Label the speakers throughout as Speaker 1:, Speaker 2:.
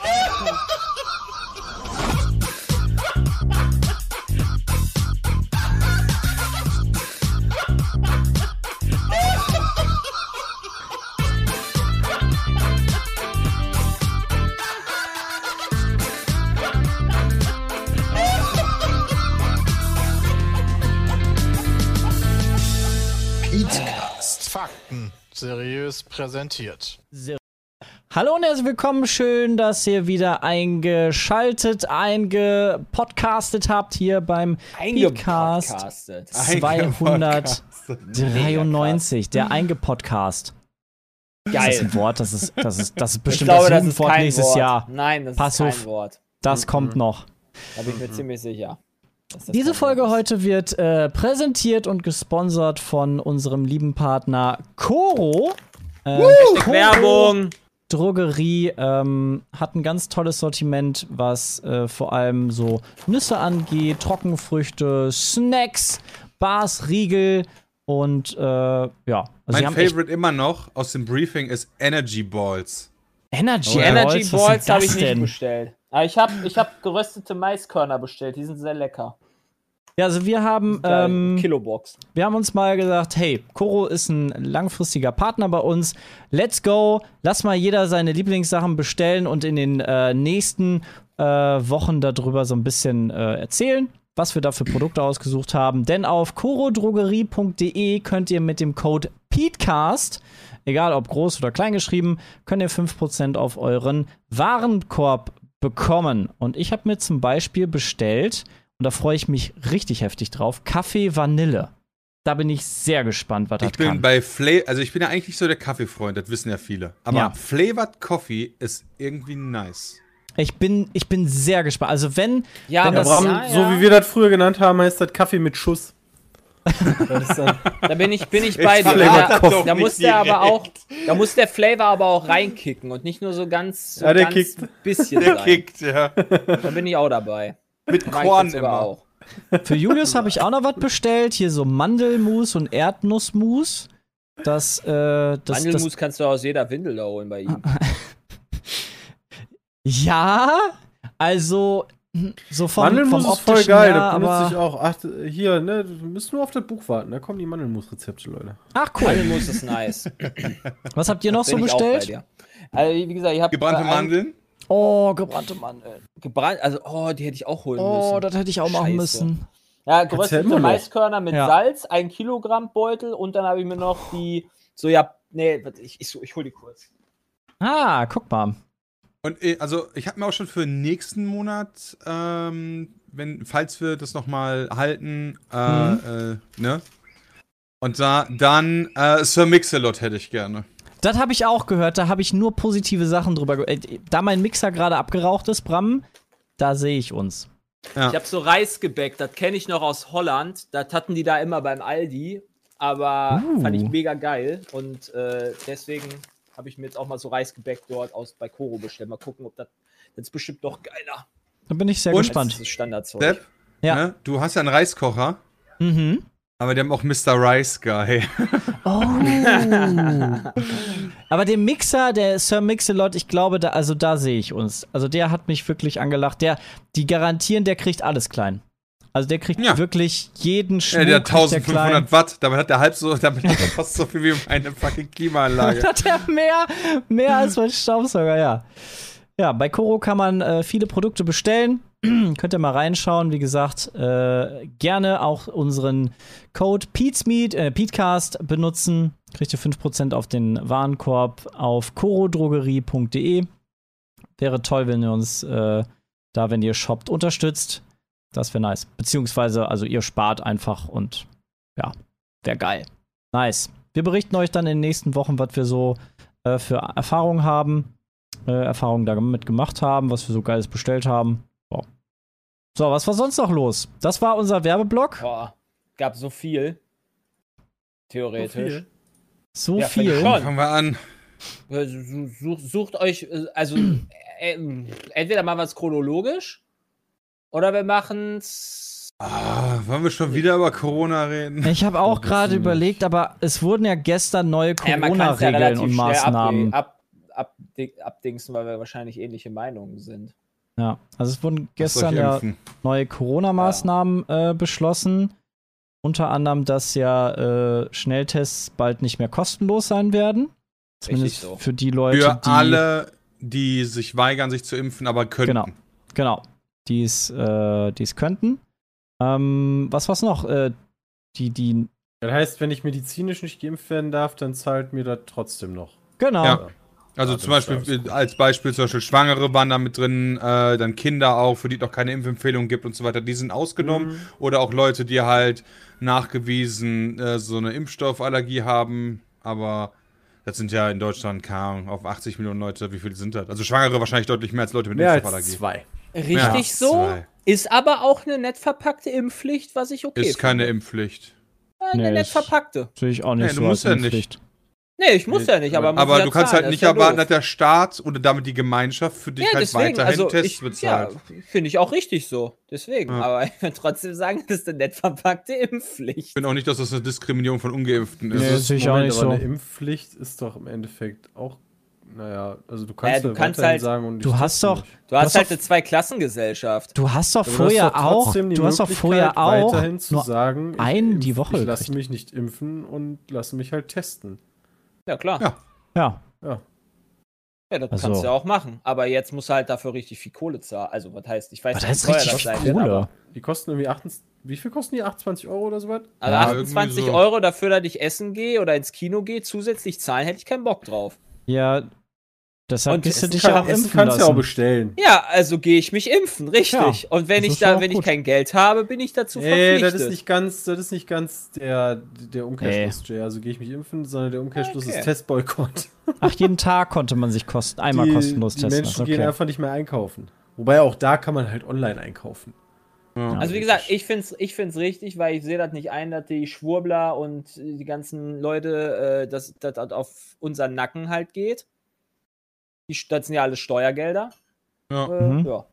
Speaker 1: Scheiße.
Speaker 2: Eatcast. Fakten. Seriös präsentiert.
Speaker 3: Hallo und herzlich willkommen. Schön, dass ihr wieder eingeschaltet, eingepodcastet habt hier beim Podcast
Speaker 4: Eingepodcastet.
Speaker 3: 293, der Eingepodcast. Das ist
Speaker 4: Geil.
Speaker 3: ein Wort, das ist, das ist, das ist
Speaker 4: Ich
Speaker 3: bestimmt
Speaker 4: glaube,
Speaker 3: das
Speaker 4: das ist
Speaker 3: Jugendwort
Speaker 4: kein
Speaker 3: nächstes
Speaker 4: Wort. Mhm.
Speaker 3: Jahr.
Speaker 4: Nein, das
Speaker 3: Pass
Speaker 4: ist kein
Speaker 3: auf.
Speaker 4: Wort.
Speaker 3: Das kommt noch.
Speaker 4: Da bin ich mir ziemlich sicher. dass das
Speaker 3: Diese
Speaker 4: kein
Speaker 3: Folge
Speaker 4: Wort ist.
Speaker 3: heute wird äh, präsentiert und gesponsert von unserem lieben Partner Coro. Ähm, Coro
Speaker 4: Werbung!
Speaker 3: Drogerie ähm, hat ein ganz tolles Sortiment, was äh, vor allem so Nüsse angeht, Trockenfrüchte, Snacks, Bars, Riegel und äh, ja. Also sie
Speaker 5: Mein
Speaker 3: haben echt
Speaker 5: Favorite immer noch aus dem Briefing ist Energy Balls. Oh
Speaker 3: Energy,
Speaker 4: Energy Balls habe ich nicht
Speaker 3: denn?
Speaker 4: bestellt. Aber ich habe ich hab geröstete Maiskörner bestellt. Die sind sehr lecker.
Speaker 3: Ja, also wir haben
Speaker 4: Geil.
Speaker 3: ähm,
Speaker 4: Kilobox.
Speaker 3: Wir haben uns mal gesagt, hey, Koro ist ein langfristiger Partner bei uns. Let's go. Lass mal jeder seine Lieblingssachen bestellen und in den äh, nächsten äh, Wochen darüber so ein bisschen äh, erzählen, was wir da für Produkte ausgesucht haben. Denn auf korodrogerie.de könnt ihr mit dem Code E PETECAST, egal ob groß oder klein geschrieben, könnt ihr 5% auf euren Warenkorb bekommen. Und ich habe mir zum Beispiel bestellt, und da freue ich mich richtig heftig drauf, Kaffee Vanille. Da bin ich sehr gespannt, was das
Speaker 5: Ich bin
Speaker 3: kann.
Speaker 5: bei Flavor, also ich bin ja eigentlich nicht so der Kaffeefreund, das wissen ja viele. Aber
Speaker 3: Ja.
Speaker 5: Flavored Coffee ist irgendwie nice.
Speaker 3: Ich bin, ich bin sehr gespannt. Also wenn,
Speaker 4: Ja,
Speaker 3: Wenn
Speaker 4: aber
Speaker 3: das-
Speaker 4: das,
Speaker 3: Warum-
Speaker 4: ja,
Speaker 6: So wie wir das früher genannt haben, heißt das Kaffee mit Schuss. Das ist dann
Speaker 4: Da bin ich, bin ich bei dir.
Speaker 5: Flavor
Speaker 4: Da,
Speaker 5: Kopf
Speaker 4: da
Speaker 5: nicht
Speaker 4: muss der aber
Speaker 5: direkt.
Speaker 4: auch, da muss der Flavor aber auch reinkicken und nicht nur so ganz, so
Speaker 6: Ja, der
Speaker 4: ganz
Speaker 6: kickt.
Speaker 4: bisschen sein.
Speaker 5: ja.
Speaker 4: Da bin ich auch dabei.
Speaker 5: Mit
Speaker 4: Mach ich
Speaker 5: Korn
Speaker 4: jetzt sogar
Speaker 5: immer.
Speaker 4: Auch.
Speaker 3: für Julius habe ich auch noch was bestellt. Hier so Mandelmus und Erdnussmus. Das, äh, das, das,
Speaker 4: Mandelmus kannst du aus jeder Windel da holen bei ihm.
Speaker 3: ja, also hm, so vom,
Speaker 6: Mandelmus
Speaker 3: vom
Speaker 6: ist voll
Speaker 3: optischen
Speaker 6: geil,
Speaker 3: her,
Speaker 6: da benutze ich
Speaker 3: aber,
Speaker 6: auch. Ach, hier, ne, du müsst nur auf das Buch warten, da kommen die Mandelmus-Rezepte, Leute.
Speaker 3: Ach cool.
Speaker 4: Mandelmus ist nice.
Speaker 3: Was habt ihr noch so
Speaker 4: Bin ich auch bei
Speaker 3: bestellt?
Speaker 4: dir. Also, wie gesagt, ich habe
Speaker 5: Gebrannte Mandeln.
Speaker 3: Oh, gebrannte Mandeln.
Speaker 4: Gebrannt, also, oh, die hätte ich auch holen
Speaker 3: Oh,
Speaker 4: müssen.
Speaker 3: das hätte ich auch machen
Speaker 4: Scheiße.
Speaker 3: müssen.
Speaker 4: Ja,
Speaker 6: ja immer
Speaker 4: geröstete
Speaker 6: noch.
Speaker 4: Maiskörner mit
Speaker 3: Ja.
Speaker 4: Salz, ein Kilogramm Beutel und dann habe ich mir noch die, so, ja, nee, warte, ich, ich, ich hol die kurz.
Speaker 3: Ah, guck mal.
Speaker 5: Und äh, also ich habe mir auch schon für nächsten Monat, ähm, wenn, falls wir das nochmal halten, äh,
Speaker 3: Mhm.
Speaker 5: äh, ne? Und da, dann äh, Sir Mix-a-Lot hätte ich gerne.
Speaker 3: Das habe ich auch gehört. Da habe ich nur positive Sachen drüber gehört. Da mein Mixer gerade abgeraucht ist, Bram, da sehe ich uns.
Speaker 4: Ich habe so Reisgebäck, das kenne ich noch aus Holland. Das hatten die da immer beim Aldi. Aber
Speaker 3: Uh.
Speaker 4: fand ich mega geil. Und äh, deswegen habe ich mir jetzt auch mal so Reisgebäck dort aus, bei Koro bestellt. Mal gucken, ob das. Das ist bestimmt noch geiler.
Speaker 3: Da bin ich sehr
Speaker 5: Und-
Speaker 4: Das
Speaker 3: gespannt.
Speaker 4: ist Standardzeug.
Speaker 5: Depp,
Speaker 3: Ja.
Speaker 5: ne? du hast ja einen Reiskocher,
Speaker 3: Mhm.
Speaker 5: aber die haben auch Mr. Rice Guy.
Speaker 3: Oh. Aber den Mixer, der Sir Mixelot, ich glaube, da, also da sehe ich uns. Also der hat mich wirklich angelacht. Der, die garantieren, der kriegt alles klein. Also der kriegt
Speaker 5: Ja.
Speaker 3: wirklich jeden Schmuck.
Speaker 5: Ja, der hat
Speaker 3: kriegt der
Speaker 5: 1500 Watt, damit hat der halb so, damit hat er fast so viel wie meine
Speaker 3: klein.
Speaker 5: fucking Klimaanlage.
Speaker 3: Hat er mehr, mehr als mein Staubsauger, ja. Ja, bei Koro kann man äh, viele Produkte bestellen. Könnt ihr mal reinschauen. Wie gesagt, äh, gerne auch unseren Code PETESMEET, äh, PETECAST benutzen. Kriegt ihr 5% auf den Warenkorb auf korodrogerie.de. Wäre toll, wenn ihr uns äh, da, wenn ihr shoppt, unterstützt. Das wäre nice. Beziehungsweise, also ihr spart einfach und ja, wäre geil. Nice. Wir berichten euch dann in den nächsten Wochen, was wir so äh, für Erfahrungen haben äh, Erfahrungen damit gemacht haben, was wir so Geiles bestellt haben. Wow. So, was war sonst noch los? Das war unser Werbeblock.
Speaker 4: Boah, gab so viel. Theoretisch.
Speaker 3: So
Speaker 4: Ja,
Speaker 3: viel.
Speaker 4: fand
Speaker 5: Fangen wir an.
Speaker 4: Äh, su- Such, sucht euch, äh, also äh, ähm, entweder machen wir es chronologisch oder wir machen es.
Speaker 5: Ah, wollen wir schon wieder über Corona reden?
Speaker 3: Ich habe auch gerade überlegt, aber es wurden ja gestern neue
Speaker 4: Ja, man kann's ja
Speaker 3: Corona-Regeln
Speaker 4: relativ
Speaker 3: und
Speaker 4: schnell
Speaker 3: Maßnahmen.
Speaker 4: Ab, ab, ab, abdingsen, weil wir wahrscheinlich ähnliche Meinungen sind.
Speaker 3: Ja, also es wurden
Speaker 5: Lasst euch
Speaker 3: gestern ja
Speaker 5: impfen.
Speaker 3: neue Corona-Maßnahmen äh, beschlossen. Unter anderem, dass ja äh, Schnelltests bald nicht mehr kostenlos sein werden. Zumindest
Speaker 4: so.
Speaker 3: für die Leute,
Speaker 5: Für
Speaker 3: die
Speaker 5: alle, die sich weigern, sich zu impfen, aber könnten.
Speaker 3: Genau. Genau. Die es, äh, die es könnten. Ähm, was war's noch? Äh, die, die,
Speaker 6: Das heißt, wenn ich medizinisch nicht geimpft werden darf, dann zahlt mir das trotzdem noch.
Speaker 3: genau.
Speaker 5: Ja. Also
Speaker 6: Ja,
Speaker 5: zum
Speaker 6: das
Speaker 5: Beispiel,
Speaker 6: ist
Speaker 5: äh, als Beispiel, zum Beispiel Schwangere waren da mit drin, äh, dann Kinder auch, für die es noch keine Impfempfehlung gibt und so weiter, die sind ausgenommen.
Speaker 4: Mhm.
Speaker 5: Oder auch Leute, die halt nachgewiesen äh, so eine Impfstoffallergie haben, aber das sind ja in Deutschland kaum auf 80 Millionen Leute, wie viele sind das? Also Schwangere wahrscheinlich deutlich mehr als Leute mit
Speaker 6: Mehr als
Speaker 5: Impfstoffallergie.
Speaker 6: zwei.
Speaker 4: Richtig
Speaker 5: Ja,
Speaker 4: so.
Speaker 5: zwei.
Speaker 4: Ist aber auch eine nett verpackte Impfpflicht, was ich okay
Speaker 5: Ist keine
Speaker 4: finde.
Speaker 5: Impfpflicht.
Speaker 4: Eine
Speaker 3: Nee,
Speaker 4: nett
Speaker 3: ist-
Speaker 4: verpackte.
Speaker 3: Natürlich auch nicht
Speaker 5: Nee, du
Speaker 3: so
Speaker 5: musst
Speaker 3: als
Speaker 5: ja nicht.
Speaker 3: Impfpflicht.
Speaker 4: Nee, ich muss ja nicht, aber man muss
Speaker 5: Aber
Speaker 4: ja
Speaker 5: du kannst
Speaker 4: zahlen,
Speaker 5: halt
Speaker 4: das
Speaker 5: nicht
Speaker 4: ist ja
Speaker 5: erwarten,
Speaker 4: doof.
Speaker 5: dass der Staat oder damit die Gemeinschaft für dich
Speaker 4: ja,
Speaker 5: halt
Speaker 4: deswegen,
Speaker 5: weiterhin
Speaker 4: also
Speaker 5: Tests
Speaker 4: ich,
Speaker 5: bezahlt.
Speaker 4: Ja, finde ich auch richtig so. Deswegen.
Speaker 5: Ja.
Speaker 4: Aber ich würde trotzdem sagen, das ist eine nett verpackte Impfpflicht.
Speaker 5: Ich finde auch nicht, dass das eine Diskriminierung von Ungeimpften ist.
Speaker 3: Nee,
Speaker 5: Das
Speaker 3: das
Speaker 5: ist
Speaker 3: sehe ich auch nicht
Speaker 6: aber
Speaker 3: so.
Speaker 6: eine Impfpflicht ist doch im Endeffekt auch, naja, also du kannst,
Speaker 4: Naja, du
Speaker 6: ja
Speaker 4: kannst
Speaker 6: weiterhin
Speaker 4: halt-
Speaker 6: sagen und ich
Speaker 3: Du hast
Speaker 6: teste
Speaker 3: doch,
Speaker 6: nicht.
Speaker 4: Du hast
Speaker 3: doch-
Speaker 4: halt eine Zweiklassengesellschaft.
Speaker 3: Du hast doch
Speaker 6: Aber
Speaker 3: vorher
Speaker 6: du hast doch
Speaker 3: auch,
Speaker 6: trotzdem die
Speaker 3: du hast doch
Speaker 6: Möglichkeit,
Speaker 3: vorher auch
Speaker 6: weiterhin zu
Speaker 3: nur
Speaker 6: sagen, ich
Speaker 3: einen
Speaker 6: impf-
Speaker 3: die Woche
Speaker 6: Ich lasse
Speaker 3: gekriegt.
Speaker 6: mich nicht impfen und lasse mich halt testen.
Speaker 4: Ja, klar.
Speaker 5: Ja.
Speaker 4: Ja,
Speaker 3: Ja,
Speaker 6: Ja.
Speaker 4: das
Speaker 3: Also-
Speaker 4: kannst du ja auch machen. Aber jetzt musst du halt dafür richtig viel Kohle zahlen. Also, was heißt, ich weiß
Speaker 3: aber
Speaker 4: nicht,
Speaker 3: das ist richtig
Speaker 4: sein
Speaker 3: viel
Speaker 4: wird, aber-
Speaker 3: Kohle.
Speaker 6: Die kosten irgendwie 28, wie viel kosten die? 28 Euro oder so was?
Speaker 4: Also
Speaker 5: Ja,
Speaker 4: 28
Speaker 5: irgendwie so.
Speaker 4: Euro dafür, dass ich essen gehe oder ins Kino gehe, zusätzlich zahlen, hätte ich keinen Bock drauf.
Speaker 3: Ja, deshalb
Speaker 4: Und
Speaker 3: bist du
Speaker 4: Essen
Speaker 3: dich
Speaker 6: Kann-
Speaker 3: ja auch
Speaker 6: Essen
Speaker 3: impfen
Speaker 6: kannst
Speaker 3: lassen.
Speaker 6: du ja auch bestellen.
Speaker 4: Ja, also gehe ich mich impfen, richtig.
Speaker 3: Ja,
Speaker 4: Und wenn
Speaker 3: das
Speaker 4: ich
Speaker 3: ist ja
Speaker 4: da,
Speaker 3: auch
Speaker 4: wenn
Speaker 3: gut.
Speaker 4: ich kein Geld habe, bin ich dazu
Speaker 6: Nee, das
Speaker 4: verpflichtet.
Speaker 6: ist nicht ganz, das ist nicht ganz der, der Umkehrschluss, Jay. Also gehe ich mich impfen, sondern der Umkehrschluss
Speaker 4: Okay.
Speaker 6: ist Testboykott.
Speaker 3: Ach, jeden Tag konnte man sich kosten, einmal
Speaker 6: die,
Speaker 3: kostenlos
Speaker 6: die
Speaker 3: testen.
Speaker 6: Menschen
Speaker 3: okay.
Speaker 6: gehen einfach nicht mehr einkaufen. Wobei auch da kann man halt online einkaufen.
Speaker 4: Also wie gesagt, ich finde es ich find's richtig, weil ich sehe das nicht ein, dass die Schwurbler und äh, die ganzen Leute, äh, dass das auf unseren Nacken halt geht. Die, St- das sind ja alles Steuergelder.
Speaker 5: Ja.
Speaker 4: Äh,
Speaker 3: Mhm.
Speaker 4: ja.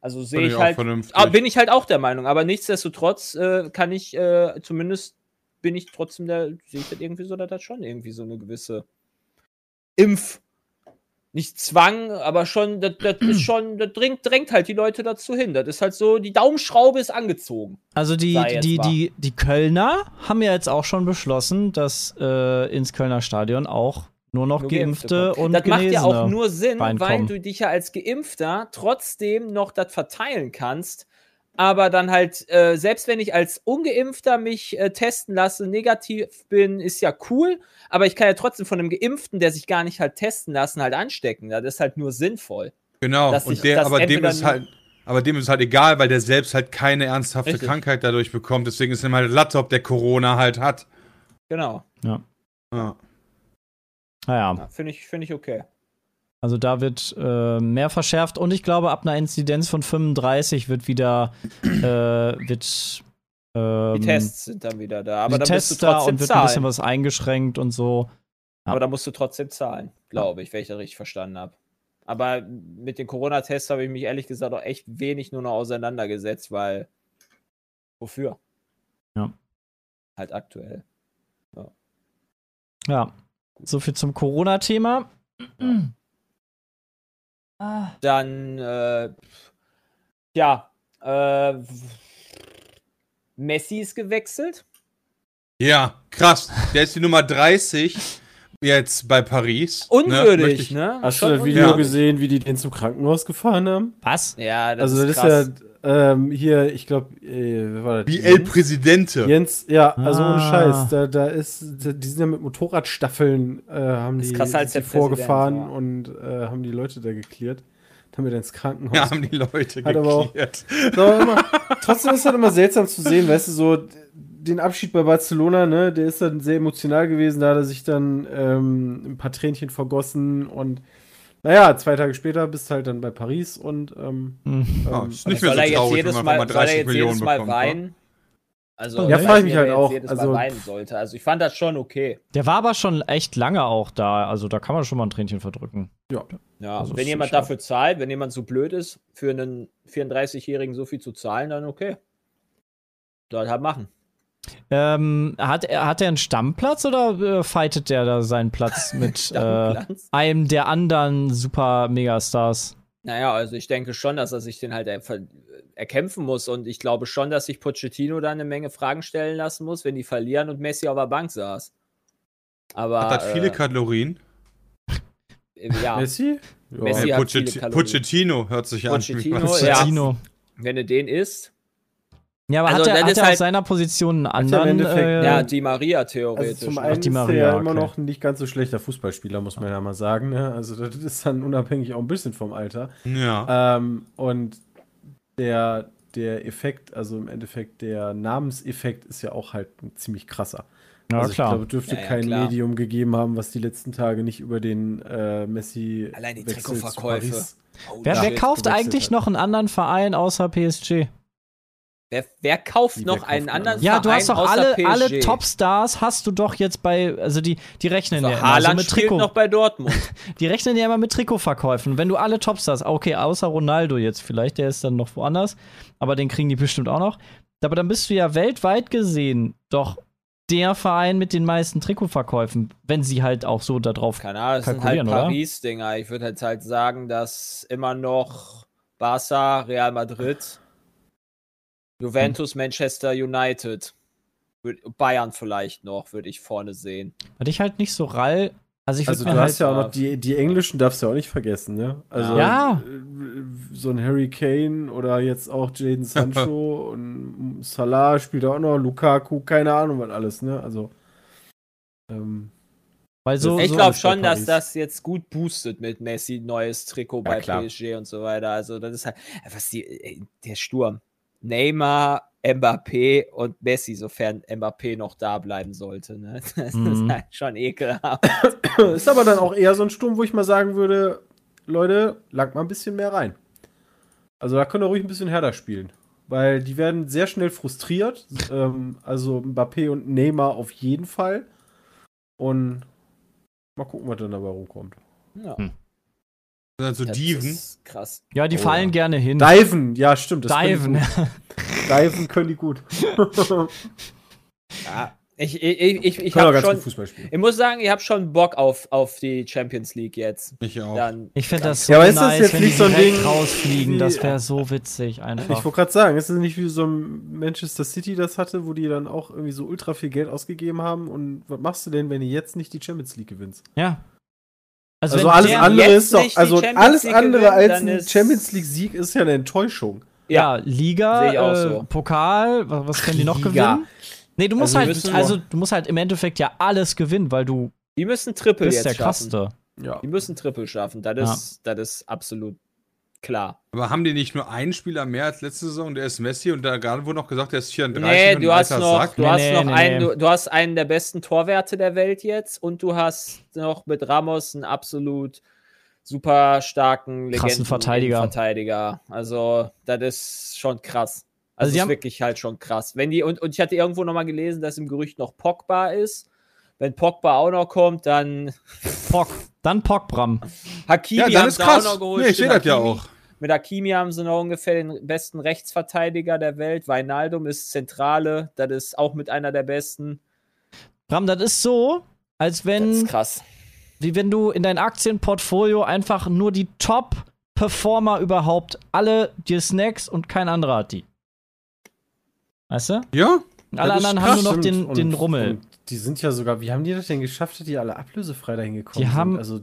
Speaker 4: Also
Speaker 5: Finde
Speaker 4: sehe ich
Speaker 5: auch
Speaker 4: halt,
Speaker 5: vernünftig.
Speaker 4: ah, bin ich halt auch der Meinung. Aber nichtsdestotrotz äh, kann ich, äh, zumindest bin ich trotzdem der, sehe ich das irgendwie so, dass das schon irgendwie so eine gewisse Impf, nicht Zwang, aber schon, das, das ist schon, das drängt, drängt halt die Leute dazu hin. Das ist halt so, die Daumenschraube ist angezogen.
Speaker 3: Also die,
Speaker 4: sei jetzt
Speaker 3: die,
Speaker 4: wahr.
Speaker 3: die, die Kölner haben ja jetzt auch schon beschlossen, dass äh, ins Kölner Stadion auch nur noch
Speaker 4: Nur
Speaker 3: Geimpfte
Speaker 4: kommen.
Speaker 3: und
Speaker 4: Das macht
Speaker 3: Genesene.
Speaker 4: ja auch nur Sinn, weil
Speaker 3: reinkommen.
Speaker 4: du dich ja als Geimpfter trotzdem noch das verteilen kannst. Aber dann halt, äh, selbst wenn ich als Ungeimpfter mich äh, testen lasse, negativ bin, ist ja cool. Aber ich kann ja trotzdem von einem Geimpften, der sich gar nicht halt testen lassen, halt anstecken. Das ist halt nur sinnvoll.
Speaker 5: Genau,
Speaker 4: dass
Speaker 5: und
Speaker 4: ich
Speaker 5: der,
Speaker 4: das
Speaker 5: aber dem
Speaker 4: entweder
Speaker 5: ist
Speaker 4: nur-
Speaker 5: halt. Aber dem ist halt egal, weil der selbst halt keine ernsthafte
Speaker 4: Richtig.
Speaker 5: Krankheit dadurch bekommt. Deswegen ist ihm halt Latte, ob der Corona halt hat.
Speaker 4: Genau.
Speaker 5: Ja.
Speaker 3: Naja,
Speaker 4: Ja, Finde ich, finde ich okay.
Speaker 3: also da wird äh, mehr verschärft und ich glaube, ab einer Inzidenz von 35 wird wieder äh, wird ähm,
Speaker 4: Die Tests sind dann wieder da.
Speaker 3: aber
Speaker 4: Aber
Speaker 3: die
Speaker 4: dann
Speaker 3: Tests
Speaker 4: musst du
Speaker 3: da und
Speaker 4: trotzdem
Speaker 3: wird ein bisschen
Speaker 4: zahlen.
Speaker 3: was eingeschränkt und so. ja.
Speaker 4: Aber da musst du trotzdem zahlen, glaube ich, wenn ich das richtig verstanden habe. Aber mit den Corona-Tests habe ich mich ehrlich gesagt auch echt wenig nur noch auseinandergesetzt, weil wofür?
Speaker 3: Ja.
Speaker 4: Halt aktuell.
Speaker 3: Ja, so viel zum Corona-Thema. Ah.
Speaker 4: Dann, äh, ja, äh, Messi ist gewechselt.
Speaker 5: ja, krass. Der ist die Nummer 30 jetzt bei Paris. Ne? Möchte
Speaker 4: Unwürdig,
Speaker 5: ich-
Speaker 4: ne?
Speaker 6: Hast
Speaker 4: Schon
Speaker 6: du das Video
Speaker 5: Ja.
Speaker 4: unwürdig.
Speaker 6: gesehen, wie die den zum Krankenhaus gefahren haben?
Speaker 3: Was?
Speaker 4: Ja, das
Speaker 6: also
Speaker 4: ist
Speaker 6: das
Speaker 4: krass.
Speaker 6: ist ja ähm, hier, ich glaube, äh, wer war das?
Speaker 5: Wie El
Speaker 6: Jens?
Speaker 5: Presidente.
Speaker 6: Jens, ja, also ohne
Speaker 3: Ah.
Speaker 6: Scheiß, da, da ist, da, die sind ja mit Motorradstaffeln, äh, haben
Speaker 4: Ist
Speaker 6: die,
Speaker 4: krasser als
Speaker 6: die
Speaker 4: der Präsident,
Speaker 6: vorgefahren
Speaker 4: ja.
Speaker 6: und äh, haben die Leute da geklärt, damit ins Krankenhaus.
Speaker 5: Ja, haben die Leute
Speaker 6: Hat aber auch-
Speaker 5: geklärt.
Speaker 6: Ist aber immer, trotzdem ist halt immer seltsam zu sehen, weißt du, so d- den Abschied bei Barcelona, ne, der ist dann sehr emotional gewesen, da hat er sich dann ähm, ein paar Tränchen vergossen und naja, zwei Tage später bist du halt dann bei Paris und ähm,
Speaker 3: Hm.
Speaker 5: Ja,
Speaker 6: ähm,
Speaker 5: ist nicht mehr
Speaker 4: soll
Speaker 5: so
Speaker 4: er jetzt
Speaker 5: traurig,
Speaker 4: jedes
Speaker 5: wenn man
Speaker 4: Mal,
Speaker 5: auf einmal
Speaker 4: soll er
Speaker 5: 30
Speaker 4: jetzt
Speaker 5: Millionen
Speaker 4: jedes Mal
Speaker 5: bekommt. ne? wa?
Speaker 4: weinen? Also,
Speaker 3: Ja,
Speaker 4: ich weiß
Speaker 3: frag ich
Speaker 4: nicht,
Speaker 6: mich
Speaker 4: ob
Speaker 6: halt
Speaker 4: er
Speaker 6: auch.
Speaker 4: Jetzt jedes
Speaker 6: Also-
Speaker 4: Mal weinen sollte. Also, ich fand das schon okay.
Speaker 3: Der war aber schon echt lange auch da. Also da kann man schon mal ein Tränchen verdrücken.
Speaker 4: Ja,
Speaker 3: Also,
Speaker 4: wenn
Speaker 3: ist
Speaker 4: jemand
Speaker 3: schon-
Speaker 4: dafür zahlt, wenn jemand so blöd ist, für einen 34-Jährigen so viel zu zahlen, dann okay. Dann halt machen.
Speaker 3: Ähm, hat, er, hat er einen Stammplatz oder äh, fightet der da seinen Platz mit äh,
Speaker 4: Stammplatz?
Speaker 3: einem der anderen super Megastars?
Speaker 4: Naja, also ich denke schon, dass er sich den halt er- ver- erkämpfen muss. Und ich glaube schon, dass sich Pochettino da eine Menge Fragen stellen lassen muss, wenn die verlieren und Messi auf der Bank saß. Aber.
Speaker 5: Hat das viele
Speaker 4: äh,
Speaker 5: Kalorien?
Speaker 4: äh, Ja,
Speaker 6: Messi? Ja.
Speaker 4: Messi-
Speaker 5: Ey,
Speaker 4: hat viele
Speaker 5: Pochetti-
Speaker 4: Kalorien.
Speaker 5: Pochettino hört sich an.
Speaker 4: Pochettino,
Speaker 5: Was-
Speaker 4: Oh, ja.
Speaker 3: Pochettino.
Speaker 4: wenn du den isst.
Speaker 3: Ja, aber
Speaker 4: Also,
Speaker 3: hat er,
Speaker 4: das
Speaker 3: hat
Speaker 4: ist
Speaker 3: er auf
Speaker 4: halt-
Speaker 3: seiner Position einen
Speaker 6: Hat er
Speaker 3: anderen?
Speaker 6: im Endeffekt-
Speaker 3: äh,
Speaker 4: Ja, die Maria
Speaker 6: Also
Speaker 4: theoretisch.
Speaker 6: zum
Speaker 4: ne?
Speaker 6: einen
Speaker 3: die
Speaker 6: ist er
Speaker 3: Maria,
Speaker 6: ja immer
Speaker 3: okay.
Speaker 6: noch ein nicht ganz so schlechter Fußballspieler, muss man ja mal sagen. Ne? Also das ist dann unabhängig auch ein bisschen vom Alter.
Speaker 5: Ja.
Speaker 6: Ähm, und der, der Effekt, also im Endeffekt der Namenseffekt ist ja auch halt ein ziemlich krasser.
Speaker 3: na
Speaker 6: also ich
Speaker 3: klar.
Speaker 6: glaube, dürfte
Speaker 4: Ja, ja,
Speaker 6: kein
Speaker 4: klar.
Speaker 6: Medium gegeben haben, was die letzten Tage nicht über den äh, Messi
Speaker 4: Allein die
Speaker 6: Wechsel zu
Speaker 4: Trikotverkäufe.
Speaker 6: Paris-
Speaker 4: Holy
Speaker 3: Wer, wer
Speaker 4: Oh, shit.
Speaker 3: kauft
Speaker 6: gewechselt
Speaker 3: eigentlich
Speaker 6: hat.
Speaker 3: noch einen anderen Verein außer PSG?
Speaker 4: Wer, wer kauft
Speaker 6: Wie,
Speaker 4: noch
Speaker 6: wer kauft
Speaker 4: einen
Speaker 6: einen
Speaker 4: anderen
Speaker 3: Ja, du hast doch
Speaker 4: Verein außer
Speaker 3: alle, alle
Speaker 4: PSG?
Speaker 3: Topstars hast du doch jetzt bei, also die, die rechnen
Speaker 4: So,
Speaker 3: ja immer so
Speaker 4: Haaland
Speaker 3: also mit
Speaker 4: spielt
Speaker 3: Trikot.
Speaker 4: noch bei Dortmund.
Speaker 3: Die rechnen ja immer mit Trikotverkäufen. Wenn du alle Topstars, okay, außer Ronaldo jetzt vielleicht, der ist dann noch woanders, aber den kriegen die bestimmt auch noch. Aber dann bist du ja weltweit gesehen doch der Verein mit den meisten Trikotverkäufen, wenn sie halt auch so da drauf
Speaker 4: Keine Ahnung, das sind halt
Speaker 3: Kalkulieren, oder?
Speaker 4: Paris-Dinger. Ich würde halt, halt sagen, dass immer noch Barca, Real Madrid, Juventus,
Speaker 3: Hm.
Speaker 4: Manchester United, würd- Bayern vielleicht noch, würde ich vorne sehen.
Speaker 3: Hatte ich halt nicht so rall. Also ich
Speaker 6: Also
Speaker 3: würde
Speaker 6: du
Speaker 3: mir halt.
Speaker 6: hast ja auch noch die, die englischen darfst du ja auch nicht vergessen, ne? Also
Speaker 3: Ja.
Speaker 6: äh, so ein Harry Kane oder jetzt auch Jaden Sancho und Salah spielt auch noch, Lukaku, keine Ahnung was alles, ne? Also ähm,
Speaker 3: Weil so,
Speaker 4: ich
Speaker 3: so
Speaker 4: glaube
Speaker 6: ist bei
Speaker 4: schon, dass
Speaker 6: Paris.
Speaker 4: das jetzt gut boostet mit Messi, neues Trikot
Speaker 6: Ja,
Speaker 4: bei
Speaker 6: klar.
Speaker 4: PSG und so weiter. Also, das ist halt, was die, ey, der Sturm. Neymar, Mbappé und Messi, sofern Mbappé noch da bleiben sollte. Ne? Das
Speaker 3: Mhm.
Speaker 4: ist halt schon ekelhaft.
Speaker 6: ist aber dann auch eher so ein Sturm, wo ich mal sagen würde, Leute, langt mal ein bisschen mehr rein. Also da könnt ihr ruhig ein bisschen härter spielen. Weil die werden sehr schnell frustriert. ähm, also Mbappé und Neymar auf jeden Fall. Und mal gucken, was dann dabei rumkommt.
Speaker 4: Ja,
Speaker 5: Also
Speaker 4: das
Speaker 5: Diven.
Speaker 4: ist krass.
Speaker 3: ja, die
Speaker 6: Oh,
Speaker 3: fallen
Speaker 6: ja.
Speaker 3: gerne hin. ne?
Speaker 6: Diven, ja, stimmt. Das
Speaker 3: Diven.
Speaker 6: Können die gut. Diven können die gut. können
Speaker 4: Ja, ich ich, ich, ich, ich
Speaker 6: auch
Speaker 4: habe
Speaker 6: ganz
Speaker 4: schon.
Speaker 6: gut Fußball spielen.
Speaker 4: Ich muss sagen, ich habe schon Bock auf, auf die Champions League jetzt.
Speaker 5: Ich auch.
Speaker 4: Dann
Speaker 3: Ich finde das so
Speaker 6: Ja, aber ist das
Speaker 3: nice,
Speaker 6: jetzt
Speaker 3: wenn die
Speaker 6: nicht so ein
Speaker 3: direkt
Speaker 6: Ding
Speaker 3: rausfliegen.
Speaker 6: wie-
Speaker 3: Das wäre so witzig
Speaker 6: Ich
Speaker 3: einfach.
Speaker 6: wollte gerade sagen, ist es nicht wie so ein Manchester City das hatte, wo die dann auch irgendwie so ultra viel Geld ausgegeben haben? Und was machst du denn, wenn du jetzt nicht die Champions League gewinnst?
Speaker 3: Ja.
Speaker 6: Also,
Speaker 3: wenn
Speaker 6: alles
Speaker 3: der-
Speaker 4: Bayern
Speaker 6: andere
Speaker 4: jetzt
Speaker 6: ist doch,
Speaker 4: nicht die
Speaker 6: also
Speaker 4: Champions
Speaker 6: alles
Speaker 4: League
Speaker 6: andere
Speaker 4: gewinnt,
Speaker 6: als
Speaker 4: dann
Speaker 6: ein
Speaker 4: ist-
Speaker 6: Champions League Sieg ist ja eine Enttäuschung.
Speaker 3: Ja, Liga,
Speaker 4: Sehe ich auch
Speaker 3: äh,
Speaker 4: so.
Speaker 3: Pokal, wa- was können die noch
Speaker 6: Liga.
Speaker 3: gewinnen? Nee, du musst
Speaker 6: Also, wir
Speaker 3: halt,
Speaker 6: müssen-
Speaker 3: also du musst halt im Endeffekt ja alles gewinnen, weil du
Speaker 4: die müssen Triple
Speaker 3: bist
Speaker 4: jetzt
Speaker 3: der
Speaker 4: schaffen.
Speaker 3: Krasse.
Speaker 6: Ja.
Speaker 4: Die müssen Triple schaffen. Das ist, das ist absolut klar.
Speaker 5: Aber haben die nicht nur einen Spieler mehr als letzte Saison? Der ist Messi und da gerade wurde noch gesagt, der ist 34
Speaker 4: Nee,
Speaker 5: und
Speaker 4: du
Speaker 5: ein
Speaker 4: hast
Speaker 5: alter
Speaker 4: noch,
Speaker 5: Sack.
Speaker 4: du
Speaker 3: Nee,
Speaker 4: hast
Speaker 3: nee,
Speaker 4: noch
Speaker 3: nee,
Speaker 4: einen,
Speaker 3: nee.
Speaker 4: du, du hast einen der besten Torwerte der Welt jetzt und du hast noch mit Ramos einen absolut super starken
Speaker 3: Krassen
Speaker 4: Legenden-
Speaker 3: Verteidiger.
Speaker 4: Verteidiger. Also, das ist schon krass.
Speaker 3: Also
Speaker 4: Also,
Speaker 3: die
Speaker 4: das
Speaker 3: haben-
Speaker 4: ist wirklich halt schon krass. Wenn die, und, und ich hatte irgendwo nochmal gelesen, dass im Gerücht noch Pogba ist. Wenn Pogba auch noch kommt, dann
Speaker 3: Pock, dann Pockbram.
Speaker 4: Hakimi
Speaker 5: ja, dann
Speaker 4: haben
Speaker 5: ist
Speaker 4: sie
Speaker 5: krass.
Speaker 4: auch noch geholt.
Speaker 5: nee, ich sehe
Speaker 4: Stimmt,
Speaker 5: das ja
Speaker 4: Hakimi.
Speaker 5: auch.
Speaker 4: Mit Hakimi haben sie noch ungefähr den besten Rechtsverteidiger der Welt. Weinaldum ist Zentrale, das ist auch mit einer der besten.
Speaker 3: Bram, das ist so, als
Speaker 4: Das
Speaker 3: wenn
Speaker 4: ist krass.
Speaker 3: wie wenn du in dein Aktienportfolio einfach nur die Top-Performer überhaupt, alle dir Snacks und kein anderer hat die. Weißt du?
Speaker 5: Ja?
Speaker 3: Und alle
Speaker 5: Das ist
Speaker 3: anderen haben nur noch den, den Rummel.
Speaker 6: die sind ja sogar, wie haben die das denn geschafft, dass die alle ablösefrei dahin gekommen
Speaker 3: Die haben
Speaker 6: sind? Also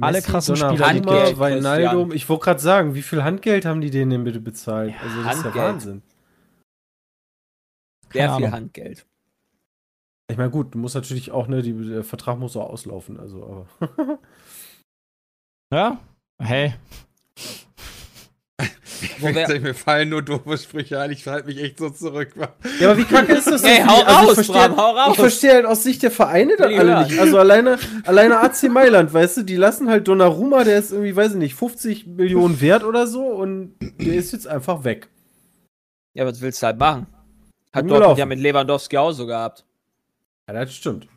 Speaker 3: alle
Speaker 6: Messi,
Speaker 3: krassen Spieler, die
Speaker 6: Donnarumma,
Speaker 4: Geld-
Speaker 6: Wijnaldum.
Speaker 4: Christian.
Speaker 6: Ich wollte gerade sagen, wie viel Handgeld haben die denen denn bitte bezahlt? also das ist ja
Speaker 4: Handgeld.
Speaker 6: Wahnsinn.
Speaker 4: Sehr
Speaker 3: Keine
Speaker 4: viel
Speaker 3: Ahnung.
Speaker 4: Handgeld.
Speaker 6: Ich meine, gut, du musst natürlich auch, ne, die, der Vertrag muss auch auslaufen, also aber.
Speaker 3: ja? Hey.
Speaker 4: wär-
Speaker 5: mir fallen nur doofe Sprüche ein. Ich halte mich echt so zurück.
Speaker 6: Ja, aber wie kacke ist das
Speaker 4: Ey,
Speaker 6: für
Speaker 4: hau
Speaker 6: die? Also ich
Speaker 4: raus,
Speaker 6: verstehe-
Speaker 4: Bram, hau raus.
Speaker 6: Ich verstehe halt aus Sicht der Vereine dann
Speaker 4: Ja.
Speaker 6: alle nicht. Also alleine, alleine AC Mailand, weißt du, die lassen halt Donnarumma, der ist irgendwie, weiß ich nicht, 50 Millionen wert oder so und der ist jetzt einfach weg.
Speaker 4: Ja, was willst du halt machen? Hat
Speaker 6: Rumgelaufen.
Speaker 4: Dortmund ja mit Lewandowski auch so gehabt.
Speaker 6: Ja, das stimmt.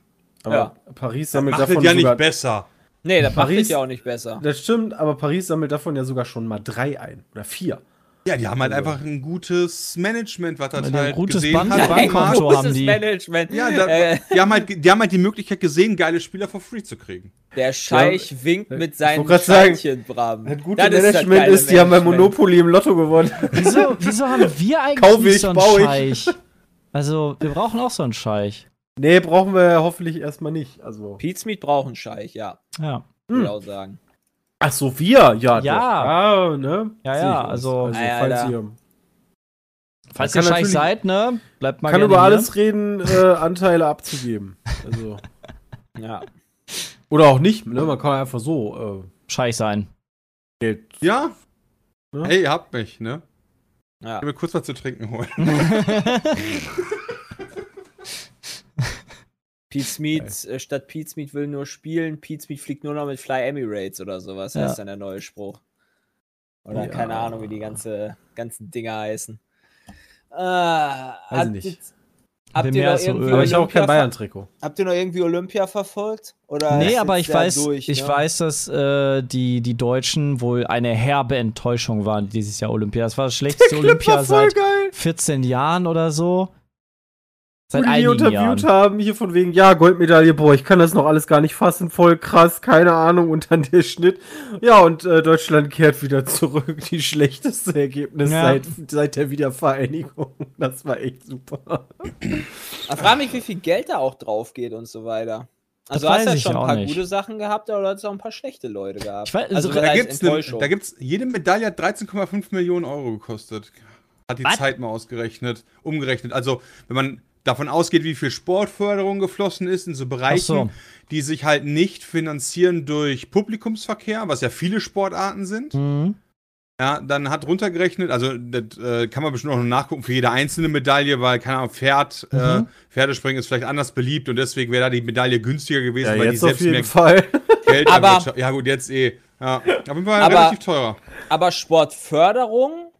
Speaker 6: Aber
Speaker 4: Ja.
Speaker 6: Paris sammelt
Speaker 5: Macht das
Speaker 6: davon
Speaker 5: ja nicht
Speaker 6: sogar,
Speaker 5: besser.
Speaker 4: Nee, das macht
Speaker 6: Paris-
Speaker 4: dich ja auch nicht besser.
Speaker 6: Das stimmt, aber Paris sammelt davon ja sogar schon mal drei ein oder vier.
Speaker 5: Ja, die haben halt einfach ein gutes Management, was das
Speaker 3: Ein
Speaker 5: halt
Speaker 3: gutes
Speaker 5: gesehen
Speaker 3: Band-
Speaker 5: hat.
Speaker 3: Bankkonto
Speaker 5: Markt.
Speaker 3: haben
Speaker 4: großes
Speaker 3: die.
Speaker 4: Management.
Speaker 5: Ja, da,
Speaker 4: äh,
Speaker 5: die, haben halt, ge- die haben halt die Möglichkeit gesehen, geile Spieler for free zu kriegen.
Speaker 4: der Scheich winkt mit seinen
Speaker 6: wollte grad sagen,
Speaker 4: Scheinchen, Bram.
Speaker 6: Das gute
Speaker 4: Das ist das
Speaker 6: Management
Speaker 4: geile
Speaker 6: ist, die haben bei
Speaker 4: Management.
Speaker 6: Monopoly im Lotto gewonnen.
Speaker 3: Wieso, wieso haben wir eigentlich
Speaker 6: Kauf
Speaker 3: nicht
Speaker 6: ich,
Speaker 3: so einen
Speaker 6: bau ich.
Speaker 3: Scheich? Also, wir brauchen auch so einen Scheich.
Speaker 6: nee, brauchen wir hoffentlich erstmal nicht. Also.
Speaker 4: Pizmeat braucht einen Scheich, ja.
Speaker 3: Ja,
Speaker 6: Hm.
Speaker 4: Genau sagen.
Speaker 6: Ach so, wir?
Speaker 3: Ja.
Speaker 6: Ja. doch. Ah, ne?
Speaker 3: Ja,
Speaker 6: Sehe
Speaker 3: ja,
Speaker 6: ich uns.
Speaker 3: also-
Speaker 4: Ja,
Speaker 6: falls
Speaker 4: ja, da-
Speaker 6: ihr
Speaker 3: falls ihr
Speaker 6: Man kann
Speaker 3: Scheich
Speaker 6: natürlich-
Speaker 3: seid, ne? Bleibt mal
Speaker 6: kann
Speaker 3: gerne
Speaker 6: über
Speaker 3: hier.
Speaker 6: alles reden, äh, Anteile abzugeben. Also.
Speaker 4: Ja.
Speaker 6: Oder auch nicht, ne? Man kann einfach so äh,
Speaker 3: Scheich sein.
Speaker 6: Geld.
Speaker 5: Ja?
Speaker 6: Ja.
Speaker 5: Hey, ihr habt mich, ne?
Speaker 4: Ja.
Speaker 5: Ich will mir kurz was zu trinken holen.
Speaker 4: Pete's Meat, äh, statt Pete's Meat will nur spielen, Pete's Meat fliegt nur noch mit Fly Emirates oder sowas,
Speaker 3: Ja.
Speaker 4: heißt dann der neue Spruch. Oder
Speaker 6: Ja.
Speaker 4: keine Ahnung, wie die ganze, ganzen Dinger heißen. Äh, Weiß
Speaker 6: ich nicht.
Speaker 4: Habt
Speaker 3: Bin
Speaker 4: ihr,
Speaker 3: mehr
Speaker 4: noch
Speaker 3: als so
Speaker 4: irgendwie
Speaker 3: öl.
Speaker 6: Aber ich habe auch
Speaker 4: Olympia
Speaker 6: kein
Speaker 4: ver-
Speaker 6: Bayern-Trikot.
Speaker 4: habt ihr noch irgendwie Olympia verfolgt? Oder
Speaker 3: nee,
Speaker 4: ist
Speaker 3: aber
Speaker 4: jetzt
Speaker 3: ich
Speaker 4: ja
Speaker 3: weiß,
Speaker 4: durch,
Speaker 3: ich
Speaker 4: ne?
Speaker 3: weiß, dass äh, die, die Deutschen wohl eine herbe Enttäuschung waren dieses Jahr Olympia. Das war das schlechteste Olympia seit
Speaker 6: geil.
Speaker 3: 14 Jahren oder so. Seit
Speaker 6: Wo die die
Speaker 3: einigen
Speaker 6: interviewt
Speaker 3: Jahren.
Speaker 6: haben, hier von wegen, ja, Goldmedaille, boah, ich kann das noch alles gar nicht fassen, voll krass, keine Ahnung, und dann der Schnitt. Ja, und äh, Deutschland kehrt wieder zurück, die schlechteste Ergebnis
Speaker 3: Ja.
Speaker 6: seit, seit der Wiedervereinigung. Das war echt super.
Speaker 4: Ich frage mich, wie viel Geld da auch drauf geht und so weiter.
Speaker 3: Das
Speaker 4: Also hast du
Speaker 3: weiß
Speaker 4: ja
Speaker 3: ich
Speaker 4: schon ein
Speaker 3: auch
Speaker 4: paar
Speaker 3: nicht.
Speaker 4: gute Sachen gehabt, aber du hast auch ein paar schlechte Leute gehabt.
Speaker 3: Ich weiß-
Speaker 4: also,
Speaker 3: so-
Speaker 4: was
Speaker 5: Da
Speaker 4: heißt
Speaker 5: gibt's, ne,
Speaker 4: Enttäuschung?
Speaker 5: da gibt's jede Medaille hat 13,5 Millionen Euro gekostet. Hat die
Speaker 3: Was?
Speaker 5: Zeit mal ausgerechnet, umgerechnet. Also, wenn man davon ausgeht, wie viel Sportförderung geflossen ist in so Bereichen,
Speaker 3: so.
Speaker 5: die sich halt nicht finanzieren durch Publikumsverkehr, was ja viele Sportarten sind,
Speaker 3: Mhm.
Speaker 5: ja, dann hat runtergerechnet, also das äh, kann man bestimmt auch noch nachgucken für jede einzelne Medaille, weil, keine Ahnung, Pferd, äh, Pferdespringen ist vielleicht anders beliebt und deswegen wäre da die Medaille günstiger gewesen, weil die selbst mehr
Speaker 6: Fall.
Speaker 5: Geld
Speaker 4: Aber-
Speaker 5: erwirtschaften. Ja gut, jetzt eh. Ja, auf jeden Fall
Speaker 4: Aber-
Speaker 5: relativ teurer.
Speaker 4: Aber Sportförderung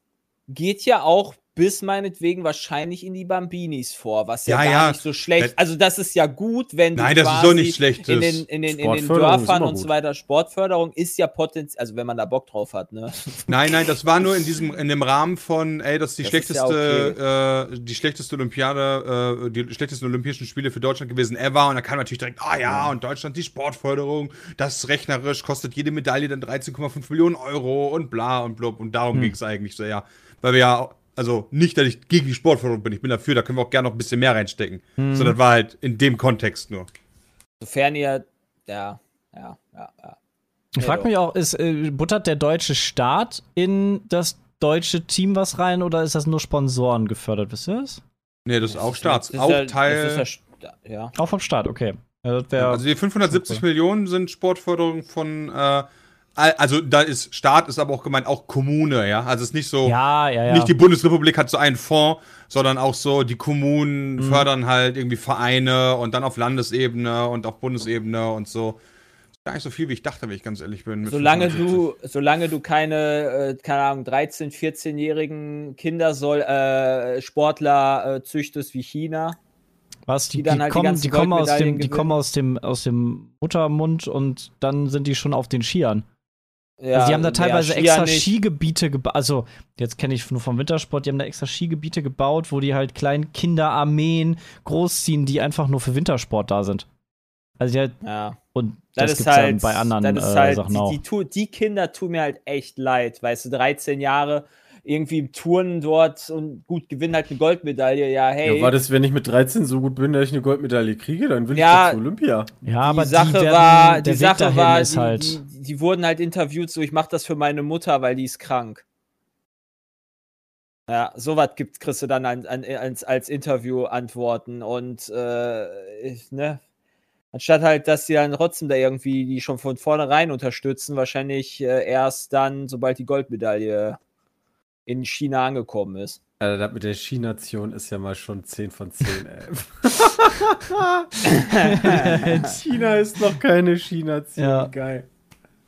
Speaker 4: geht ja auch bis meinetwegen wahrscheinlich in die Bambinis vor, was ja,
Speaker 5: Ja,
Speaker 4: gar
Speaker 5: ja.
Speaker 4: nicht so schlecht.
Speaker 5: Das-
Speaker 4: Also das ist ja gut, wenn du
Speaker 5: Nein, das ist
Speaker 4: quasi
Speaker 5: doch nicht Schlechtes.
Speaker 4: in den, in den, in den
Speaker 6: Sportförderung ist
Speaker 4: Dörfern
Speaker 6: immer
Speaker 4: und so
Speaker 6: gut.
Speaker 4: weiter. Sportförderung ist ja potenziell, also wenn man da Bock drauf hat, ne?
Speaker 5: Nein, nein, das war nur in diesem, in dem Rahmen von, ey, das ist die
Speaker 4: Das ist ja
Speaker 5: schlechteste, äh, die schlechteste Olympiade, äh, die schlechtesten Olympischen Spiele für Deutschland gewesen ever. Und da kam natürlich direkt, ah ja, und Deutschland die Sportförderung, das ist rechnerisch kostet jede Medaille dann 13,5 Millionen Euro und bla und blub. Und
Speaker 4: Hm.
Speaker 5: darum ging's ging es eigentlich so, ja. Weil wir ja, auch- also nicht, dass ich gegen die Sportförderung bin, ich bin dafür, da können wir auch gerne noch ein bisschen mehr reinstecken.
Speaker 4: Hm.
Speaker 5: Sondern war halt in dem Kontext nur.
Speaker 4: Sofern ihr, ja, ja, ja, ja.
Speaker 3: Ich frage mich auch, ist, äh, buttert der deutsche Staat in das deutsche Team was rein oder ist das nur Sponsoren gefördert? Wisst ihr das?
Speaker 5: Nee, das, ist auch Staats,
Speaker 4: Das ist
Speaker 5: auch
Speaker 4: ja-
Speaker 5: Teil.
Speaker 4: das ist ja Sta- ja.
Speaker 3: Auch vom Staat, okay. Ja, das wär,
Speaker 5: Also die 570
Speaker 3: Super.
Speaker 5: Millionen sind Sportförderung von, äh, all- also da ist Staat, ist aber auch gemeint, auch Kommune, ja. Also es ist nicht so,
Speaker 3: ja, ja, ja.
Speaker 5: nicht die Bundesrepublik hat so einen Fonds, sondern auch so, die Kommunen fördern halt irgendwie Vereine und dann auf Landesebene und auf Bundesebene und so. Ist Gar nicht so viel, wie ich dachte, wenn ich ganz ehrlich bin. mit
Speaker 4: Solange
Speaker 5: 570.
Speaker 4: du, solange du keine, äh, keine Ahnung, 13-, 14-jährigen Kinder soll, äh, Sportler äh, züchtest wie China.
Speaker 3: Was? Die,
Speaker 4: die
Speaker 3: die,
Speaker 4: dann halt die
Speaker 3: kommen,
Speaker 4: ganzen
Speaker 3: die, kommen aus dem,
Speaker 4: Goldmedaillen
Speaker 3: die
Speaker 4: gewinnen.
Speaker 3: kommen aus dem, aus dem Muttermund und dann sind die schon auf den Skiern.
Speaker 4: Ja,
Speaker 3: also die haben da
Speaker 4: ja,
Speaker 3: teilweise
Speaker 4: Skier
Speaker 3: extra
Speaker 4: nicht.
Speaker 3: Skigebiete gebaut. Also, jetzt kenne ich nur vom Wintersport, die haben da extra Skigebiete gebaut, wo die halt kleinen Kinderarmeen großziehen, die einfach nur für Wintersport da sind. Also die halt,
Speaker 4: Ja.
Speaker 3: und
Speaker 4: Das,
Speaker 3: das,
Speaker 4: ist
Speaker 3: gibt's
Speaker 4: halt,
Speaker 3: ja bei anderen
Speaker 4: das ist
Speaker 3: äh,
Speaker 4: halt,
Speaker 3: Sachen
Speaker 4: die,
Speaker 3: auch.
Speaker 4: Die, tu- die Kinder tun mir halt echt leid, weißt du, 13 Jahre irgendwie im Turnen dort und gut gewinnen halt eine Goldmedaille. Ja, hey,
Speaker 6: Ja, war das, wenn ich mit 13 so gut bin, dass ich eine Goldmedaille kriege, dann will
Speaker 4: Ja.
Speaker 6: ich doch zu Olympia.
Speaker 3: ja, aber
Speaker 4: die Sache
Speaker 3: die werden, der
Speaker 4: war, die
Speaker 3: Weg
Speaker 4: Sache
Speaker 3: dahin
Speaker 4: war,
Speaker 3: ist
Speaker 4: die,
Speaker 3: halt.
Speaker 4: die, die, die wurden halt interviewt, so ich mache das für meine Mutter, weil die ist krank. Ja, sowas gibt kriegst du dann an, an, als, als Interview antworten und äh, ich, ne, anstatt halt, dass die dann trotzdem da irgendwie die schon von vornherein unterstützen, wahrscheinlich äh, erst dann, sobald die Goldmedaille in China angekommen ist.
Speaker 6: Alter, Also das mit der Skination ist ja mal schon 10 von 10, ey. China ist noch keine Skination.
Speaker 3: Ja.
Speaker 6: Geil.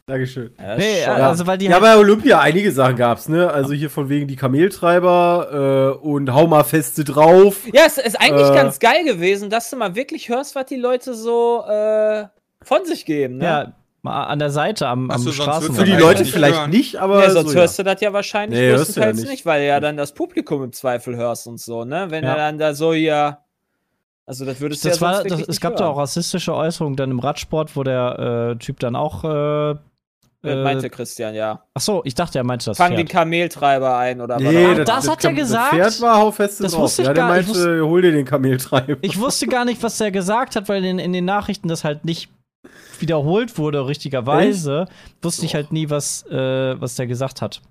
Speaker 6: Dankeschön.
Speaker 4: Ja, das ist
Speaker 3: nee,
Speaker 4: schon-
Speaker 3: also weil die
Speaker 6: Ja, bei Olympia einige Sachen gab's, ne? Also hier von wegen die Kameltreiber äh, und Hauma-Feste drauf.
Speaker 4: Ja, es ist eigentlich
Speaker 6: Äh.
Speaker 4: ganz geil gewesen, dass du mal wirklich hörst, was die Leute so äh, von sich geben. Ne?
Speaker 3: Ja, Mal an der Seite am, am
Speaker 5: Ach so, sonst wird's
Speaker 3: Straßenrand.
Speaker 6: Für die
Speaker 5: Nein,
Speaker 6: Leute
Speaker 5: nicht
Speaker 6: vielleicht
Speaker 5: hören.
Speaker 6: nicht, aber.
Speaker 4: ja, sonst
Speaker 6: so,
Speaker 4: hörst du das ja wahrscheinlich
Speaker 6: Nee, hörst du ja
Speaker 4: größtenteils
Speaker 6: nicht.
Speaker 4: nicht. weil du ja dann das Publikum im Zweifel hörst und so, ne? Wenn
Speaker 3: Ja.
Speaker 4: er dann da so ja. Also das würdest du
Speaker 3: Das
Speaker 4: ja
Speaker 3: war,
Speaker 4: sonst
Speaker 3: das,
Speaker 4: wirklich
Speaker 3: es
Speaker 4: nicht
Speaker 3: gab da
Speaker 4: hören.
Speaker 3: auch rassistische Äußerungen dann im Radsport, wo der äh, Typ dann auch. Äh,
Speaker 4: Das meinte
Speaker 3: äh,
Speaker 4: Christian, ja.
Speaker 3: ach so, ich dachte, er meinte das.
Speaker 4: Fang den
Speaker 3: Pferd.
Speaker 4: Kameltreiber ein oder
Speaker 3: Ah,
Speaker 6: Nee,
Speaker 4: was?
Speaker 3: das hat er
Speaker 6: Kam-
Speaker 3: gesagt.
Speaker 6: Das Pferd war hauffest
Speaker 3: Das
Speaker 6: drauf.
Speaker 3: wusste ich
Speaker 6: ja, der
Speaker 3: gar- ich
Speaker 6: meinte, hol dir den Kameltreiber.
Speaker 3: Ich wusste gar nicht, was der gesagt hat, weil in, in den Nachrichten das halt nicht wiederholt wurde, richtigerweise. Wusste ich
Speaker 6: Doch.
Speaker 3: halt nie, was, äh, was der gesagt hat.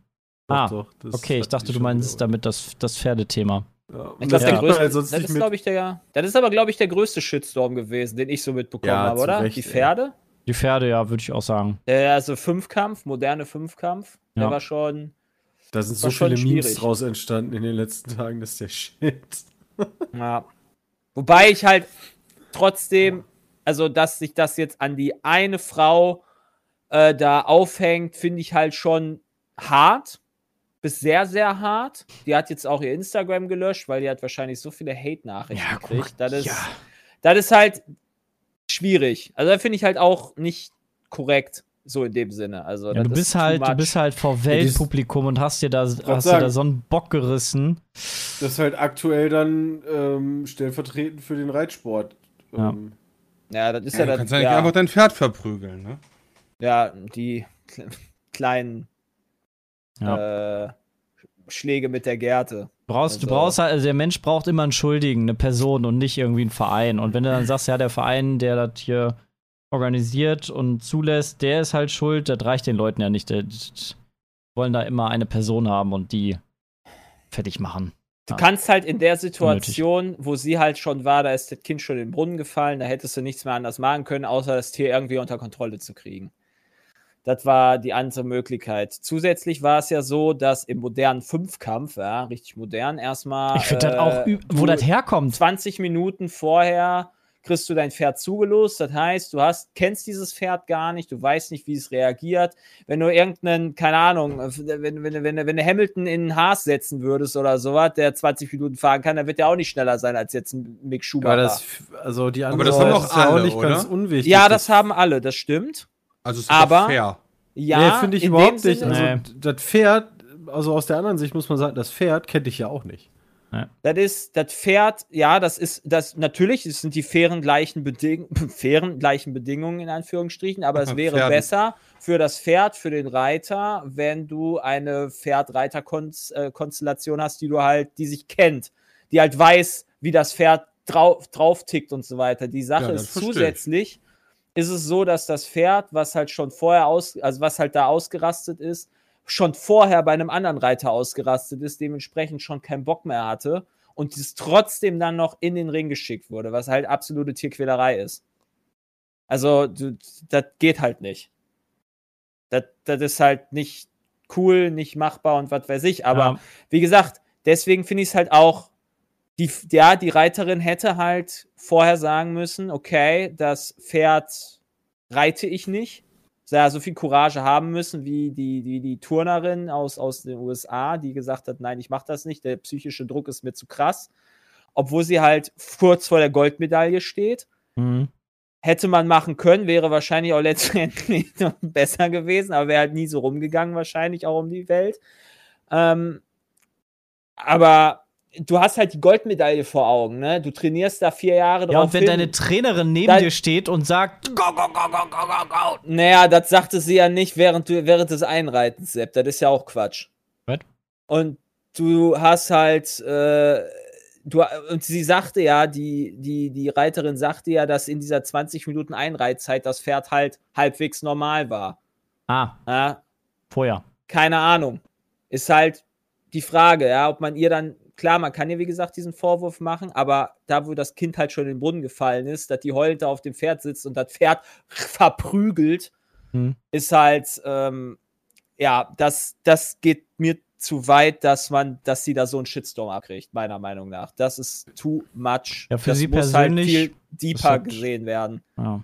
Speaker 3: Ah,
Speaker 6: Doch, doch, das
Speaker 3: okay, ich
Speaker 6: hatten
Speaker 3: dachte,
Speaker 6: die
Speaker 3: du
Speaker 6: schon
Speaker 3: meinst
Speaker 6: wieder.
Speaker 3: damit das, das Pferdethema.
Speaker 6: Ja, und
Speaker 4: Ich glaub,
Speaker 6: das
Speaker 4: der
Speaker 6: kriegt man
Speaker 4: größte,
Speaker 6: halt sonst
Speaker 4: das
Speaker 6: nicht
Speaker 4: ist,
Speaker 6: mit.
Speaker 4: glaube ich, der. Das ist aber, glaube ich, der größte Shitstorm gewesen, den ich so mitbekommen
Speaker 6: Ja,
Speaker 4: habe,
Speaker 6: zu
Speaker 4: oder?
Speaker 6: Recht,
Speaker 4: Die
Speaker 6: ey.
Speaker 4: Pferde?
Speaker 3: Die Pferde, ja, würde ich auch sagen.
Speaker 4: Der, also Fünfkampf, moderne Fünfkampf,
Speaker 3: Ja.
Speaker 4: der war schon.
Speaker 6: Da sind so
Speaker 4: war schon
Speaker 6: viele Memes
Speaker 4: schwierig.
Speaker 6: draus entstanden in den letzten Tagen, dass der Shit.
Speaker 4: Ja. Wobei ich halt trotzdem, also dass sich das jetzt an die eine Frau äh, da aufhängt, finde ich halt schon hart. Bis sehr, sehr hart. Die hat jetzt auch ihr Instagram gelöscht, weil die hat wahrscheinlich so viele Hate-Nachrichten
Speaker 3: Ja, guck mal,
Speaker 4: gekriegt. Das ist,
Speaker 3: ja.
Speaker 4: das ist halt schwierig. Also, da finde ich halt auch nicht korrekt, so in dem Sinne. Also,
Speaker 3: Ja,
Speaker 4: das
Speaker 3: du
Speaker 4: ist
Speaker 3: bist
Speaker 4: too
Speaker 3: halt, du
Speaker 4: much.
Speaker 3: bist halt vor
Speaker 6: das-
Speaker 3: Weltpublikum und hast dir da, hast dir
Speaker 6: sagen.
Speaker 3: da so einen Bock gerissen.
Speaker 6: Das ist halt aktuell dann ähm, stellvertretend für den Reitsport.
Speaker 3: Ja.
Speaker 6: Ähm,
Speaker 4: Ja, das ist ja,
Speaker 5: Ja, du
Speaker 4: das-
Speaker 5: kannst ja nicht
Speaker 4: ja.
Speaker 5: einfach dein Pferd verprügeln, ne?
Speaker 4: Ja, die kle- kleinen äh, Schläge mit der Gerte.
Speaker 3: Du brauchst, du
Speaker 4: Also-
Speaker 3: brauchst halt, also der Mensch braucht immer einen Schuldigen, eine Person und nicht irgendwie einen Verein. Und wenn du dann sagst, ja, der Verein, der das hier organisiert und zulässt, der ist halt schuld, das reicht den Leuten ja nicht. Die wollen da immer eine Person haben und die fertig machen.
Speaker 4: Du
Speaker 3: Ja.
Speaker 4: kannst halt in der Situation, wo sie halt schon war, da ist das Kind schon in den Brunnen gefallen, da hättest du nichts mehr anders machen können, außer das Tier irgendwie unter Kontrolle zu kriegen. Das war die andere Möglichkeit. Zusätzlich war es ja so, dass im modernen Fünfkampf, ja, richtig modern, erstmal. äh,
Speaker 3: Ich finde das auch, üb- wo
Speaker 4: Ah, du-
Speaker 3: das herkommt.
Speaker 4: 20 Minuten vorher kriegst du dein Pferd zugelost. Das heißt, du hast, kennst dieses Pferd gar nicht, du weißt nicht, wie es reagiert. Wenn du irgendeinen, keine Ahnung, äh, wenn, wenn, wenn, wenn du Hamilton in einen Haas setzen würdest oder sowas, der 20 Minuten fahren kann, dann wird der auch nicht schneller sein als jetzt ein Mick
Speaker 6: aber
Speaker 4: Schumacher.
Speaker 6: das, also die
Speaker 5: Aber
Speaker 6: andere
Speaker 5: das haben
Speaker 6: Seite
Speaker 5: doch
Speaker 6: ja
Speaker 5: alle, oder?
Speaker 6: ganz unwichtig.
Speaker 4: ja, das haben alle, das stimmt.
Speaker 5: Also ist
Speaker 4: Aber-
Speaker 5: doch fair.
Speaker 4: Ja,
Speaker 6: nee, finde ich
Speaker 4: in dem
Speaker 6: überhaupt nicht.
Speaker 4: Sinne-
Speaker 6: Also,
Speaker 3: Nee.
Speaker 6: das Pferd, also aus der anderen Sicht muss man sagen, das Pferd kennt ich ja auch nicht.
Speaker 4: Das ist, das Pferd, ja, das ist, das natürlich, das sind die fairen gleichen Bedingungen, fairen gleichen Bedingungen in Anführungsstrichen, aber es wäre
Speaker 5: Pferden.
Speaker 4: besser für das Pferd, für den Reiter, wenn du eine Pferd-Reiter-Konstellation hast, die du halt, die sich kennt, die halt weiß, wie das Pferd drauf, drauf tickt und so weiter. Die Sache
Speaker 5: Ja, das
Speaker 4: ist
Speaker 5: verstehe ich.
Speaker 4: zusätzlich, ist es so, dass das Pferd, was halt schon vorher aus, also was halt da ausgerastet ist, schon vorher bei einem anderen Reiter ausgerastet ist, dementsprechend schon keinen Bock mehr hatte und es trotzdem dann noch in den Ring geschickt wurde, was halt absolute Tierquälerei ist. Also, du- das geht halt nicht. Das, das ist halt nicht cool, nicht machbar und was weiß ich. Aber
Speaker 3: Ja.
Speaker 4: wie gesagt, deswegen finde ich es halt auch, die, ja, die Reiterin hätte halt vorher sagen müssen, okay, das Pferd reite ich nicht. Sie hat so viel Courage haben müssen, wie die, die, die Turnerin aus, aus den USA, die gesagt hat, nein, ich mache das nicht, der psychische Druck ist mir zu krass. Obwohl sie halt kurz vor der Goldmedaille steht
Speaker 3: Mhm.
Speaker 4: hätte man machen können, wäre wahrscheinlich auch letztendlich noch besser gewesen, aber wäre halt nie so rumgegangen, wahrscheinlich auch um die Welt. Ähm, aber du hast halt die Goldmedaille vor Augen, ne? Du trainierst da vier Jahre drauf.
Speaker 3: Ja, und wenn
Speaker 4: hin.
Speaker 3: deine Trainerin neben
Speaker 4: Da-
Speaker 3: dir steht und sagt,
Speaker 4: Naja, das sagte sie ja nicht während, du, während des Einreitens, Sepp. Das ist ja auch Quatsch.
Speaker 3: Was?
Speaker 4: Und du hast halt, äh, du, und sie sagte ja, die, die, die Reiterin sagte ja, dass in dieser 20 Minuten Einreitzeit das Pferd halt halbwegs normal war.
Speaker 3: ah,
Speaker 4: Ja,
Speaker 3: vorher.
Speaker 4: keine Ahnung. Ist halt die Frage, ja, ob man ihr dann, klar, man kann ihr, wie gesagt, diesen Vorwurf machen, aber da, wo das Kind halt schon in den Brunnen gefallen ist, dass die heulend da auf dem Pferd sitzt und das Pferd verprügelt,
Speaker 3: Hm.
Speaker 4: ist halt, ähm, ja, das, das geht mir zu weit, dass man, dass sie da so einen Shitstorm abkriegt, meiner Meinung nach. Das ist too much.
Speaker 3: Ja, für
Speaker 4: das
Speaker 3: sie persönlich
Speaker 4: halt viel
Speaker 3: ist
Speaker 4: deeper
Speaker 3: halt-
Speaker 4: gesehen werden.
Speaker 3: Ja.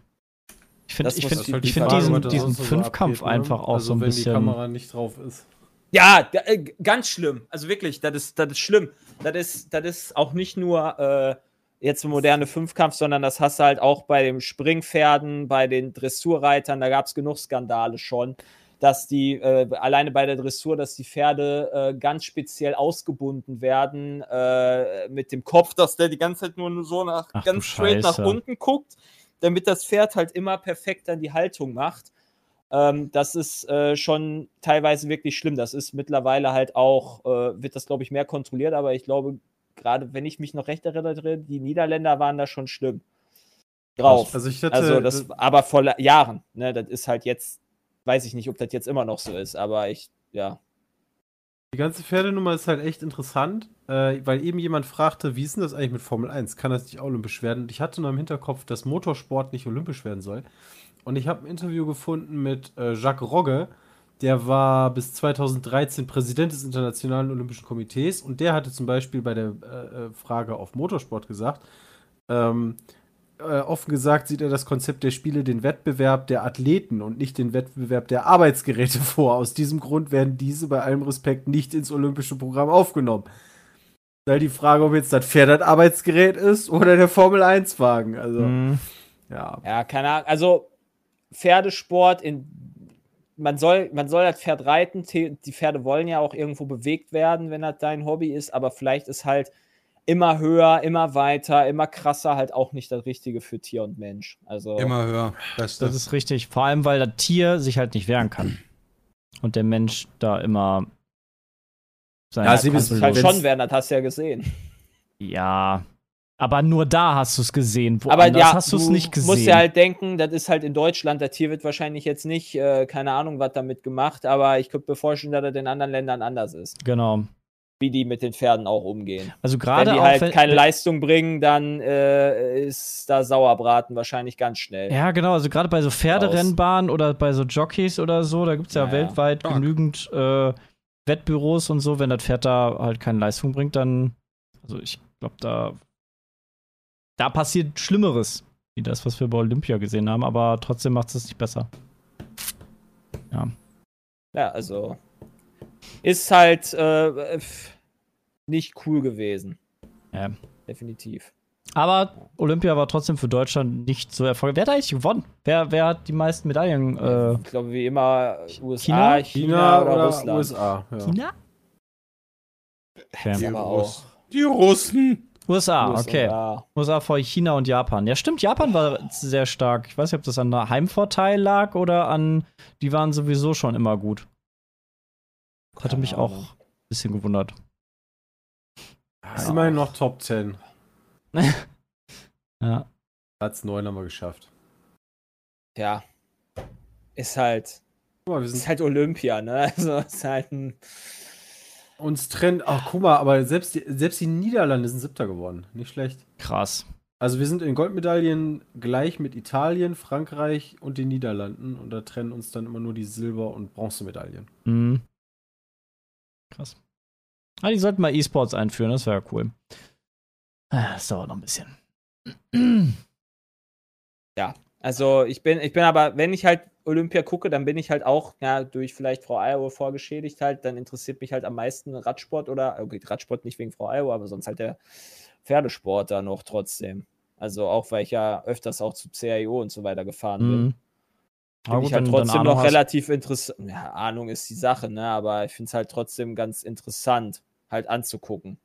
Speaker 3: Ich finde
Speaker 4: Das
Speaker 3: ich
Speaker 4: muss-
Speaker 3: find,
Speaker 4: das ist halt
Speaker 3: ich
Speaker 4: die
Speaker 3: find
Speaker 4: Frage,
Speaker 3: diesen,
Speaker 6: ob das
Speaker 3: diesen
Speaker 6: sonst so
Speaker 3: Fünfkampf
Speaker 6: abgeht, ne?
Speaker 3: einfach auch
Speaker 6: also,
Speaker 3: so ein
Speaker 6: wenn
Speaker 3: bisschen.
Speaker 6: die Kamera nicht drauf ist.
Speaker 4: Ja, da, äh, g- ganz schlimm. Also wirklich, das ist, das ist schlimm. Das ist, das ist auch nicht nur äh, jetzt moderne Fünfkampf, sondern das hast du halt auch bei den Springpferden, bei den Dressurreitern, da gab es genug Skandale schon, dass die äh, alleine bei der Dressur, dass die Pferde äh, ganz speziell ausgebunden werden äh, mit dem Kopf, dass der die ganze Zeit nur so nach
Speaker 3: Ach,
Speaker 4: ganz
Speaker 3: du
Speaker 4: straight nach
Speaker 3: Scheiße.
Speaker 4: unten guckt, damit das Pferd halt immer perfekt dann die Haltung macht. Ähm, das ist äh, schon teilweise wirklich schlimm. Das ist mittlerweile halt auch, äh, wird das, glaube ich, mehr kontrolliert, aber ich glaube, gerade wenn ich mich noch recht erinnere, die Niederländer waren da schon schlimm drauf.
Speaker 6: Also ich hatte,
Speaker 4: Also das, aber vor la- Jahren, ne? Das ist halt jetzt, weiß ich nicht, ob das jetzt immer noch so ist, aber ich, ja.
Speaker 6: die ganze Pferdenummer ist halt echt interessant, äh, weil eben jemand fragte, wie ist denn das eigentlich mit Formel 1? Kann das nicht olympisch werden? Und ich hatte noch im Hinterkopf, dass Motorsport nicht olympisch werden soll. Und ich habe ein Interview gefunden mit äh, Jacques Rogge, der war bis 2013 Präsident des Internationalen Olympischen Komitees und der hatte zum Beispiel bei der äh, äh, Frage auf Motorsport gesagt, ähm, äh, offen gesagt sieht er das Konzept der Spiele den Wettbewerb der Athleten und nicht den Wettbewerb der Arbeitsgeräte vor. Aus diesem Grund werden diese bei allem Respekt nicht ins olympische Programm aufgenommen. Da die Frage, ob jetzt das Pferd ein Arbeitsgerät ist oder der Formel 1-Wagen. Also,
Speaker 3: Mhm.
Speaker 6: ja.
Speaker 4: Ja, keine Ahnung. Also, Pferdesport in. Man soll, man soll das Pferd reiten. The- Die Pferde wollen ja auch irgendwo bewegt werden, wenn das dein Hobby ist. Aber vielleicht ist halt immer höher, immer weiter, immer krasser halt auch nicht das Richtige für Tier und Mensch. Also,
Speaker 5: Immer höher. Beste.
Speaker 3: Das ist richtig. Vor allem, weil das Tier sich halt nicht wehren kann. Und der Mensch da immer. seine
Speaker 6: Ja,
Speaker 4: ja,
Speaker 6: sie
Speaker 4: kann
Speaker 6: wissen
Speaker 4: sich
Speaker 3: Kontrolle
Speaker 4: halt
Speaker 6: wenn's-
Speaker 4: schon werden, das hast du ja gesehen.
Speaker 3: Ja, aber nur da hast du es gesehen.
Speaker 4: Aber
Speaker 3: Woanders
Speaker 4: ja,
Speaker 3: hast du es nicht gesehen.
Speaker 4: musst ja halt denken, das ist halt in Deutschland, das Tier wird wahrscheinlich jetzt nicht, äh, keine Ahnung, was damit gemacht, aber ich könnte mir vorstellen, dass das in anderen Ländern anders ist,
Speaker 3: genau.
Speaker 4: wie die mit den Pferden auch umgehen.
Speaker 3: Also
Speaker 4: Wenn
Speaker 3: gerade
Speaker 4: die
Speaker 3: auch
Speaker 4: halt
Speaker 3: wenn,
Speaker 4: keine Leistung bringen, dann äh, ist da Sauerbraten wahrscheinlich ganz schnell.
Speaker 3: Ja, genau. Also gerade bei so Pferderennbahnen oder bei so Jockeys oder so, da gibt es ja,
Speaker 4: Ja, ja.
Speaker 3: weltweit
Speaker 5: Stark.
Speaker 3: genügend äh, Wettbüros und so. Wenn das Pferd da halt keine Leistung bringt, dann. Also ich glaube, da. Da passiert Schlimmeres, wie das, was wir bei Olympia gesehen haben, aber trotzdem macht es nicht besser.
Speaker 4: Ja, also ist halt äh, pf, nicht cool gewesen.
Speaker 3: Ja.
Speaker 4: Definitiv.
Speaker 3: Aber Olympia war trotzdem für Deutschland nicht so erfolgreich. Wer hat eigentlich gewonnen? Wer, wer hat die meisten Medaillen? Äh,
Speaker 4: ich glaube, wie immer, USA,
Speaker 3: China?
Speaker 4: China, oder, Russland.
Speaker 6: USA. Ja.
Speaker 3: China?
Speaker 5: die,
Speaker 4: ist aber
Speaker 5: Russ- die Russen.
Speaker 3: USA,
Speaker 4: USA.
Speaker 3: Ah, okay. USA vor China und Japan. Ja, stimmt, Japan war sehr stark. Ich weiß nicht, ob das an Heimvorteil lag oder an. Die waren sowieso schon immer gut. Hatte
Speaker 4: Keine
Speaker 3: mich auch
Speaker 4: Ahnung.
Speaker 3: ein bisschen gewundert.
Speaker 6: Ah, Ist immerhin noch Top 10.
Speaker 3: Ja.
Speaker 6: Platz 9 haben wir geschafft.
Speaker 4: Ja. Ist halt,
Speaker 6: Guck mal, wir
Speaker 4: ist
Speaker 6: sind
Speaker 4: halt Olympia, ne? Also ist halt ein.
Speaker 6: uns trennt. Ach, guck mal, aber selbst die, selbst die Niederlande sind Siebter geworden. Nicht schlecht.
Speaker 3: Krass.
Speaker 6: Also wir sind in Goldmedaillen gleich mit Italien, Frankreich und den Niederlanden. Und da trennen uns dann immer nur die Silber- und Bronzemedaillen.
Speaker 3: Mhm. Krass. Ah, die sollten mal E-Sports einführen, das wäre ja cool. Ah, Das dauert noch ein bisschen.
Speaker 4: Also ich bin, ich bin aber, wenn ich halt Olympia gucke, dann bin ich halt auch, ja, durch vielleicht Frau Iowa vorgeschädigt halt, dann interessiert mich halt am meisten Radsport oder, okay, Radsport nicht wegen Frau Iowa, aber sonst halt der Pferdesport da noch trotzdem. Also auch, weil ich ja öfters auch zu CIO und so weiter gefahren bin.
Speaker 3: Mhm.
Speaker 4: Bin ich halt trotzdem noch relativ interessant. Ja, Ahnung ist die Sache, ne? Aber ich finde es halt trotzdem ganz interessant, halt anzugucken.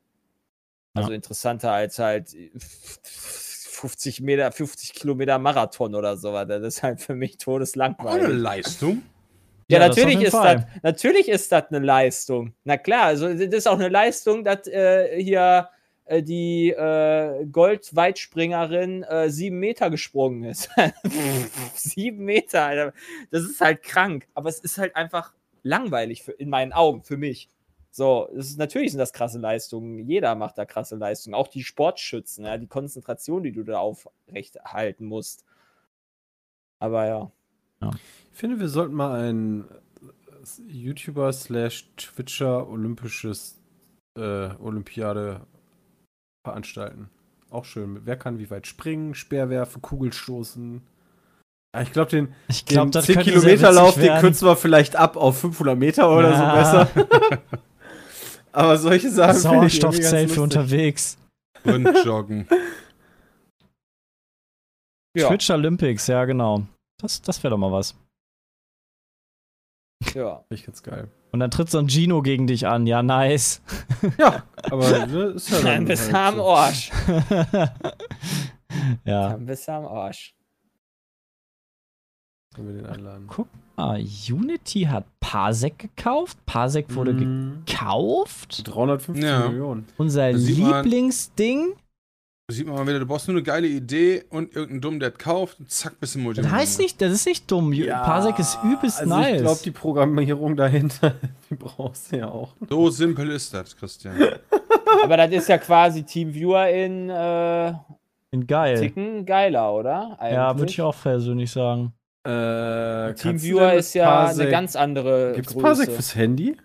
Speaker 3: Ja.
Speaker 4: Also interessanter als halt 50 Meter, 50 Kilometer Marathon oder sowas. Das ist halt für mich
Speaker 5: Auch eine
Speaker 4: todeslangweilig.
Speaker 5: Leistung.
Speaker 4: Ja,
Speaker 3: Ja, das auf
Speaker 4: natürlich,
Speaker 3: jeden
Speaker 4: ist
Speaker 3: Fall.
Speaker 4: das, natürlich ist das eine Leistung. Na klar, also das ist auch eine Leistung, dass äh, hier äh, die äh, Gold-Weitspringerin äh, sieben Meter gesprungen ist. sieben Meter, Alter. Das ist halt krank. Aber es ist halt einfach langweilig für, in meinen Augen, für mich. So, es ist, natürlich sind das krasse Leistungen. Jeder macht da krasse Leistungen. Auch die Sportschützen, ja, die Konzentration, die du da aufrechterhalten musst. Aber ja.
Speaker 6: Ich finde, wir sollten mal ein äh, YouTuber slash Twitcher olympisches äh, Olympiade veranstalten. Auch schön. Wer kann wie weit springen, Speer werfen, Kugelstoßen. Ja, ich glaube, den,
Speaker 3: Ich glaube,
Speaker 6: den
Speaker 3: das
Speaker 6: 10
Speaker 3: könnte sehr
Speaker 6: Kilometer Lauf,
Speaker 3: witzig
Speaker 6: den
Speaker 3: werden.
Speaker 6: kürzen wir vielleicht ab auf 500 Meter oder
Speaker 3: Ja.
Speaker 6: so besser. Aber solche Sachen finde ich irgendwie ganz
Speaker 3: Sauerstoffzelt für
Speaker 6: lustig.
Speaker 3: unterwegs.
Speaker 5: Und joggen.
Speaker 4: Ja,
Speaker 3: Twitch Olympics, ja, genau. Das, das wäre doch mal was.
Speaker 4: ja.
Speaker 6: Finde ich ganz geil.
Speaker 3: Und dann tritt so ein Gino gegen dich an. Ja, nice.
Speaker 6: Ja, aber ne, ist ja
Speaker 4: Ein
Speaker 6: dann
Speaker 4: bisschen
Speaker 6: halt
Speaker 4: am
Speaker 6: so.
Speaker 4: Arsch.
Speaker 3: ja.
Speaker 4: Ein bisschen am Arsch.
Speaker 6: Können wir den einladen.
Speaker 3: Ah, Unity hat Parsec gekauft. Parsec wurde
Speaker 6: Mhm.
Speaker 3: gekauft.
Speaker 6: 350
Speaker 5: Ja.
Speaker 6: Millionen.
Speaker 3: Unser
Speaker 5: Da sieht man-
Speaker 3: Lieblingsding.
Speaker 5: Da sieht man mal wieder, du brauchst nur eine geile Idee und irgendeinen Dummen, der hat kauft und zack, bisschen Multi.
Speaker 3: Das heißt nicht, das ist nicht dumm. Parsec ist übelst
Speaker 6: also
Speaker 3: nice.
Speaker 6: Ich glaube, die Programmierung dahinter, die brauchst du ja auch.
Speaker 5: So simpel ist das, Christian.
Speaker 4: Aber das ist ja quasi Teamviewer in äh,
Speaker 3: Sind geil.
Speaker 4: Ticken geiler, oder?
Speaker 3: Ja,
Speaker 4: Eigentlich.
Speaker 3: würde ich auch persönlich sagen.
Speaker 6: Äh,
Speaker 4: Teamviewer ist ja eine ganz andere
Speaker 6: Gibt es
Speaker 4: Größe.
Speaker 6: Parsec fürs Handy?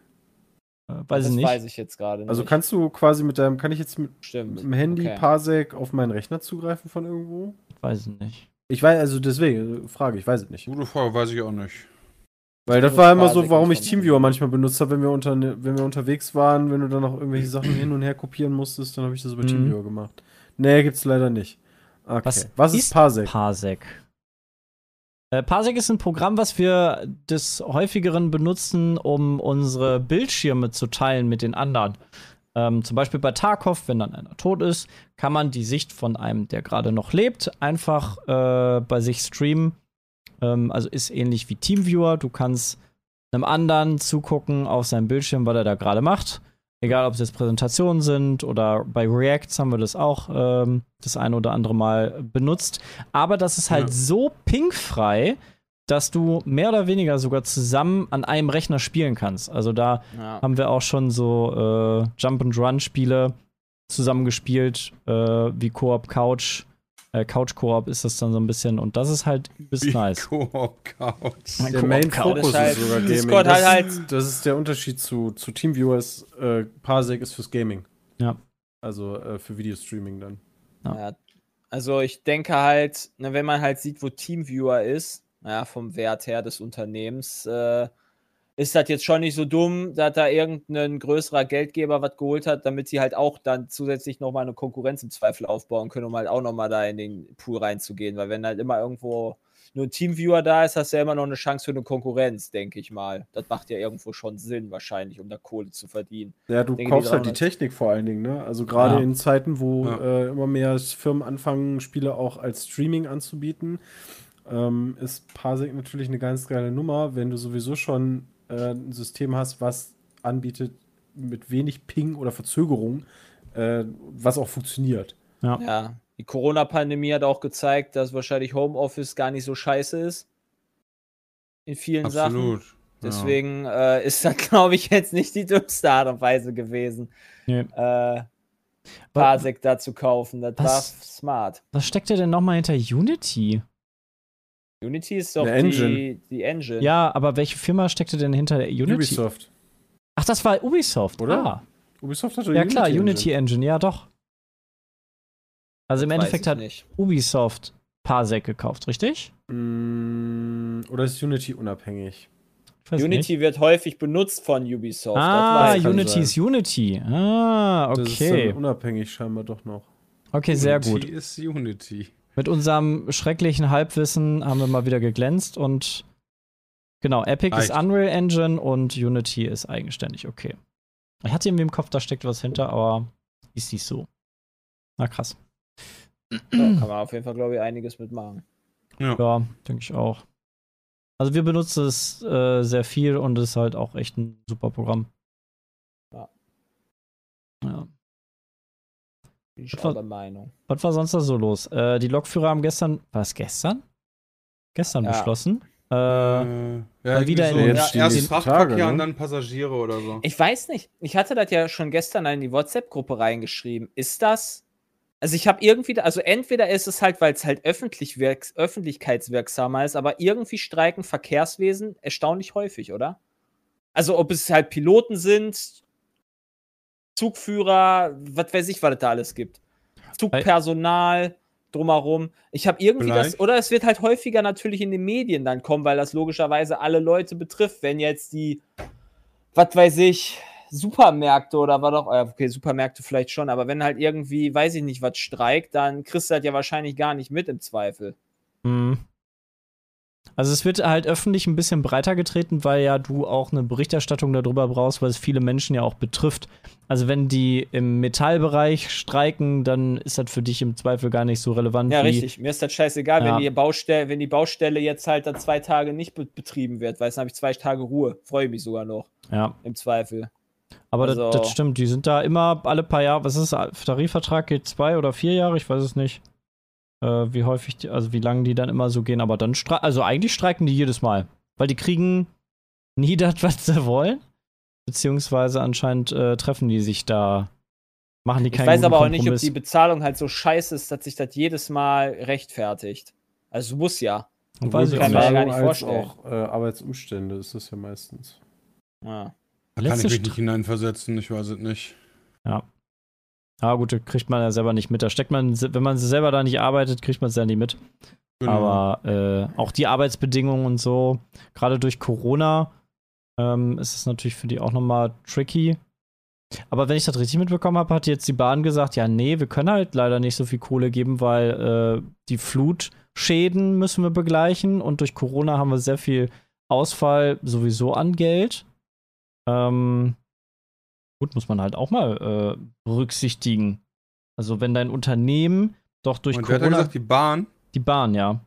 Speaker 3: Äh, Weiß
Speaker 4: das
Speaker 3: ich nicht.
Speaker 4: weiß ich jetzt gerade nicht.
Speaker 6: Also kannst du quasi mit deinem, kann ich jetzt mit,
Speaker 4: Stimmt.
Speaker 6: mit dem Handy
Speaker 4: Okay.
Speaker 6: Parsec auf meinen Rechner zugreifen von irgendwo?
Speaker 3: Weiß ich nicht.
Speaker 6: Ich weiß, also deswegen, äh, Frage, ich weiß es nicht.
Speaker 5: Gute Frage, weiß ich auch nicht.
Speaker 6: Weil das
Speaker 4: muss
Speaker 6: war immer so,
Speaker 4: Parsec
Speaker 6: warum ich
Speaker 4: nicht von-
Speaker 6: Teamviewer manchmal benutzt habe, wenn, wir unter, wenn wir unterwegs waren, wenn du dann noch irgendwelche Sachen hin und her kopieren musstest, dann habe ich das über
Speaker 3: Mhm.
Speaker 6: Teamviewer gemacht. Nee, gibt's leider nicht. Okay.
Speaker 3: Was
Speaker 6: Was,
Speaker 3: ist
Speaker 6: ist Parsec?
Speaker 3: Parsec. Äh, Parsec ist ein Programm, was wir des häufigeren benutzen, um unsere Bildschirme zu teilen mit den anderen. Ähm, zum Beispiel bei Tarkov, wenn dann einer tot ist, kann man die Sicht von einem, der gerade noch lebt, einfach äh, bei sich streamen. Ähm, also ist ähnlich wie Teamviewer. Du kannst einem anderen zugucken auf seinem Bildschirm, was er da gerade macht. Egal, ob es jetzt Präsentationen sind oder bei Reacts haben wir das auch ähm, das eine oder andere Mal benutzt. Aber das ist halt
Speaker 5: Ja.
Speaker 3: so pingfrei, dass du mehr oder weniger sogar zusammen an einem Rechner spielen kannst. Also da
Speaker 4: Ja.
Speaker 3: haben wir auch schon so äh, Jump-and-Run-Spiele zusammengespielt, äh, wie Koop Couch. Äh, Couch Koop ist das dann so ein bisschen und das ist halt übelst nice.
Speaker 5: Koop Couch.
Speaker 6: Der Main
Speaker 3: Koop-Couch.
Speaker 6: Focus
Speaker 4: ist halt-
Speaker 6: ist sogar Gaming.
Speaker 4: Discord
Speaker 6: das,
Speaker 4: hat
Speaker 6: ist- das ist der Unterschied zu, zu Teamviewer. Ist, äh, Parsec ist fürs Gaming.
Speaker 3: Ja.
Speaker 6: Also äh, für Videostreaming dann.
Speaker 4: Ja. Also ich denke halt, ne, wenn man halt sieht, wo Teamviewer ist, ja, vom Wert her des Unternehmens, äh, ist das jetzt schon nicht so dumm, dass da irgendein größerer Geldgeber was geholt hat, damit sie halt auch dann zusätzlich nochmal eine Konkurrenz im Zweifel aufbauen können, um halt auch nochmal da in den Pool reinzugehen. Weil wenn halt immer irgendwo nur ein Teamviewer da ist, hast du ja immer noch eine Chance für eine Konkurrenz, denke ich mal. Das macht ja irgendwo schon Sinn wahrscheinlich, um da Kohle zu verdienen.
Speaker 6: Ja, du
Speaker 4: Denke, die
Speaker 6: kaufst halt die
Speaker 4: 300.
Speaker 6: Technik vor allen Dingen, ne? Also gerade
Speaker 3: Ja.
Speaker 6: in Zeiten, wo
Speaker 5: Ja.
Speaker 6: äh, immer mehr Firmen anfangen, Spiele auch als Streaming anzubieten, ähm, ist Parsec natürlich eine ganz geile Nummer, wenn du sowieso schon äh, ein System hast, was anbietet mit wenig Ping oder Verzögerung, äh, was auch funktioniert.
Speaker 4: Ja, die Corona-Pandemie hat auch gezeigt, dass wahrscheinlich Homeoffice gar nicht so scheiße ist. In vielen Sachen.
Speaker 5: Absolut.
Speaker 4: Deswegen äh, ist das, glaube ich, jetzt nicht die dümmste Art und Weise gewesen,
Speaker 3: Nee.
Speaker 4: äh, Parsec da zu kaufen. Das war
Speaker 3: Was?
Speaker 4: smart.
Speaker 3: Was steckt ja denn nochmal hinter Unity?
Speaker 4: Unity ist doch
Speaker 6: Eine
Speaker 4: die,
Speaker 6: Engine.
Speaker 4: die Engine.
Speaker 3: Ja, aber welche Firma steckte denn hinter der Unity?
Speaker 6: Ubisoft.
Speaker 3: Ach, das war Ubisoft,
Speaker 6: Oder?
Speaker 3: Ah,
Speaker 6: Ubisoft hat doch
Speaker 3: ja klar,
Speaker 6: Engine.
Speaker 3: Unity Engine, ja doch. Also im
Speaker 4: Weiß
Speaker 3: Endeffekt
Speaker 4: ich
Speaker 3: hat
Speaker 4: nicht.
Speaker 3: Ubisoft Parsec gekauft, richtig?
Speaker 6: Mm, Oder ist Unity unabhängig?
Speaker 3: Ich weiß
Speaker 4: Unity wird häufig benutzt von Ubisoft. das
Speaker 3: Ah,
Speaker 4: weiß ich.
Speaker 6: kann
Speaker 3: Unity
Speaker 6: sein.
Speaker 3: ist Unity. Ah,
Speaker 6: Das ist dann
Speaker 3: okay.
Speaker 6: unabhängig scheinbar doch noch.
Speaker 3: Okay, sehr gut.
Speaker 5: Unity ist Unity.
Speaker 3: Mit unserem schrecklichen Halbwissen haben wir mal wieder geglänzt und genau, Epic ist
Speaker 5: Reicht.
Speaker 3: Unreal Engine und Unity ist eigenständig, okay. Ich hatte irgendwie im Kopf, da steckt was hinter, aber ist nicht so. Na krass.
Speaker 4: Ja, kann man auf jeden Fall, glaube ich, einiges mitmachen.
Speaker 3: Ja, denke ich auch. Also wir benutzen es äh, sehr viel und es ist halt auch echt ein super Programm.
Speaker 4: Ja.
Speaker 3: ja.
Speaker 4: Bin ich
Speaker 3: Was war-
Speaker 4: auch der Meinung.
Speaker 3: Was war sonst da so los? Äh, die Lokführer haben gestern, war es gestern? Gestern
Speaker 4: Ja. Mhm.
Speaker 3: beschlossen.
Speaker 5: Äh,
Speaker 3: Äh,
Speaker 5: ja,
Speaker 3: mal wieder
Speaker 5: irgendwie
Speaker 3: in den-
Speaker 5: ja,
Speaker 6: Jetzt die
Speaker 5: erst
Speaker 6: nächsten
Speaker 5: Frachtverkehr
Speaker 6: Tage, ne?
Speaker 5: und dann Passagiere oder so.
Speaker 4: Ich weiß nicht. Ich hatte das ja schon gestern in die WhatsApp-Gruppe reingeschrieben. Ist das? Also ich habe irgendwie, da- also entweder ist es halt, weil es halt öffentlich wirks, öffentlichkeitswirksamer ist, aber irgendwie streiken Verkehrswesen erstaunlich häufig, oder? Also ob es halt Piloten sind, Zugführer, was weiß ich, was es da alles gibt. Zugpersonal drumherum. Ich habe irgendwie das,
Speaker 5: Vielleicht.
Speaker 4: oder es wird halt häufiger natürlich in den Medien dann kommen, weil das logischerweise alle Leute betrifft. Wenn jetzt die was weiß ich, Supermärkte oder war doch, okay, Supermärkte vielleicht schon, aber wenn halt irgendwie, weiß ich nicht, was streikt, dann kriegst du das ja wahrscheinlich gar nicht mit im Zweifel.
Speaker 3: Mhm. Also es wird halt öffentlich ein bisschen breiter getreten, weil ja du auch eine Berichterstattung darüber brauchst, weil es viele Menschen ja auch betrifft. Also wenn die im Metallbereich streiken, dann ist das für dich im Zweifel gar nicht so relevant.
Speaker 4: Ja,
Speaker 3: wie-
Speaker 4: richtig. Mir ist das scheißegal,
Speaker 3: Ja.
Speaker 4: wenn, die Baustelle, wenn die Baustelle jetzt halt dann zwei Tage nicht be betrieben wird, weil dann habe ich zwei Tage Ruhe. Freue mich sogar noch,
Speaker 3: Ja,
Speaker 4: im Zweifel.
Speaker 3: aber
Speaker 4: Also-
Speaker 3: das, das stimmt. Die sind da immer alle paar Jahre. Was ist das? Tarifvertrag geht zwei oder vier Jahre? Ich weiß es nicht. Äh, wie häufig, die, also wie lange die dann immer so gehen. Aber dann streiken, also eigentlich streiken die jedes Mal, weil die kriegen nie das, was sie wollen. Beziehungsweise anscheinend äh, treffen die sich da, machen die
Speaker 4: Ich
Speaker 3: keinen
Speaker 4: weiß
Speaker 3: guten
Speaker 4: aber auch
Speaker 3: Kompromiss.
Speaker 4: nicht, ob die Bezahlung halt so scheiße ist, dass sich das jedes Mal rechtfertigt. Also muss ja.
Speaker 3: Weiß ich
Speaker 4: kann
Speaker 3: auch
Speaker 4: mir ja
Speaker 3: nicht.
Speaker 4: gar nicht
Speaker 6: als
Speaker 4: vorstellen.
Speaker 6: auch äh, Arbeitsumstände ist das ja meistens.
Speaker 4: ja.
Speaker 5: Da kann ich
Speaker 3: Letzte
Speaker 5: mich
Speaker 3: Stra-
Speaker 5: nicht hineinversetzen, ich weiß es nicht.
Speaker 3: Ah, gut, das kriegt man ja selber nicht mit. Da steckt man, wenn man selber da nicht arbeitet, kriegt man es ja nie mit.
Speaker 5: Genau.
Speaker 6: Genau.
Speaker 3: Aber äh, auch die Arbeitsbedingungen und so, gerade durch Corona, ähm, ist es natürlich für die auch nochmal tricky. Aber wenn ich das richtig mitbekommen habe, hat jetzt die Bahn gesagt, ja, nee, wir können halt leider nicht so viel Kohle geben, weil äh, die Flutschäden müssen wir begleichen und durch Corona haben wir sehr viel Ausfall sowieso an Geld. Ähm, gut, muss man halt auch mal äh, berücksichtigen. Also wenn dein Unternehmen doch durch
Speaker 5: Und wer hat da
Speaker 3: Corona
Speaker 5: gesagt, die Bahn?
Speaker 3: die Bahn, ja.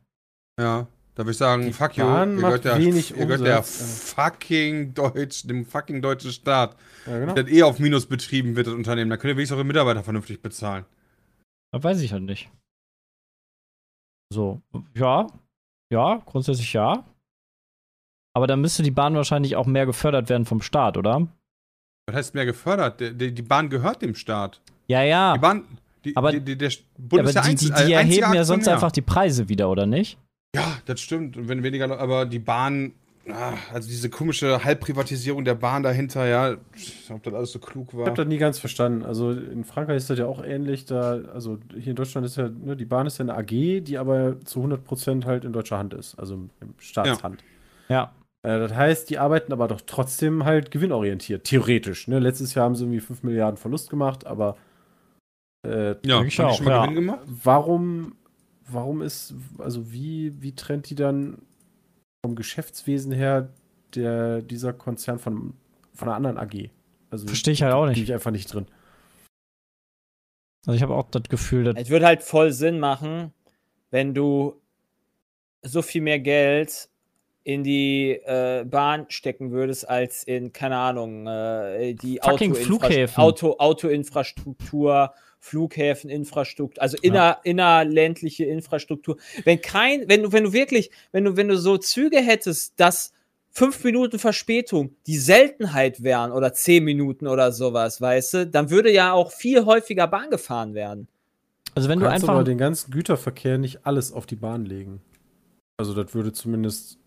Speaker 5: Ja, da würde ich sagen,
Speaker 6: Die
Speaker 5: fuck you.
Speaker 6: Bahn
Speaker 5: Ihr
Speaker 6: macht
Speaker 5: gehört, der,
Speaker 6: wenig
Speaker 5: ihr gehört der
Speaker 6: Umsatz.
Speaker 5: fucking Deutsch, dem fucking deutschen Staat.
Speaker 6: Ja, genau.
Speaker 5: Das eh auf Minus betrieben wird, das Unternehmen. Da könnt ihr wenigstens eure Mitarbeiter vernünftig bezahlen.
Speaker 3: Das weiß ich halt nicht. So, ja, ja, grundsätzlich ja. Aber dann müsste die Bahn wahrscheinlich auch mehr gefördert werden vom Staat, oder?
Speaker 5: Was heißt mehr gefördert? Der- Die, die Bahn gehört dem Staat.
Speaker 3: Ja, ja.
Speaker 5: Die Bahn, die,
Speaker 3: Ah. aber-
Speaker 5: die, die, der
Speaker 3: Ja,
Speaker 5: Bund
Speaker 3: aber
Speaker 5: ist der
Speaker 3: die, die,
Speaker 5: einzige-
Speaker 3: die
Speaker 5: äh, einzige
Speaker 3: erheben ja sonst
Speaker 5: Aktionär.
Speaker 3: einfach die Preise wieder, oder nicht?
Speaker 5: Ja, das stimmt. Und wenn weniger, Leute- aber die Bahn, ah, also diese komische Halbprivatisierung der Bahn dahinter, ja, ob das alles so klug
Speaker 6: Ich
Speaker 5: war.
Speaker 6: habe das nie ganz verstanden. Also in Frankreich ist das ja auch ähnlich. Da, also hier in Deutschland ist ja, ne, die Bahn ist ja eine AG, die aber zu 100% halt in deutscher Hand ist, also im Staatshand.
Speaker 3: Ja.
Speaker 6: Äh, das heißt, die arbeiten aber doch trotzdem halt gewinnorientiert, theoretisch. Ne? Letztes Jahr haben sie irgendwie 5 Milliarden Verlust gemacht, aber äh,
Speaker 5: Ja, Äh,
Speaker 3: Ich
Speaker 5: haben die
Speaker 3: auch,
Speaker 5: schon mal
Speaker 3: ja.
Speaker 5: Gewinn gemacht?
Speaker 6: warum, warum ist, also wie, wie trennt die dann vom Geschäftswesen her der, dieser Konzern von, von einer anderen AG? Also
Speaker 3: Verstehe ich halt auch
Speaker 6: bin
Speaker 3: nicht.
Speaker 6: ich einfach nicht drin.
Speaker 3: Also ich habe auch das Gefühl, dass,
Speaker 4: Es würde halt voll Sinn machen, wenn du so viel mehr Geld in die äh, Bahn stecken würdest, als in, keine Ahnung, äh, die
Speaker 3: Fucking
Speaker 4: Autoinfra-
Speaker 3: Flughäfen.
Speaker 4: Auto, Autoinfrastruktur, Flughäfen, Infrastruktur, also inner, innerländliche Infrastruktur. Wenn kein, wenn du, wenn du wirklich, wenn du, wenn du so Züge hättest, dass fünf Minuten Verspätung die Seltenheit wären oder zehn Minuten oder sowas, weißt du, dann würde ja auch viel häufiger Bahn gefahren werden.
Speaker 3: also wenn
Speaker 6: Du
Speaker 3: du
Speaker 6: kannst aber
Speaker 3: einfach,
Speaker 6: den ganzen Güterverkehr nicht alles auf die Bahn legen. Also das würde zumindest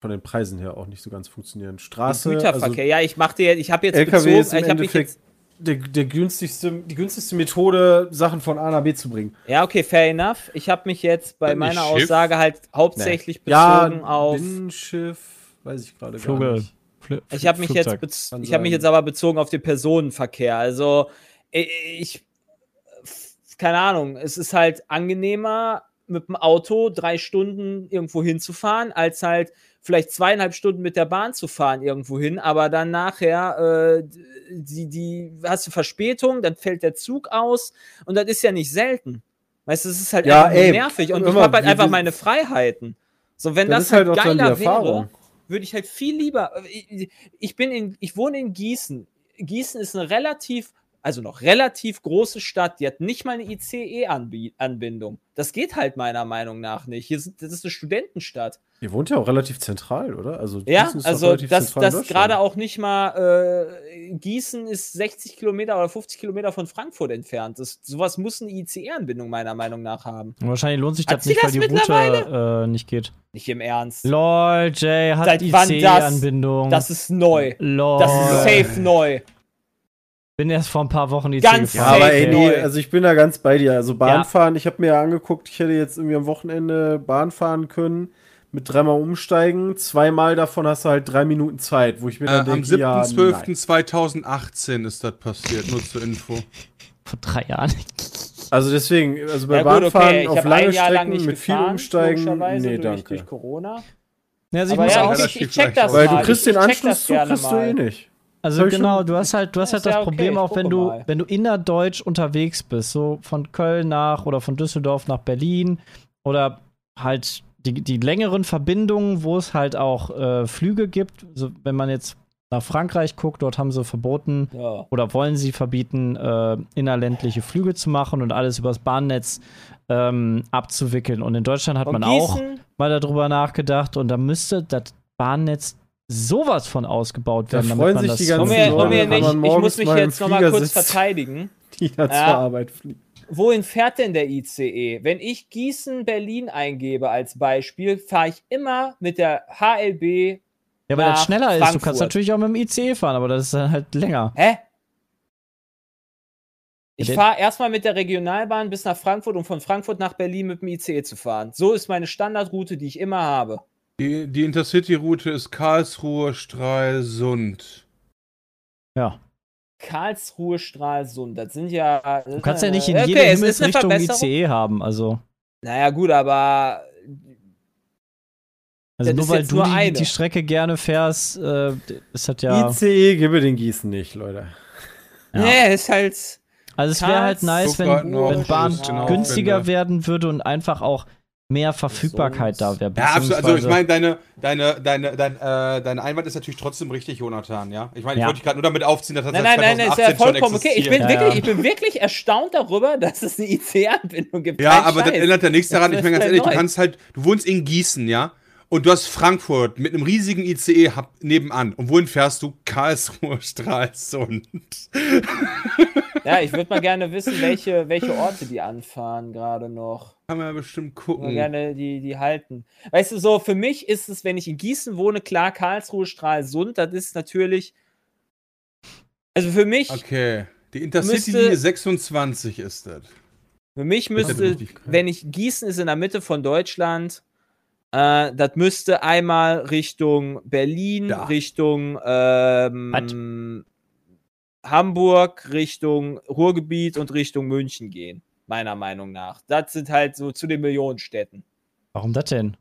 Speaker 6: von den Preisen her auch nicht so ganz funktionieren. Straße,
Speaker 4: Güterverkehr. ja, ich machte jetzt, ich habe jetzt
Speaker 6: also LKW ist im
Speaker 4: bezogen, ich habe mich
Speaker 6: Endeffekt
Speaker 4: jetzt,
Speaker 6: der, der günstigste, die günstigste Methode, Sachen von A nach B zu bringen.
Speaker 4: ja, okay, fair enough. Ich habe mich jetzt bei
Speaker 5: Dann nicht
Speaker 4: meiner
Speaker 5: Schiff?
Speaker 4: Aussage halt hauptsächlich bezogen
Speaker 6: ja,
Speaker 4: auf
Speaker 6: Binnenschiff, weiß ich gerade gar
Speaker 3: Flugel,
Speaker 6: nicht.
Speaker 3: Fl-
Speaker 4: ich habe mich jetzt
Speaker 3: Flugzeug.
Speaker 4: bez-
Speaker 6: Kann
Speaker 4: ich habe mich
Speaker 6: sein.
Speaker 4: jetzt aber bezogen auf den Personenverkehr. Also i- ich keine Ahnung, es ist halt angenehmer mit dem Auto drei Stunden irgendwo hinzufahren, als halt vielleicht zweieinhalb Stunden mit der Bahn zu fahren irgendwo hin, aber dann nachher äh, die, die hast du Verspätung, dann fällt der Zug aus und das ist ja nicht selten. Weißt du, es ist halt
Speaker 6: Ja,
Speaker 4: einfach nur
Speaker 6: ey,
Speaker 4: nervig und ich
Speaker 6: immer,
Speaker 4: habe halt
Speaker 6: wir-
Speaker 4: einfach
Speaker 6: wir-
Speaker 4: meine Freiheiten. So, wenn das,
Speaker 6: ist halt auch
Speaker 4: geiler
Speaker 6: dann die
Speaker 4: wäre,
Speaker 6: Erfahrung.
Speaker 4: würde ich halt viel lieber. Ich- Ich bin in, ich wohne in Gießen. Gießen ist eine relativ, also noch relativ große Stadt, die hat nicht mal eine ICE-Anbindung. Das geht halt meiner Meinung nach nicht. Hier sind, das ist eine Studentenstadt.
Speaker 6: Ihr wohnt ja auch relativ zentral, oder? Also
Speaker 4: Ja,
Speaker 6: Gießen ist doch
Speaker 4: also
Speaker 6: relativ
Speaker 4: das,
Speaker 6: zentral in
Speaker 4: das
Speaker 6: Deutschland.
Speaker 4: gerade auch nicht mal äh, Gießen ist 60 Kilometer oder 50 Kilometer von Frankfurt entfernt. Das, sowas muss eine ICE-Anbindung meiner Meinung nach haben.
Speaker 3: Und wahrscheinlich lohnt sich
Speaker 4: Hat
Speaker 3: das
Speaker 4: sie
Speaker 3: nicht, weil
Speaker 4: das
Speaker 3: die Route äh, nicht geht.
Speaker 4: Nicht im Ernst.
Speaker 3: Lol, Jay hat
Speaker 4: Seit wann
Speaker 3: die
Speaker 4: das-
Speaker 3: anbindung
Speaker 4: Das ist neu.
Speaker 3: Lol.
Speaker 4: Das ist safe neu.
Speaker 3: Bin erst vor ein paar Wochen die
Speaker 4: Ganz
Speaker 6: Ja,
Speaker 3: gefahren.
Speaker 6: aber
Speaker 4: Safe
Speaker 6: ey,
Speaker 4: neu.
Speaker 6: nee, also ich bin da ganz bei dir. Also
Speaker 3: Ja.
Speaker 6: Bahnfahren, ich habe mir ja angeguckt, ich hätte jetzt irgendwie am Wochenende Bahn fahren können, mit dreimal umsteigen. Zweimal davon hast du halt drei Minuten Zeit, wo ich mir
Speaker 5: Äh,
Speaker 6: dann
Speaker 5: am
Speaker 6: denke, ja, nein.
Speaker 5: 7.12.2018 ist das passiert, nur zur Info.
Speaker 3: Vor drei Jahren.
Speaker 4: ist.
Speaker 6: Also deswegen, also bei
Speaker 4: Ja gut,
Speaker 6: Bahnfahren
Speaker 4: okay, ich
Speaker 6: auf
Speaker 4: hab
Speaker 6: lange
Speaker 4: ein Jahr
Speaker 6: Strecken
Speaker 4: lang nicht
Speaker 6: mit viel
Speaker 4: gefahren,
Speaker 6: Umsteigen,
Speaker 4: logischerweise,
Speaker 6: nee,
Speaker 4: durch,
Speaker 6: danke.
Speaker 4: Durch Corona.
Speaker 3: Ja, also ich
Speaker 4: Aber
Speaker 3: muss
Speaker 4: ja,
Speaker 3: auch,
Speaker 5: das
Speaker 4: ich, ich
Speaker 5: stimmt
Speaker 4: check
Speaker 5: vielleicht
Speaker 4: das
Speaker 5: auch.
Speaker 6: Weil
Speaker 4: mal.
Speaker 6: du kriegst den
Speaker 4: Ich check das
Speaker 6: Anschlusszug,
Speaker 4: gerne
Speaker 6: kriegst du eh
Speaker 4: mal.
Speaker 6: nicht.
Speaker 3: also
Speaker 6: hab ich
Speaker 3: genau,
Speaker 6: schon-
Speaker 3: du hast halt, du hast
Speaker 4: Ja,
Speaker 3: halt
Speaker 4: ist
Speaker 3: das
Speaker 4: ja okay,
Speaker 3: Problem
Speaker 4: ich
Speaker 3: auch, wenn
Speaker 4: gucke
Speaker 3: du,
Speaker 4: mal.
Speaker 3: wenn du innerdeutsch unterwegs bist, so von Köln nach oder von Düsseldorf nach Berlin oder halt die, die längeren Verbindungen, wo es halt auch äh, Flüge gibt. So, wenn man jetzt nach Frankreich guckt, dort haben sie verboten,
Speaker 4: Ja.
Speaker 3: oder wollen sie verbieten, äh, innerländliche Flüge zu machen und alles übers Bahnnetz ähm, abzuwickeln. Und in Deutschland hat
Speaker 4: Von
Speaker 3: man auch
Speaker 4: Gießen,
Speaker 3: mal darüber nachgedacht und da müsste das Bahnnetz sowas von ausgebaut
Speaker 6: Da
Speaker 3: werden,
Speaker 6: freuen
Speaker 3: man
Speaker 6: sich
Speaker 3: das
Speaker 6: die
Speaker 4: wollen
Speaker 6: ganzen
Speaker 3: so-
Speaker 4: wir,
Speaker 6: Leute,
Speaker 4: wollen wir
Speaker 6: wenn man
Speaker 4: nicht, ich
Speaker 6: morgens
Speaker 4: muss mich
Speaker 6: mal im
Speaker 4: jetzt nochmal
Speaker 6: Flieger
Speaker 4: kurz
Speaker 6: sitzt.
Speaker 4: verteidigen.
Speaker 6: Die da zur
Speaker 4: Ja.
Speaker 6: Arbeit fliegen.
Speaker 4: Wohin fährt denn der ICE? Wenn ich Gießen-Berlin eingebe als Beispiel, fahre ich immer mit der HLB.
Speaker 3: Ja, weil das
Speaker 4: nach
Speaker 3: schneller ist. Du kannst
Speaker 4: Frankfurt.
Speaker 3: natürlich auch mit dem ICE fahren, aber das ist dann halt länger.
Speaker 4: Hä? Ich
Speaker 3: Ja, der-
Speaker 4: fahre erstmal mit der Regionalbahn bis nach Frankfurt, um von Frankfurt nach Berlin mit dem ICE zu fahren. So ist meine Standardroute, die ich immer habe.
Speaker 5: Die, die Intercity-Route ist Karlsruhe, Stralsund.
Speaker 3: Ja.
Speaker 4: Karlsruhe, Stralsund, das sind ja.
Speaker 3: Du kannst ja nicht in jede
Speaker 4: es ist eine
Speaker 3: Himmelsrichtung
Speaker 4: Verbesserung.
Speaker 3: ICE haben. Also,
Speaker 4: Naja, gut, aber
Speaker 3: also
Speaker 4: Das
Speaker 3: nur
Speaker 4: ist
Speaker 3: weil
Speaker 4: jetzt
Speaker 3: du
Speaker 4: nur
Speaker 3: die,
Speaker 4: eine. E
Speaker 3: die Strecke gerne fährst, äh, ist das ja.
Speaker 6: ICE gebe E, den Gießen nicht, Leute.
Speaker 3: Ja.
Speaker 4: Nee, ist halt.
Speaker 3: Also es wäre halt
Speaker 4: Karlsruhe,
Speaker 3: nice, wenn,
Speaker 5: Stuttgart,
Speaker 3: wenn Bahn
Speaker 5: Nordschiff, genau,
Speaker 3: günstiger
Speaker 5: Aufwände.
Speaker 3: werden würde und einfach auch mehr Verfügbarkeit da wäre.
Speaker 5: Ja, absolut. Also ich
Speaker 3: beziehungsweise-
Speaker 5: meine, deine, deine, deine, dein, äh, dein Einwand ist natürlich trotzdem richtig, Jonathan, ja. Ich meine, ich
Speaker 3: Ja.
Speaker 5: wollte dich gerade nur damit aufziehen, dass das
Speaker 4: Nein,
Speaker 5: seit
Speaker 4: nein, nein, ist
Speaker 5: 2018
Speaker 4: ja vollkommen
Speaker 5: schon
Speaker 4: okay. Ich bin,
Speaker 3: existiert.
Speaker 5: existiert.
Speaker 4: wirklich, ich
Speaker 3: Ja,
Speaker 4: bin wirklich erstaunt darüber, dass es eine ICE-Anbindung gibt.
Speaker 5: Ja,
Speaker 4: Kein
Speaker 5: aber das
Speaker 4: Scheiß.
Speaker 5: ändert ja nichts
Speaker 4: Das
Speaker 5: daran. Ich
Speaker 4: ist
Speaker 5: meine ganz
Speaker 4: halt
Speaker 5: ehrlich, du
Speaker 4: neu.
Speaker 5: kannst halt, du wohnst in Gießen, ja. Und du hast Frankfurt mit einem riesigen ICE-Hub nebenan. Und wohin fährst du? Karlsruhe, Stralsund.
Speaker 4: Ja, ich würde mal gerne wissen, welche, welche Orte die anfahren gerade noch.
Speaker 5: Kann man ja bestimmt
Speaker 4: Mal
Speaker 5: gucken.
Speaker 4: gerne die, die halten. Weißt du, so für mich ist es, wenn ich in Gießen wohne, klar, Karlsruhe, Stralsund, das ist natürlich. Also für mich,
Speaker 5: Okay. Die Intercity
Speaker 4: Müsste-
Speaker 5: Linie 26 ist das.
Speaker 4: für mich
Speaker 5: Bitte
Speaker 4: müsste,
Speaker 5: nicht.
Speaker 4: wenn ich Gießen ist in der Mitte von Deutschland, äh, das müsste einmal Richtung Berlin,
Speaker 5: Da.
Speaker 4: Richtung ähm, Hamburg, Richtung Ruhrgebiet und Richtung München gehen, meiner Meinung nach. Das sind halt so zu den Millionenstädten.
Speaker 3: warum das denn?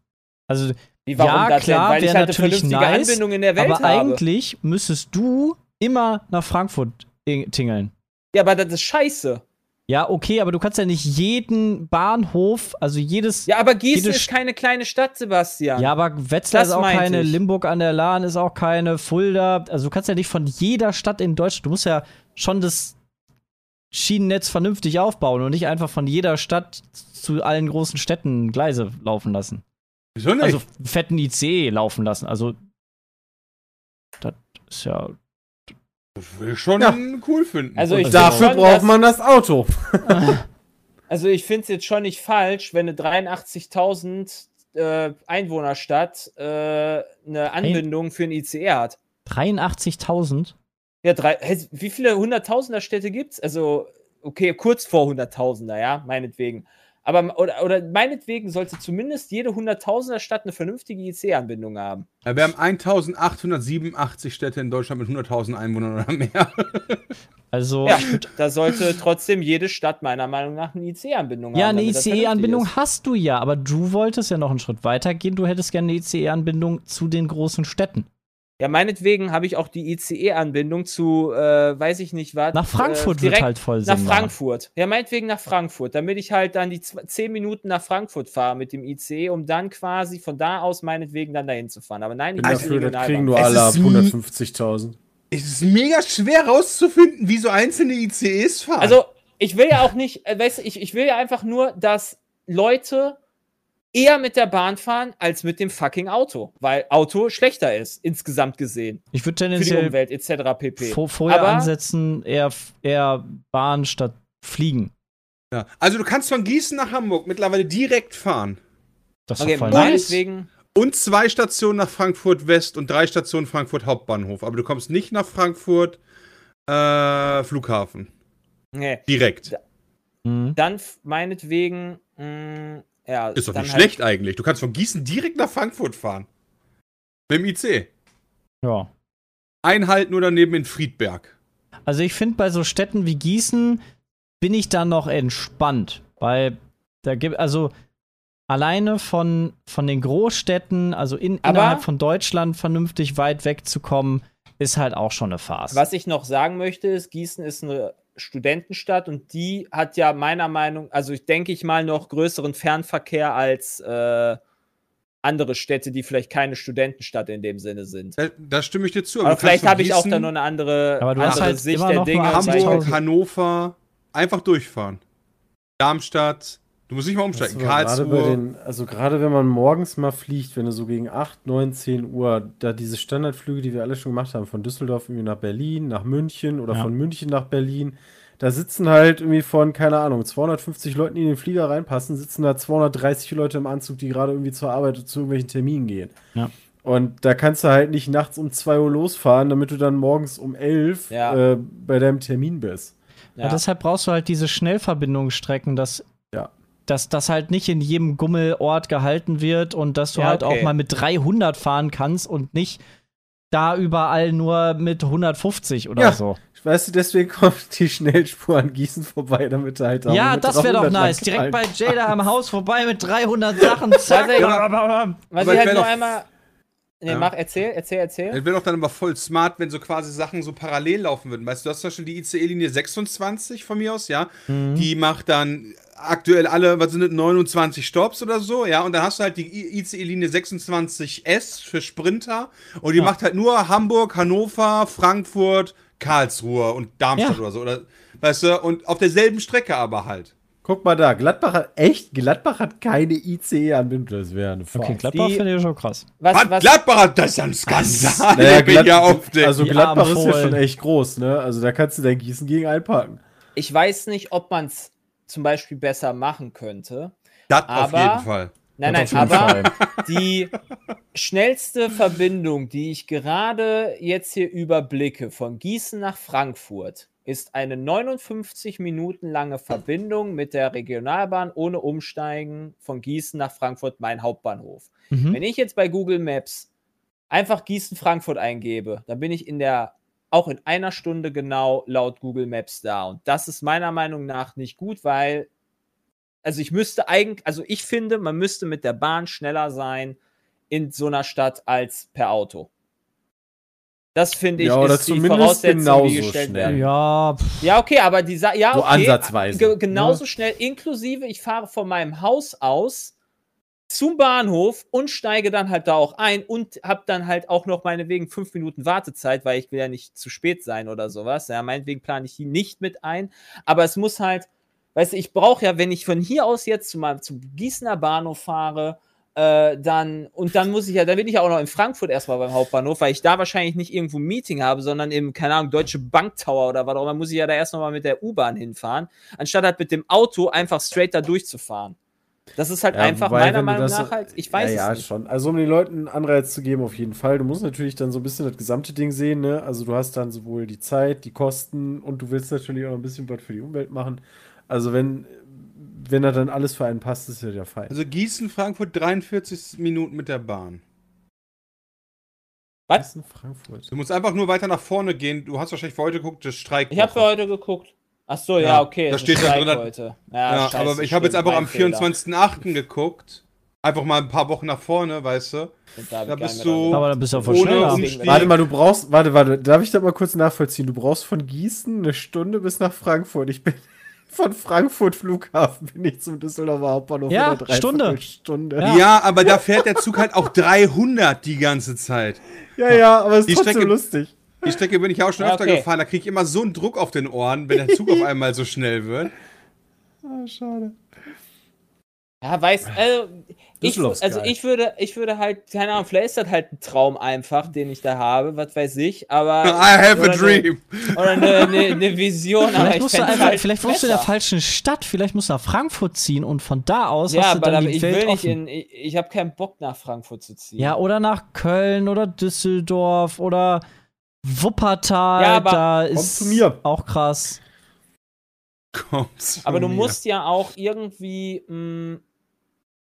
Speaker 3: Also,
Speaker 4: Wie,
Speaker 3: Ja,
Speaker 4: das
Speaker 3: klar,
Speaker 4: Weil ich
Speaker 3: wär
Speaker 4: halt eine
Speaker 3: natürlich
Speaker 4: vernünftige
Speaker 3: nice,
Speaker 4: Anbindung in der Welt
Speaker 3: aber
Speaker 4: habe.
Speaker 3: eigentlich müsstest du immer nach Frankfurt i- tingeln.
Speaker 4: Ja, aber das ist scheiße.
Speaker 3: Ja, okay, aber du kannst ja nicht jeden Bahnhof, also jedes. Ja,
Speaker 4: Ja, aber Gießen
Speaker 3: Jede
Speaker 4: ist
Speaker 3: St-
Speaker 4: keine kleine Stadt, Sebastian.
Speaker 3: aber Wetzlar
Speaker 4: Das
Speaker 3: ist auch
Speaker 4: meinte
Speaker 3: keine,
Speaker 4: ich.
Speaker 3: Limburg an der Lahn ist auch keine, Fulda. Also du kannst ja nicht von jeder Stadt in Deutschland, du musst ja schon das Schienennetz vernünftig aufbauen und nicht einfach von jeder Stadt zu allen großen Städten Gleise laufen lassen.
Speaker 5: Wieso nicht?
Speaker 3: Also einen fetten IC laufen lassen. Also das ist ja.
Speaker 5: das will ich schon
Speaker 6: Ja.
Speaker 5: cool finden.
Speaker 4: Also ich
Speaker 6: Dafür
Speaker 4: find schon,
Speaker 6: braucht
Speaker 4: dass-
Speaker 6: man das Auto.
Speaker 4: Also ich finde es jetzt schon nicht falsch, wenn eine 83.000 äh, Einwohnerstadt äh, eine Anbindung für ein ICE hat.
Speaker 3: 83.000?
Speaker 4: Ja, drei, hä, wie viele hunderttausender Städte gibt's? Also okay, kurz vor hunderttausender, ja, meinetwegen. Aber oder, oder meinetwegen sollte zumindest jede hunderttausender Stadt eine vernünftige ICE-Anbindung haben.
Speaker 5: Ja, Äh, wir haben 1887 Städte in Deutschland mit 100.000 Einwohnern oder mehr.
Speaker 3: Also.
Speaker 4: Ja, da sollte trotzdem jede Stadt meiner Meinung nach eine ICE-Anbindung
Speaker 3: Ja,
Speaker 4: haben.
Speaker 3: eine
Speaker 4: damit das vernünftig
Speaker 3: ICE-Anbindung
Speaker 4: ist.
Speaker 3: hast du ja, aber du wolltest ja noch einen Schritt weiter gehen. Du hättest gerne eine ICE-Anbindung zu den großen Städten.
Speaker 4: Ja, meinetwegen habe ich auch die ICE-Anbindung zu, äh, weiß ich nicht, was.
Speaker 3: Nach Frankfurt
Speaker 4: äh,
Speaker 3: wird
Speaker 4: direkt
Speaker 3: halt voll Sinn
Speaker 4: Nach Frankfurt. Ja, meinetwegen nach Frankfurt, damit ich halt dann die zw- 10 Minuten nach Frankfurt fahre mit dem ICE, um dann quasi von da aus meinetwegen dann dahin zu fahren. Aber nein,
Speaker 6: Bin
Speaker 4: ich muss
Speaker 6: dafür, das
Speaker 4: regional
Speaker 6: kriegen nur
Speaker 4: fahren.
Speaker 5: Es
Speaker 6: alle ab
Speaker 5: ist nie-
Speaker 6: 150.000.
Speaker 5: Es ist mega schwer rauszufinden, wie so einzelne ICEs fahren.
Speaker 4: Also, ich will ja auch nicht, äh, weißt du, ich, ich will ja einfach nur, dass Leute eher mit der Bahn fahren als mit dem fucking Auto, weil Auto schlechter ist, insgesamt gesehen.
Speaker 3: Ich würde
Speaker 4: Für die
Speaker 3: tendenziell
Speaker 4: Umwelt etc. pp.
Speaker 3: vor, vorher
Speaker 4: Aber-
Speaker 3: ansetzen, eher, eher Bahn statt Fliegen.
Speaker 5: ja. also du kannst von Gießen nach Hamburg mittlerweile direkt fahren.
Speaker 3: Das
Speaker 4: Okay,
Speaker 3: ist doch voll nice.
Speaker 4: meinetwegen.
Speaker 5: Und zwei Stationen nach Frankfurt West und drei Stationen Frankfurt Hauptbahnhof. Aber du kommst nicht nach Frankfurt äh, Flughafen.
Speaker 4: Nee,
Speaker 5: Direkt.
Speaker 3: Mhm.
Speaker 4: dann f- meinetwegen. Mh, ja,
Speaker 5: Ist doch
Speaker 4: dann
Speaker 5: nicht
Speaker 4: halt-
Speaker 5: schlecht eigentlich. Du kannst von Gießen direkt nach Frankfurt fahren. Mit dem IC.
Speaker 3: Ja.
Speaker 5: Einhalten oder neben in Friedberg.
Speaker 3: Also ich finde bei so Städten wie Gießen bin ich dann noch entspannt, weil da gibt also alleine von von den Großstädten, also in,
Speaker 4: Aber-
Speaker 3: innerhalb von Deutschland vernünftig weit wegzukommen, ist halt auch schon eine Farce.
Speaker 4: Was ich noch sagen möchte, ist, Gießen ist eine Studentenstadt und die hat ja meiner Meinung, also ich denke ich mal, noch größeren Fernverkehr als äh, andere Städte, die vielleicht keine Studentenstadt in dem Sinne sind.
Speaker 5: Da, da stimme ich dir zu.
Speaker 4: Aber
Speaker 5: du kannst
Speaker 4: vielleicht
Speaker 5: von
Speaker 4: habe ich auch
Speaker 5: Gießen,
Speaker 4: da noch eine andere,
Speaker 3: Aber du hast
Speaker 4: andere
Speaker 3: halt
Speaker 4: Sicht
Speaker 3: immer
Speaker 4: der
Speaker 3: noch
Speaker 4: Dinge.
Speaker 3: nur
Speaker 4: weil ich-
Speaker 5: Hamburg,
Speaker 3: 2000.
Speaker 5: Hannover, einfach durchfahren. Darmstadt, du musst nicht mal
Speaker 6: Das
Speaker 5: umsteigen.
Speaker 6: war gerade bei
Speaker 5: Karlsruhe.
Speaker 6: den, also gerade wenn man morgens mal fliegt, wenn du so gegen 8, 9, 10 Uhr, da diese Standardflüge, die wir alle schon gemacht haben, von Düsseldorf irgendwie nach Berlin, nach München oder
Speaker 3: Ja.
Speaker 6: von München nach Berlin, da sitzen halt irgendwie von, keine Ahnung, 250 Leuten, die in den Flieger reinpassen, sitzen da 230 Leute im Anzug, die gerade irgendwie zur Arbeit oder zu irgendwelchen Terminen gehen.
Speaker 3: Ja.
Speaker 6: Und da kannst du halt nicht nachts um 2 Uhr losfahren, damit du dann morgens um 11
Speaker 4: Ja.
Speaker 6: äh, bei deinem Termin bist.
Speaker 3: Ja.
Speaker 4: Ja.
Speaker 3: deshalb brauchst du halt diese Schnellverbindungsstrecken, dass,
Speaker 6: Ja.
Speaker 3: dass das halt nicht in jedem Gummelort gehalten wird und dass du
Speaker 4: Ja,
Speaker 3: halt
Speaker 4: okay.
Speaker 3: auch mal mit 300 fahren kannst und nicht da überall nur mit 150 oder
Speaker 6: Ja.
Speaker 3: so.
Speaker 6: Weißt du, deswegen kommt die Schnellspur an Gießen vorbei, damit er halt da
Speaker 3: ja,
Speaker 6: mit
Speaker 3: das wäre doch
Speaker 6: 300
Speaker 3: nice.
Speaker 6: lang
Speaker 3: Direkt bei
Speaker 6: knallt.
Speaker 3: Jada am Haus vorbei mit 300 Sachen. Zack.
Speaker 4: Warte,
Speaker 3: bam, bam, bam.
Speaker 4: Was
Speaker 5: Aber
Speaker 4: ich
Speaker 5: ich
Speaker 4: halt
Speaker 5: wär
Speaker 4: nur
Speaker 5: doch-
Speaker 4: einmal. Nee,
Speaker 5: Ja. Äh,
Speaker 4: mach, erzähl, erzähl, erzähl.
Speaker 5: Es wäre doch dann aber voll smart, wenn so quasi Sachen so parallel laufen würden. Weißt du, du hast zum Beispiel die ICE-Linie 26 von mir aus, ja.
Speaker 6: Mhm.
Speaker 5: Die macht dann aktuell alle, was sind das, 29 Stops oder so, ja. Und dann hast du halt die I- ICE-Linie 26S für Sprinter. Und die macht halt nur Hamburg, Hannover, Frankfurt, Karlsruhe und Darmstadt
Speaker 3: Ja.
Speaker 5: oder so. Oder, weißt du, und auf derselben Strecke aber halt.
Speaker 6: Guck mal da, Gladbach hat, echt, Gladbach hat keine ICE-Anbindung, das wäre eine Farce.
Speaker 3: Okay, Gladbach
Speaker 4: Die-
Speaker 3: finde ich schon krass.
Speaker 4: Was,
Speaker 5: Hat
Speaker 4: was,
Speaker 5: Gladbach hat das ist ja ein Skandal.
Speaker 6: Naja,
Speaker 5: ich bin
Speaker 6: Glad-
Speaker 5: ja auf den.
Speaker 6: also
Speaker 3: Die
Speaker 6: Gladbach
Speaker 3: armen
Speaker 6: ist ja
Speaker 3: Fohlen.
Speaker 6: schon echt groß, ne? Also da kannst du dein Gießen gegen einparken.
Speaker 4: ich weiß nicht, ob man es zum Beispiel besser machen könnte.
Speaker 5: das auf
Speaker 4: aber-
Speaker 5: jeden Fall.
Speaker 4: Nein, nein,
Speaker 6: Auf jeden
Speaker 4: aber
Speaker 6: Fall.
Speaker 4: die schnellste Verbindung, die ich gerade jetzt hier überblicke, von Gießen nach Frankfurt, ist eine 59 Minuten lange Verbindung mit der Regionalbahn ohne Umsteigen von Gießen nach Frankfurt, mein Hauptbahnhof.
Speaker 6: Mhm.
Speaker 4: Wenn ich jetzt bei Google Maps einfach Gießen-Frankfurt eingebe, dann bin ich in der auch in einer Stunde genau laut Google Maps da. Und das ist meiner Meinung nach nicht gut, weil, also ich müsste eigentlich, also ich finde, man müsste mit der Bahn schneller sein in so einer Stadt als per Auto. Das finde ich,
Speaker 6: Ja, oder
Speaker 4: ist die
Speaker 6: zumindest
Speaker 4: Voraussetzung, die
Speaker 6: genauso
Speaker 4: gestellt
Speaker 6: schnell.
Speaker 4: werden.
Speaker 3: Ja, pff,
Speaker 4: Ja, okay, aber die Sa ja,
Speaker 6: So
Speaker 4: okay,
Speaker 6: ansatzweise, ne?
Speaker 4: Ge genauso schnell, inklusive ich fahre von meinem Haus aus zum Bahnhof und steige dann halt da auch ein und habe dann halt auch noch meine wegen fünf Minuten Wartezeit, weil ich will ja nicht zu spät sein oder sowas. Ja, meinetwegen plane ich die nicht mit ein, aber es muss halt, weißt du, ich brauche ja, wenn ich von hier aus jetzt zu meinem zum Gießener Bahnhof fahre, äh, dann und dann muss ich ja, dann bin ich ja auch noch in Frankfurt erstmal beim Hauptbahnhof, weil ich da wahrscheinlich nicht irgendwo ein Meeting habe, sondern im, keine Ahnung, Deutsche Bank Tower oder was auch immer, muss ich ja da erst nochmal mit der U-Bahn hinfahren, anstatt halt mit dem Auto einfach straight da durchzufahren. Das ist halt
Speaker 6: Ja,
Speaker 4: einfach
Speaker 6: wobei,
Speaker 4: meiner
Speaker 6: wenn du
Speaker 4: Meinung
Speaker 6: das-
Speaker 4: nach halt, ich weiß
Speaker 6: ja, ja,
Speaker 4: es nicht.
Speaker 6: schon. Also um den Leuten einen Anreiz zu geben, auf jeden Fall. Du musst natürlich dann so ein bisschen das gesamte Ding sehen, ne? Also du hast dann sowohl die Zeit, die Kosten und du willst natürlich auch ein bisschen was für die Umwelt machen. Also wenn, wenn da dann alles für einen passt, ist ja der Fall.
Speaker 5: Also Gießen, Frankfurt 43 Minuten mit der Bahn.
Speaker 4: Was?
Speaker 6: Gießen, Frankfurt.
Speaker 5: Du musst einfach nur weiter nach vorne gehen. Du hast wahrscheinlich für heute geguckt, das Streik.
Speaker 4: Ich habe für heute geguckt. Ach so, ja,
Speaker 5: Ja,
Speaker 4: okay.
Speaker 5: da
Speaker 4: es ist
Speaker 5: steht da
Speaker 4: Streik
Speaker 5: drin,
Speaker 4: heute.
Speaker 5: ja,
Speaker 4: Ah, scheiße,
Speaker 5: aber ich habe jetzt
Speaker 4: stimmt,
Speaker 5: einfach am
Speaker 4: mein Fehler.
Speaker 5: 24.08. geguckt. Einfach mal ein paar Wochen nach vorne, weißt du?
Speaker 4: Und hab
Speaker 5: da
Speaker 4: ich gar
Speaker 5: bist
Speaker 4: nicht mehr
Speaker 5: du-
Speaker 4: dran
Speaker 3: aber dann bist du ja voll
Speaker 5: Ohne
Speaker 3: schneller.
Speaker 5: Umsteigen.
Speaker 4: Deswegen-
Speaker 6: Warte mal, du brauchst, warte, warte, darf ich das mal kurz nachvollziehen? Du brauchst von Gießen eine Stunde bis nach Frankfurt. Ich bin von Frankfurt Flughafen bin ich zum Düsseldorfer Hauptbahnhof.
Speaker 3: Ja,
Speaker 6: in einer
Speaker 3: Stunde.
Speaker 6: Dreiviertelstunde.
Speaker 5: Ja. aber da fährt der Zug halt auch 300 die ganze Zeit.
Speaker 6: Ja, ja, aber es ist
Speaker 5: Die
Speaker 6: trotzdem
Speaker 5: Strecke-
Speaker 6: lustig.
Speaker 5: Die Strecke bin ich auch schon
Speaker 4: Ja,
Speaker 5: öfter
Speaker 4: okay.
Speaker 5: gefahren. Da kriege ich immer so einen Druck auf den Ohren, wenn der Zug auf einmal so schnell wird.
Speaker 6: Ah, schade.
Speaker 4: Ja, weiß, also ich,
Speaker 6: Düsseldorf ist
Speaker 4: also
Speaker 6: geil.
Speaker 4: ich würde, ich würde halt, keine Ahnung, vielleicht ist das halt ein Traum einfach, den ich da habe, was weiß ich, aber.
Speaker 5: I have a
Speaker 4: oder
Speaker 5: dream.
Speaker 4: Eine, oder eine, eine, eine Vision, aber
Speaker 3: Vielleicht
Speaker 4: ich
Speaker 3: musst, du
Speaker 4: fänd's
Speaker 3: einfach,
Speaker 4: halt
Speaker 3: vielleicht wohnst du in der
Speaker 4: besser.
Speaker 3: falschen Stadt, vielleicht musst du nach Frankfurt ziehen und von da aus
Speaker 4: Ja,
Speaker 3: hast du
Speaker 4: aber
Speaker 3: dann
Speaker 4: da-
Speaker 3: die
Speaker 4: ich
Speaker 3: Welt
Speaker 4: will nicht
Speaker 3: offen.
Speaker 4: in, ich, ich habe keinen Bock nach Frankfurt zu ziehen.
Speaker 3: Ja, oder nach Köln oder Düsseldorf oder Wuppertal.
Speaker 4: Ja, aber-
Speaker 3: da
Speaker 6: Komm
Speaker 3: ist
Speaker 6: zu mir.
Speaker 3: auch krass.
Speaker 5: Komm zu
Speaker 4: Aber du
Speaker 5: mir.
Speaker 4: musst ja auch irgendwie, mh,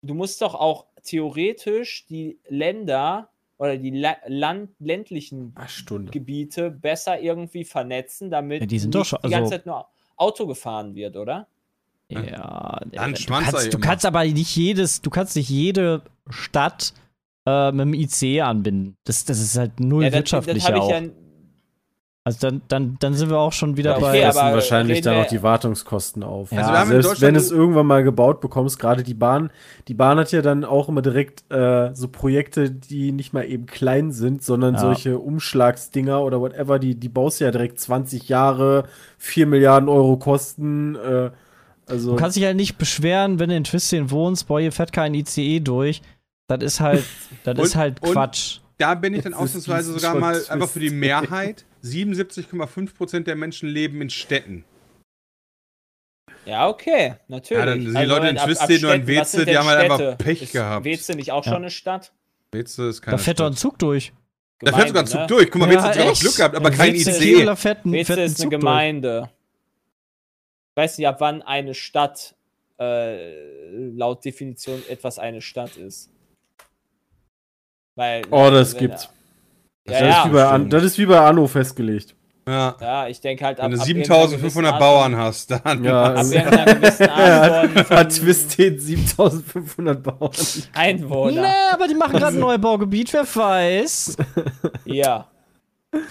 Speaker 4: du musst doch auch theoretisch die Länder oder die La Land ländlichen
Speaker 6: Ah, Stunde.
Speaker 4: Gebiete besser irgendwie vernetzen, damit
Speaker 3: Ja, die sind
Speaker 4: nicht
Speaker 3: doch schon-
Speaker 4: die ganze
Speaker 3: also-
Speaker 4: Zeit nur Auto gefahren wird, oder?
Speaker 3: Ja, Äh,
Speaker 5: Dann
Speaker 3: du,
Speaker 5: schwanzt er
Speaker 3: kannst, du
Speaker 5: immer.
Speaker 3: kannst aber nicht jedes, du kannst nicht jede Stadt äh, mit dem ICE anbinden. Das, das ist halt null
Speaker 4: ja, das-
Speaker 3: wirtschaftlich
Speaker 4: das hab
Speaker 3: auch.
Speaker 4: ich ja.
Speaker 3: also dann, dann, dann sind wir auch schon wieder
Speaker 4: Ja,
Speaker 6: Dabei
Speaker 4: okay,
Speaker 3: bei.
Speaker 6: essen
Speaker 4: aber
Speaker 6: wahrscheinlich
Speaker 4: reden
Speaker 6: dann
Speaker 4: wir-
Speaker 6: auch die Wartungskosten auf.
Speaker 3: Ja.
Speaker 6: Also
Speaker 3: wir
Speaker 5: haben in
Speaker 6: selbst
Speaker 5: Deutschland
Speaker 6: wenn es
Speaker 5: so-
Speaker 6: irgendwann mal gebaut bekommst, gerade die Bahn, die Bahn hat ja dann auch immer direkt äh, so Projekte, die nicht mal eben klein sind, sondern
Speaker 3: Ja.
Speaker 6: solche Umschlagsdinger oder whatever, die, die baust du ja direkt 20 Jahre, 4 Milliarden Euro Kosten. Äh, also
Speaker 3: Du kannst dich halt nicht beschweren, wenn du in Twistin wohnst, boah, hier fährt kein ICE E durch. Das ist halt, das
Speaker 5: Und-
Speaker 3: ist halt
Speaker 5: und-
Speaker 3: Quatsch.
Speaker 5: Da bin ich dann
Speaker 6: Jetzt ist
Speaker 5: ausnahmsweise
Speaker 6: dieses
Speaker 5: sogar mal
Speaker 6: Schwanz-
Speaker 5: einfach für die Mehrheit. 77,5% der Menschen leben in Städten.
Speaker 4: Ja, okay, natürlich. Also,
Speaker 5: Ja, dann sind die Leute in
Speaker 4: ab- ab
Speaker 5: Twisted und
Speaker 4: Städten, was
Speaker 5: Weze,
Speaker 4: sind
Speaker 5: die
Speaker 4: denn
Speaker 5: haben halt einfach
Speaker 4: Städte?
Speaker 5: Pech
Speaker 4: ist
Speaker 5: gehabt.
Speaker 4: Weze nicht auch
Speaker 3: Ja.
Speaker 4: schon eine Stadt?
Speaker 5: Wetze ist keine
Speaker 3: Da fährt doch ein Zug durch.
Speaker 5: Da fährt sogar ein Zug durch. Guck mal,
Speaker 3: Ja,
Speaker 5: Wetze hat sogar noch
Speaker 3: echt?
Speaker 5: Glück gehabt, aber
Speaker 3: In
Speaker 5: kein E.
Speaker 3: Wetzel-
Speaker 5: ICE.
Speaker 3: Kehler fährt ein,
Speaker 4: ne? Weze
Speaker 3: fährt ein
Speaker 4: ist eine
Speaker 3: Zug durch.
Speaker 4: Gemeinde. Ich weiß nicht, ab wann eine Stadt äh, laut Definition etwas eine Stadt ist. Weil, äh,
Speaker 6: Oh, das
Speaker 4: wenn-
Speaker 6: gibt's.
Speaker 4: Ja,
Speaker 6: das, ist wie
Speaker 4: ja,
Speaker 6: bei
Speaker 5: stimmt.
Speaker 6: An, das ist wie bei Anno festgelegt.
Speaker 5: Ja.
Speaker 4: ja, ich denke halt ab.
Speaker 5: Wenn du
Speaker 4: ab
Speaker 5: 7500
Speaker 4: irgendeiner gewissen
Speaker 5: Bauern hast, dann. Oh,
Speaker 6: Ja,
Speaker 4: Art- Ab
Speaker 6: also-
Speaker 4: irgendeiner gewissen Art von, von
Speaker 6: Hat Twist den 7500 Bauern.
Speaker 4: Einwohner.
Speaker 3: Nee, aber die machen gerade ein Neubaugebiet, wer weiß.
Speaker 4: Ja.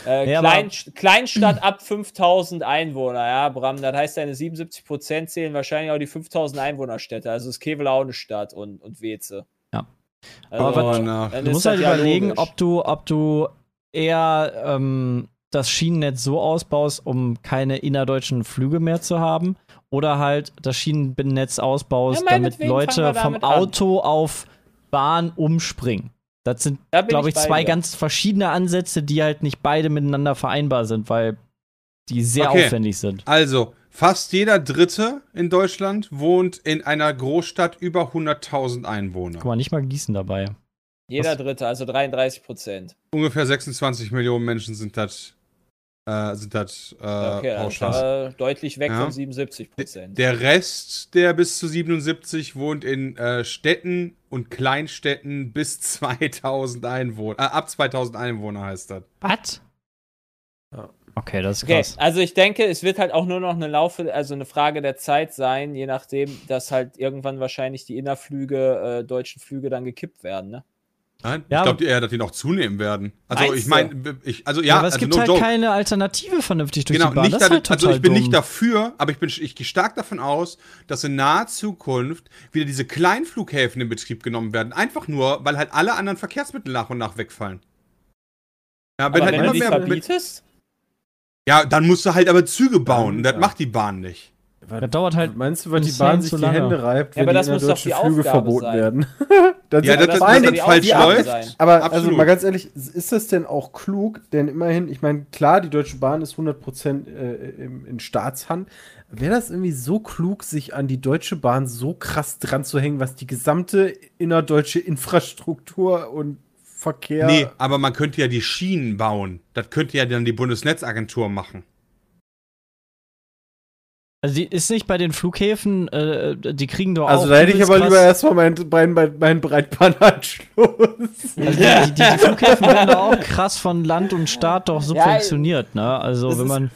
Speaker 4: Äh,
Speaker 3: Ja, aber-
Speaker 4: Klein, Kleinstadt ab 5000 Einwohner, ja, Bram. Das heißt, deine 77% zählen wahrscheinlich auch die 5000 Einwohnerstädte. Also ist Kevela auch eine Stadt und, und Weze.
Speaker 3: Ja.
Speaker 4: Also,
Speaker 3: Aber
Speaker 5: was- nach.
Speaker 4: dann
Speaker 3: Du
Speaker 4: ist
Speaker 3: musst
Speaker 4: das
Speaker 3: halt
Speaker 4: ja
Speaker 3: überlegen,
Speaker 4: logisch.
Speaker 3: ob du, ob du eher ähm, das Schienennetz so ausbaust, um keine innerdeutschen Flüge mehr zu haben, oder halt das Schienennetz ausbaust,
Speaker 4: Ja,
Speaker 3: damit
Speaker 4: meinetwegen fangen
Speaker 3: Leute
Speaker 4: wir
Speaker 3: vom
Speaker 4: damit an.
Speaker 3: Auto auf Bahn umspringen. Das sind,
Speaker 4: Da bin
Speaker 3: glaube
Speaker 4: ich
Speaker 3: ich,
Speaker 4: bei
Speaker 3: zwei
Speaker 4: dir.
Speaker 3: ganz verschiedene Ansätze, die halt nicht beide miteinander vereinbar sind, weil die sehr
Speaker 5: Okay.
Speaker 3: aufwendig sind.
Speaker 5: Also, fast jeder Dritte in Deutschland wohnt in einer Großstadt über 100.000 Einwohner.
Speaker 3: Guck mal, nicht mal Gießen dabei.
Speaker 4: Jeder Dritte, also 33%.
Speaker 5: Ungefähr 26 Millionen Menschen sind das. Äh, sind das äh,
Speaker 4: Okay,
Speaker 3: also
Speaker 4: dann ist
Speaker 5: pauschal.
Speaker 4: er deutlich weg
Speaker 5: Ja.
Speaker 4: von 77 Prozent.
Speaker 5: Der Rest, der bis zu 77 wohnt in äh, Städten und Kleinstädten bis 2000 Einwohner. Äh, ab 2000 Einwohner heißt das.
Speaker 3: Was?
Speaker 6: Ja.
Speaker 3: Okay, das ist
Speaker 4: Okay,
Speaker 3: krass.
Speaker 4: also ich denke, es wird halt auch nur noch eine Laufe, also eine Frage der Zeit sein, je nachdem, dass halt irgendwann wahrscheinlich die Innerflüge, äh, deutschen Flüge dann gekippt werden, ne?
Speaker 5: Nein?
Speaker 3: Ja,
Speaker 5: ich glaube eher, dass die noch zunehmen werden. Also
Speaker 4: Meinst
Speaker 5: ich
Speaker 4: du?
Speaker 5: meine, ich, also ja,
Speaker 3: aber es
Speaker 5: also
Speaker 3: gibt
Speaker 5: no
Speaker 3: halt
Speaker 5: joke.
Speaker 3: keine Alternative vernünftig durch
Speaker 5: genau,
Speaker 3: die Bahn.
Speaker 5: nicht,
Speaker 3: das ist halt
Speaker 5: dass- also
Speaker 3: total
Speaker 5: ich bin
Speaker 3: dumm.
Speaker 5: nicht dafür, aber ich bin ich gehe stark davon aus, dass in naher Zukunft wieder diese kleinen Flughäfen in Betrieb genommen werden, einfach nur, weil halt alle anderen Verkehrsmittel nach und nach wegfallen. Ja, wenn
Speaker 4: Aber
Speaker 5: halt
Speaker 4: wenn
Speaker 5: immer
Speaker 4: du die
Speaker 5: mehr mit,
Speaker 4: verbietest,
Speaker 5: Ja, dann musst du halt aber Züge bauen.
Speaker 6: Dann,
Speaker 5: und das
Speaker 6: ja.
Speaker 5: macht die Bahn nicht.
Speaker 3: Das dauert halt
Speaker 6: Meinst du, weil die
Speaker 3: insane
Speaker 6: Bahn sich
Speaker 3: zu
Speaker 6: die
Speaker 3: lange.
Speaker 6: Hände reibt,
Speaker 4: Ja,
Speaker 6: wenn
Speaker 4: aber
Speaker 6: die
Speaker 4: das muss doch die
Speaker 6: innerdeutsche Flüge
Speaker 4: Aufgabe
Speaker 6: verboten
Speaker 4: sein.
Speaker 6: werden? Dann
Speaker 5: Ja,
Speaker 6: sind
Speaker 4: das
Speaker 5: das, das,
Speaker 4: muss
Speaker 5: das,
Speaker 4: ja
Speaker 5: das
Speaker 4: die
Speaker 5: falsch
Speaker 4: Aufgabe
Speaker 5: läuft.
Speaker 4: sein.
Speaker 6: Aber also
Speaker 5: Absolut.
Speaker 6: mal ganz ehrlich, ist das denn auch klug? Denn immerhin, ich meine, klar, die Deutsche Bahn ist 100% äh, im, in Staatshand. Wäre das irgendwie so klug, sich an die Deutsche Bahn so krass dran zu hängen, was die gesamte innerdeutsche Infrastruktur und Verkehr.
Speaker 5: Nee, aber man könnte ja die Schienen bauen. Das könnte ja dann die Bundesnetzagentur machen.
Speaker 3: Also die ist nicht bei den Flughäfen, äh, die kriegen doch auch.
Speaker 6: Also da hätte ich
Speaker 3: übelst
Speaker 6: aber
Speaker 3: krass-
Speaker 6: lieber erstmal meinen mein, mein, mein Breitbahnanschluss.
Speaker 3: Also die, die, die Flughäfen werden doch auch krass von Land und Staat doch subventioniert, ne?
Speaker 6: das
Speaker 3: Also wenn
Speaker 6: ist-
Speaker 3: man,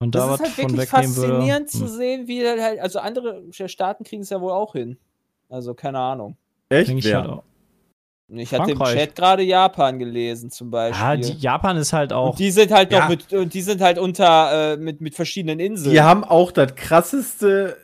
Speaker 3: man da
Speaker 4: das
Speaker 3: was
Speaker 4: ist halt
Speaker 3: von
Speaker 4: wirklich
Speaker 3: wegnehmen würde.
Speaker 4: faszinierend zu
Speaker 3: Hm.
Speaker 4: sehen, wie dann halt, also andere Staaten kriegen es ja wohl auch hin. Also keine Ahnung.
Speaker 6: Echt?
Speaker 3: Denke ich
Speaker 6: Ja.
Speaker 3: halt auch.
Speaker 4: Ich hatte
Speaker 3: Frankreich.
Speaker 4: im Chat gerade Japan gelesen zum Beispiel.
Speaker 3: Ja, die, Japan ist halt auch.
Speaker 4: Und die sind halt noch
Speaker 5: Ja.
Speaker 4: mit, und die sind halt unter, äh, mit, mit verschiedenen Inseln.
Speaker 6: Die haben auch das krasseste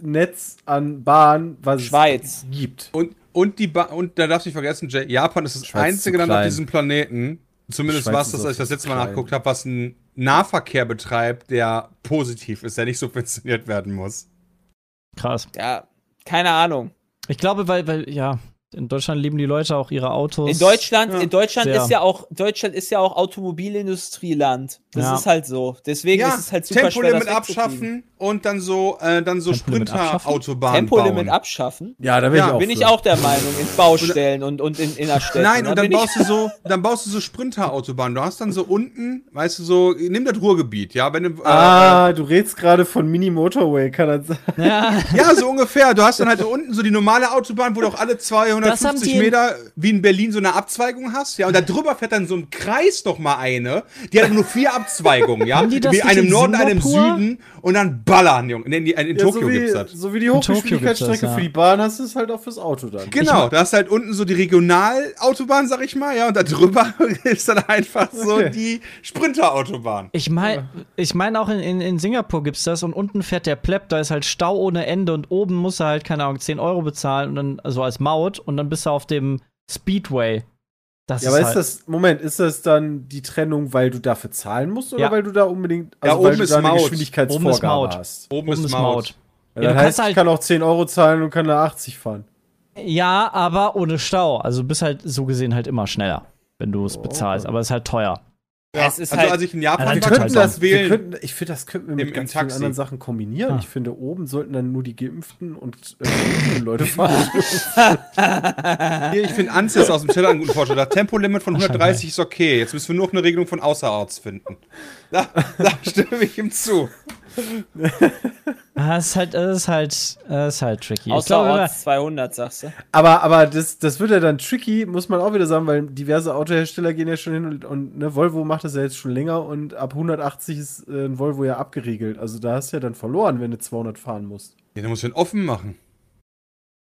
Speaker 6: Netz an Bahn, was
Speaker 4: Schweiz.
Speaker 6: es gibt.
Speaker 5: Und, und, die ba und da darfst du nicht vergessen, Jay, Japan ist das
Speaker 6: Schweiz ist
Speaker 5: einzige
Speaker 6: zu
Speaker 5: Land auf
Speaker 6: klein.
Speaker 5: diesem Planeten, zumindest
Speaker 6: Schweiz
Speaker 5: war es
Speaker 6: ist
Speaker 5: das,
Speaker 6: auch
Speaker 5: als ich das
Speaker 6: zu
Speaker 5: letzte Mal
Speaker 6: klein.
Speaker 5: nachgeguckt habe, was einen Nahverkehr betreibt, der positiv ist, der nicht subventioniert werden muss.
Speaker 3: krass.
Speaker 4: Ja, keine Ahnung.
Speaker 3: Ich glaube, weil, weil, ja, in Deutschland lieben die Leute auch ihre Autos.
Speaker 4: In Deutschland,
Speaker 5: ja.
Speaker 4: in Deutschland
Speaker 3: Sehr.
Speaker 4: ist ja auch Deutschland ist ja auch Automobilindustrieland. Das
Speaker 3: Ja.
Speaker 4: ist halt so. Deswegen ist es halt super schwer,
Speaker 5: Tempolimit
Speaker 4: das wegzukriegen.
Speaker 5: abschaffen und dann so, äh, dann so
Speaker 3: Tempolimit abschaffen?
Speaker 5: Sprinter-Autobahnen
Speaker 4: Tempolimit
Speaker 5: bauen.
Speaker 4: abschaffen.
Speaker 6: Ja, da
Speaker 5: Ja,
Speaker 4: Bin ich
Speaker 6: für.
Speaker 4: auch der Meinung, in Baustellen und, und in Innerstädten.
Speaker 5: Nein, und
Speaker 4: Da
Speaker 5: dann
Speaker 4: bin ich-
Speaker 5: baust, du so, dann baust du so Sprinter-Autobahnen. Du hast dann so unten, weißt du, so, nimm das Ruhrgebiet, ja, wenn du. äh,
Speaker 6: Ah, du redest gerade von Mini Motorway, kann das sein?
Speaker 3: Ja,
Speaker 5: Äh, ja, so ungefähr. Du hast dann halt so unten so die normale Autobahn, wo du auch alle
Speaker 3: Das haben die
Speaker 5: 250
Speaker 3: in-
Speaker 5: Meter, wie in Berlin, so eine Abzweigung hast. Ja, und da drüber fährt dann so ein Kreis noch mal eine. Die hat nur vier Abzweigungen, ja.
Speaker 3: Haben die das
Speaker 5: Mit
Speaker 3: nicht
Speaker 5: einem
Speaker 3: in
Speaker 5: Norden, einem
Speaker 3: Singapur?
Speaker 5: Süden. Und dann ballern, Junge. In, in, in
Speaker 6: Ja,
Speaker 5: Tokio
Speaker 6: so wie,
Speaker 5: gibt's das.
Speaker 6: So wie die
Speaker 3: Tokio gibt's das,
Speaker 6: Hochgeschwindigkeitsstrecke
Speaker 3: ja.
Speaker 6: für die Bahn hast du es halt auch fürs Auto dann.
Speaker 5: Genau, da ist halt unten so die Regionalautobahn, sag ich mal, ja, und da drüber ist dann einfach so
Speaker 6: Okay.
Speaker 5: die Sprinterautobahn.
Speaker 3: Ich meine ich mein auch in, in, in Singapur gibt's das und unten fährt der Plepp, da ist halt Stau ohne Ende und oben muss er halt, keine Ahnung, 10 Euro bezahlen und dann, also als Maut und dann bist du auf dem Speedway. Das
Speaker 6: Ja, aber
Speaker 3: ist,
Speaker 6: ist
Speaker 3: halt,
Speaker 6: das, Moment, ist das dann die Trennung, weil du dafür zahlen musst oder
Speaker 3: Ja.
Speaker 6: weil du da unbedingt,
Speaker 5: Ja,
Speaker 6: also
Speaker 5: oben
Speaker 6: weil du
Speaker 5: ist
Speaker 6: da eine
Speaker 5: Maut.
Speaker 6: Geschwindigkeitsvorgabe
Speaker 3: Oben ist Maut.
Speaker 6: hast?
Speaker 5: Oben,
Speaker 3: oben ist Maut.
Speaker 6: Ja,
Speaker 3: Ja,
Speaker 6: dann
Speaker 3: du kannst
Speaker 6: heißt,
Speaker 3: halt-
Speaker 6: ich kann auch 10 Euro zahlen und kann da 80 fahren.
Speaker 3: Ja, aber ohne Stau. Also du bist halt so gesehen halt immer schneller, wenn du es
Speaker 6: Oh.
Speaker 3: bezahlst, aber es ist halt teuer.
Speaker 5: Ja,
Speaker 4: Es ist
Speaker 5: also,
Speaker 4: halt-
Speaker 5: als ich in Japan
Speaker 3: Also
Speaker 5: war,
Speaker 3: wir
Speaker 5: konnte
Speaker 3: könnten
Speaker 5: man das
Speaker 6: wir
Speaker 5: wählen.
Speaker 6: könnten, ich finde, das könnten wir mit
Speaker 5: Im- im
Speaker 6: ganz vielen
Speaker 5: Taxi.
Speaker 6: anderen Sachen kombinieren.
Speaker 3: Ah.
Speaker 6: Ich finde, oben sollten dann nur die Geimpften und äh, geimpften Leute fahren.
Speaker 5: Hier, ich finde Ansys aus dem Teller einen guten Vorschlag. Das Tempolimit von 130 ist okay. Jetzt müssen wir nur noch eine Regelung von außerorts finden. Da, da stimme ich ihm zu.
Speaker 3: Ah, Es ist halt, es ist halt, es ist halt tricky. Ich glaube, wenn wir-
Speaker 4: Außerorts 200, sagst du.
Speaker 6: aber aber das, das wird ja dann tricky, muss man auch wieder sagen, weil diverse Autohersteller gehen ja schon hin und, und ne, Volvo macht das ja jetzt schon länger und ab 180 ist äh, ein Volvo ja abgeriegelt. Also da hast du ja dann verloren, wenn du 200 fahren musst.
Speaker 5: Ja, du musst ihn offen machen.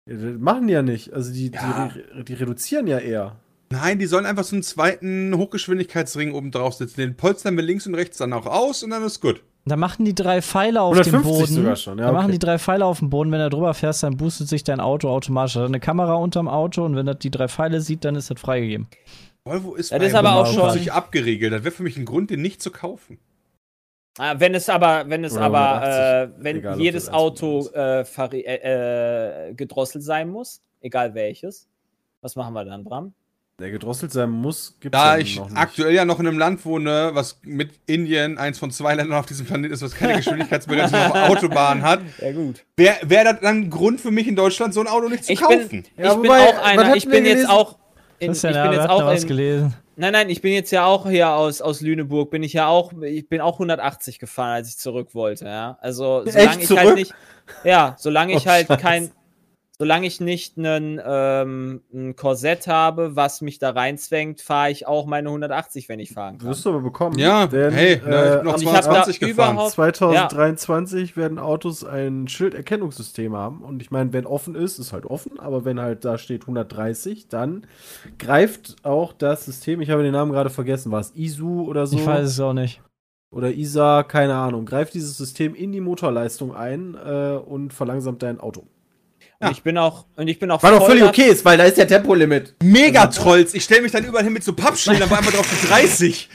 Speaker 6: Ja, das machen die ja nicht. Also die,
Speaker 5: Ja.
Speaker 6: die, re- die reduzieren ja eher.
Speaker 5: Nein, die sollen einfach so einen zweiten Hochgeschwindigkeitsring oben drauf sitzen. Den polstern wir links und rechts dann auch aus und dann ist gut.
Speaker 3: Da machen die drei Pfeile auf dem
Speaker 6: 150
Speaker 3: Boden.
Speaker 6: sogar schon, ja,
Speaker 3: Da machen
Speaker 6: okay.
Speaker 3: die drei Pfeile auf dem Boden. Wenn du drüber fährst, dann boostet sich dein Auto automatisch. Da hat eine Kamera unterm Auto und wenn das die drei Pfeile sieht, dann ist das freigegeben.
Speaker 5: Volvo ist
Speaker 4: Das
Speaker 5: bei
Speaker 4: ist aber
Speaker 3: auch
Speaker 5: 150
Speaker 4: schon-
Speaker 5: abgeriegelt. Das wäre für mich ein Grund, den nicht zu kaufen.
Speaker 4: Ah, Wenn es aber, wenn es
Speaker 6: Oder
Speaker 4: aber,
Speaker 6: 180,
Speaker 4: äh, wenn
Speaker 6: egal, ob
Speaker 4: jedes
Speaker 6: das erste
Speaker 4: Auto
Speaker 6: ist.
Speaker 4: äh, verri- äh, äh, gedrosselt sein muss, egal welches, was machen wir dann, Bram?
Speaker 6: Der gedrosselt sein muss, gibt
Speaker 5: Da ich aktuell ja noch in einem Land wohne, was mit Indien eins von zwei Ländern auf diesem Planeten ist, was keine Geschwindigkeitsbegrenzung auf Autobahnen hat,
Speaker 4: Ja, gut.
Speaker 5: wäre wär das dann ein Grund für mich in Deutschland, so ein Auto nicht zu
Speaker 4: Ich
Speaker 5: kaufen.
Speaker 4: bin, ich
Speaker 6: Ja,
Speaker 4: bin
Speaker 6: wobei,
Speaker 4: auch
Speaker 6: was
Speaker 4: einer,
Speaker 6: hatten
Speaker 4: ich
Speaker 6: wir
Speaker 4: bin jetzt
Speaker 6: gelesen?
Speaker 4: auch. In, ich
Speaker 3: Christian,
Speaker 4: bin
Speaker 3: ja, wir
Speaker 4: jetzt
Speaker 3: hatten
Speaker 4: auch
Speaker 3: da was
Speaker 4: in,
Speaker 3: gelesen.
Speaker 4: Nein, nein, ich bin jetzt ja auch hier aus, aus Lüneburg, bin ich ja auch, ich bin auch 180 gefahren, als ich zurück wollte, ja. Also, solange ich halt
Speaker 6: zurück?
Speaker 4: nicht, ja, solange ich
Speaker 6: Oh,
Speaker 4: halt
Speaker 6: Scheiße.
Speaker 4: kein, solange ich nicht einen, ähm, ein Korsett habe, was mich da reinzwängt, fahre ich auch meine 180, wenn ich fahren kann.
Speaker 6: Wirst du aber bekommen.
Speaker 5: Ja,
Speaker 6: denn, äh,
Speaker 5: hey, na, ich bin noch
Speaker 6: am
Speaker 4: ich hab da
Speaker 5: 220 gefahren.
Speaker 4: überhaupt-
Speaker 6: 2023 werden Autos ein Schilderkennungssystem haben. Und ich meine, wenn offen ist, ist halt offen. Aber wenn halt da steht 130, dann greift auch das System. Ich habe den Namen gerade vergessen. War es ISU oder so?
Speaker 3: Ich weiß es auch nicht.
Speaker 6: Oder ISA, keine Ahnung. Greift dieses System in die Motorleistung ein äh, und verlangsamt dein Auto.
Speaker 4: Und ich bin auch, und ich bin auch
Speaker 6: Was doch
Speaker 4: voll
Speaker 6: völlig
Speaker 4: da-
Speaker 6: okay ist, weil da ist ja Tempolimit.
Speaker 5: Megatrolls, ich stelle mich dann überall hin mit so Pappschildern, war einmal drauf die 30.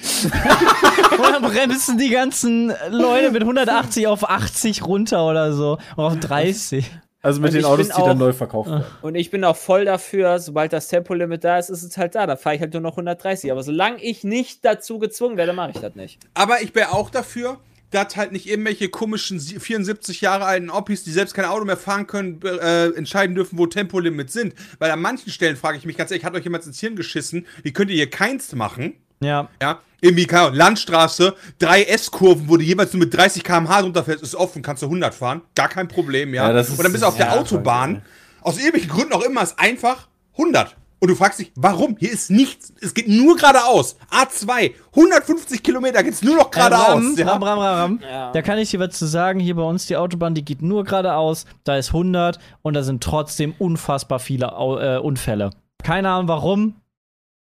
Speaker 3: Und dann bremsen die ganzen Leute mit 180 auf 80 runter oder so. Oder auf 30.
Speaker 6: Also mit
Speaker 4: Und
Speaker 6: den
Speaker 4: ich
Speaker 6: Autos,
Speaker 4: bin
Speaker 6: die dann
Speaker 4: auch-
Speaker 6: neu verkauft werden.
Speaker 4: Und ich bin auch voll dafür, sobald das Tempolimit da ist, ist es halt da. Da fahre ich halt nur noch 130. Aber solange ich nicht dazu gezwungen werde, mache ich das nicht.
Speaker 5: Aber ich wäre auch dafür, dass halt nicht irgendwelche komischen sie- 74 Jahre alten Oppis, die selbst kein Auto mehr fahren können, be- äh, entscheiden dürfen, wo Tempolimits sind. Weil an manchen Stellen frage ich mich ganz ehrlich, hat euch jemand ins Hirn geschissen? Wie könnt ihr hier keins machen?
Speaker 3: Ja.
Speaker 5: Ja, irgendwie, keine Ahnung, Landstraße, drei S-Kurven, wo du jeweils nur mit 30 km/h runterfährst, ist offen, kannst du 100 fahren, gar kein Problem, ja.
Speaker 6: Ja, das ist-
Speaker 5: und dann bist du auf
Speaker 6: ja,
Speaker 5: der Autobahn,
Speaker 6: voll
Speaker 5: aus irgendwelchen Gründen auch immer, ist einfach 100. Und du fragst dich, warum? Hier ist nichts, es geht nur geradeaus. A2, 150 Kilometer geht's nur noch
Speaker 3: Ram,
Speaker 5: geradeaus.
Speaker 3: ram,
Speaker 5: ja.
Speaker 3: ram, ram, ram.
Speaker 4: Ja.
Speaker 3: Da kann ich dir was zu sagen. Hier bei uns die Autobahn, die geht nur geradeaus. Da ist 100 und da sind trotzdem unfassbar viele Au- äh, Unfälle. Keine Ahnung warum.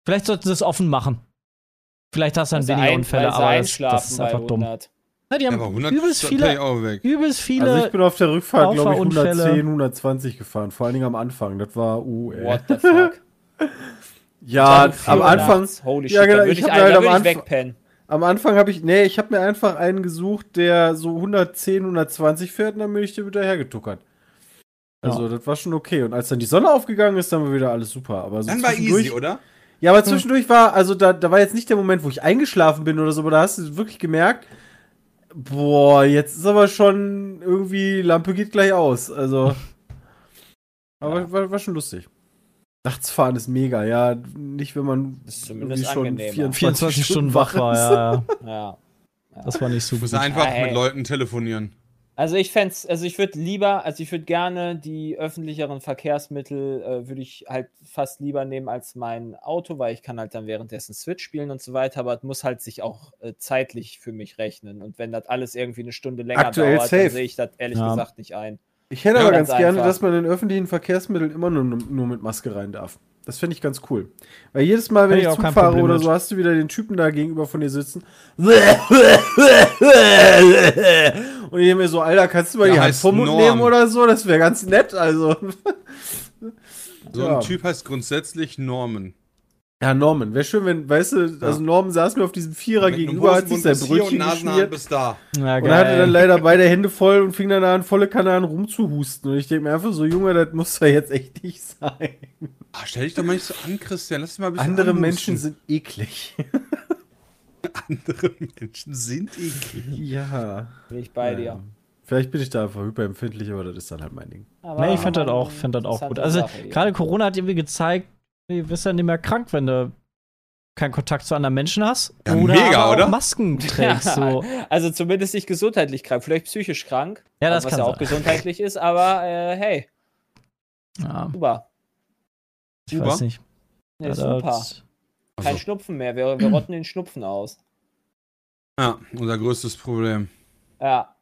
Speaker 3: Vielleicht sollten sie es offen machen. Vielleicht hast du dann
Speaker 4: Also
Speaker 3: weniger
Speaker 4: ein-
Speaker 3: Unfälle,
Speaker 4: weil sie
Speaker 3: aber das,
Speaker 4: einschlafen
Speaker 3: das ist
Speaker 4: bei
Speaker 3: einfach dumm.
Speaker 4: 100.
Speaker 3: Na, die haben
Speaker 5: Aber 100
Speaker 3: übelst
Speaker 5: dreh ich
Speaker 3: viele,
Speaker 5: auch weg.
Speaker 3: übelst viele.
Speaker 6: Also ich bin auf der Rückfahrt, glaube ich,
Speaker 3: Auffahrunfälle.
Speaker 6: 110, 120 gefahren. Vor allen Dingen am Anfang. Das war, uh, ey.
Speaker 4: What the fuck?
Speaker 6: Ja,
Speaker 4: Dann vier
Speaker 6: am
Speaker 4: Uhr
Speaker 6: Anfang.
Speaker 4: nachts. Holy shit,
Speaker 6: ja,
Speaker 4: ja,
Speaker 6: genau,
Speaker 4: da würde
Speaker 6: ich
Speaker 4: ich,
Speaker 6: hab
Speaker 4: ein-
Speaker 6: mir halt
Speaker 4: da
Speaker 6: am
Speaker 4: würd ich
Speaker 6: Anfang-
Speaker 4: wegpennen.
Speaker 6: Am Anfang habe ich, nee, ich habe mir einfach einen gesucht, der so 110, 120 fährt und dann bin ich dir wieder hergetuckert. Also, das war schon okay. Und als dann die Sonne aufgegangen ist, dann war wieder alles super. Aber so
Speaker 5: Dann war
Speaker 6: zwischendurch-
Speaker 5: easy, oder?
Speaker 6: Ja, aber zwischendurch war, also da, da war jetzt nicht der Moment, wo ich eingeschlafen bin oder so, aber da hast du wirklich gemerkt, boah, jetzt ist aber schon irgendwie, Lampe geht gleich aus. Also. Aber war, war schon lustig. Nachts fahren ist mega, ja. Nicht, wenn man
Speaker 4: Das ist
Speaker 6: irgendwie
Speaker 4: zumindest
Speaker 6: schon
Speaker 4: angenehmer.
Speaker 6: 24,
Speaker 3: 24 Stunden wach war,
Speaker 6: ist.
Speaker 3: ja, ja.
Speaker 4: Ja.
Speaker 3: Das war nicht so
Speaker 5: Du
Speaker 3: gut.
Speaker 5: musst einfach
Speaker 4: Ah, hey.
Speaker 5: mit Leuten telefonieren.
Speaker 4: Also ich fänd's, also ich würde lieber, also ich würde gerne die öffentlicheren Verkehrsmittel, äh, würde ich halt fast lieber nehmen als mein Auto, weil ich kann halt dann währenddessen Switch spielen und so weiter, aber es muss halt sich auch äh, zeitlich für mich rechnen. Und wenn das alles irgendwie eine Stunde länger
Speaker 6: Aktuell
Speaker 4: dauert,
Speaker 6: safe.
Speaker 4: dann sehe ich das ehrlich
Speaker 3: Ja.
Speaker 4: gesagt nicht ein.
Speaker 6: Ich hätte
Speaker 4: Ja,
Speaker 6: aber
Speaker 4: ganz
Speaker 6: ganz, gerne,
Speaker 4: einfach.
Speaker 6: dass man in öffentlichen Verkehrsmitteln immer nur, nur mit Maske rein darf. Das fände ich ganz cool. Weil jedes Mal, wenn
Speaker 3: Hätte ich
Speaker 6: ich
Speaker 3: auch
Speaker 6: Zug
Speaker 3: kein
Speaker 6: fahre
Speaker 3: Problem
Speaker 6: oder
Speaker 3: mit.
Speaker 6: so, hast du wieder den Typen da gegenüber von dir sitzen. Und ich denke mir so, Alter, kannst du mal
Speaker 5: Ja,
Speaker 6: die Hand
Speaker 5: heißt
Speaker 6: vom Mund
Speaker 5: Norm.
Speaker 6: nehmen oder so? Das wäre ganz nett, also.
Speaker 5: So
Speaker 6: Ja.
Speaker 5: ein Typ heißt grundsätzlich Norman.
Speaker 6: Ja, Norman, wäre schön, wenn, weißt du, also Norman saß mir auf diesem Vierer
Speaker 5: Mit einem
Speaker 6: gegenüber, hat sich
Speaker 5: Hosenbund
Speaker 6: sein
Speaker 5: bis hier und
Speaker 6: Brötchen
Speaker 5: Nasenhaaren
Speaker 6: geschmiert.
Speaker 5: bis da.
Speaker 3: Na,
Speaker 6: Und er hatte dann leider beide Hände voll und fing dann an, volle Kanne an rumzuhusten. Und ich denke mir einfach so, Junge, das muss doch jetzt echt nicht sein.
Speaker 5: Ah, stell dich doch mal nicht so an, Christian. Lass dich mal ein bisschen
Speaker 6: Andere
Speaker 5: anhusten.
Speaker 6: Menschen sind eklig.
Speaker 5: Andere Menschen sind eklig.
Speaker 6: ja.
Speaker 4: Bin ich bei dir.
Speaker 6: Ähm, Vielleicht bin ich da einfach hyperempfindlich, aber das ist dann halt mein Ding.
Speaker 4: Aber
Speaker 3: Nee, ich fand das auch, fand das auch gut.
Speaker 4: interessante
Speaker 3: Also
Speaker 4: Sache, ja.
Speaker 3: gerade Corona hat irgendwie gezeigt, du bist ja nicht mehr krank, wenn du keinen Kontakt zu anderen Menschen hast.
Speaker 5: Ja, mega,
Speaker 3: aber
Speaker 5: oder?
Speaker 3: Auch Masken trägst. So.
Speaker 4: Also zumindest nicht gesundheitlich krank, vielleicht psychisch krank.
Speaker 3: Ja, das
Speaker 4: was
Speaker 3: kann
Speaker 4: ja
Speaker 3: sein.
Speaker 4: auch gesundheitlich ist, aber äh, hey,
Speaker 3: Ja,
Speaker 4: super.
Speaker 3: ich
Speaker 5: Uber?
Speaker 3: weiß nicht.
Speaker 4: Nee,
Speaker 3: Ja,
Speaker 4: super.
Speaker 3: das- also-
Speaker 4: Kein
Speaker 5: Also,
Speaker 4: Schnupfen mehr. Wir, wir rotten den Schnupfen aus.
Speaker 5: Ja, unser größtes Problem.
Speaker 4: Ja.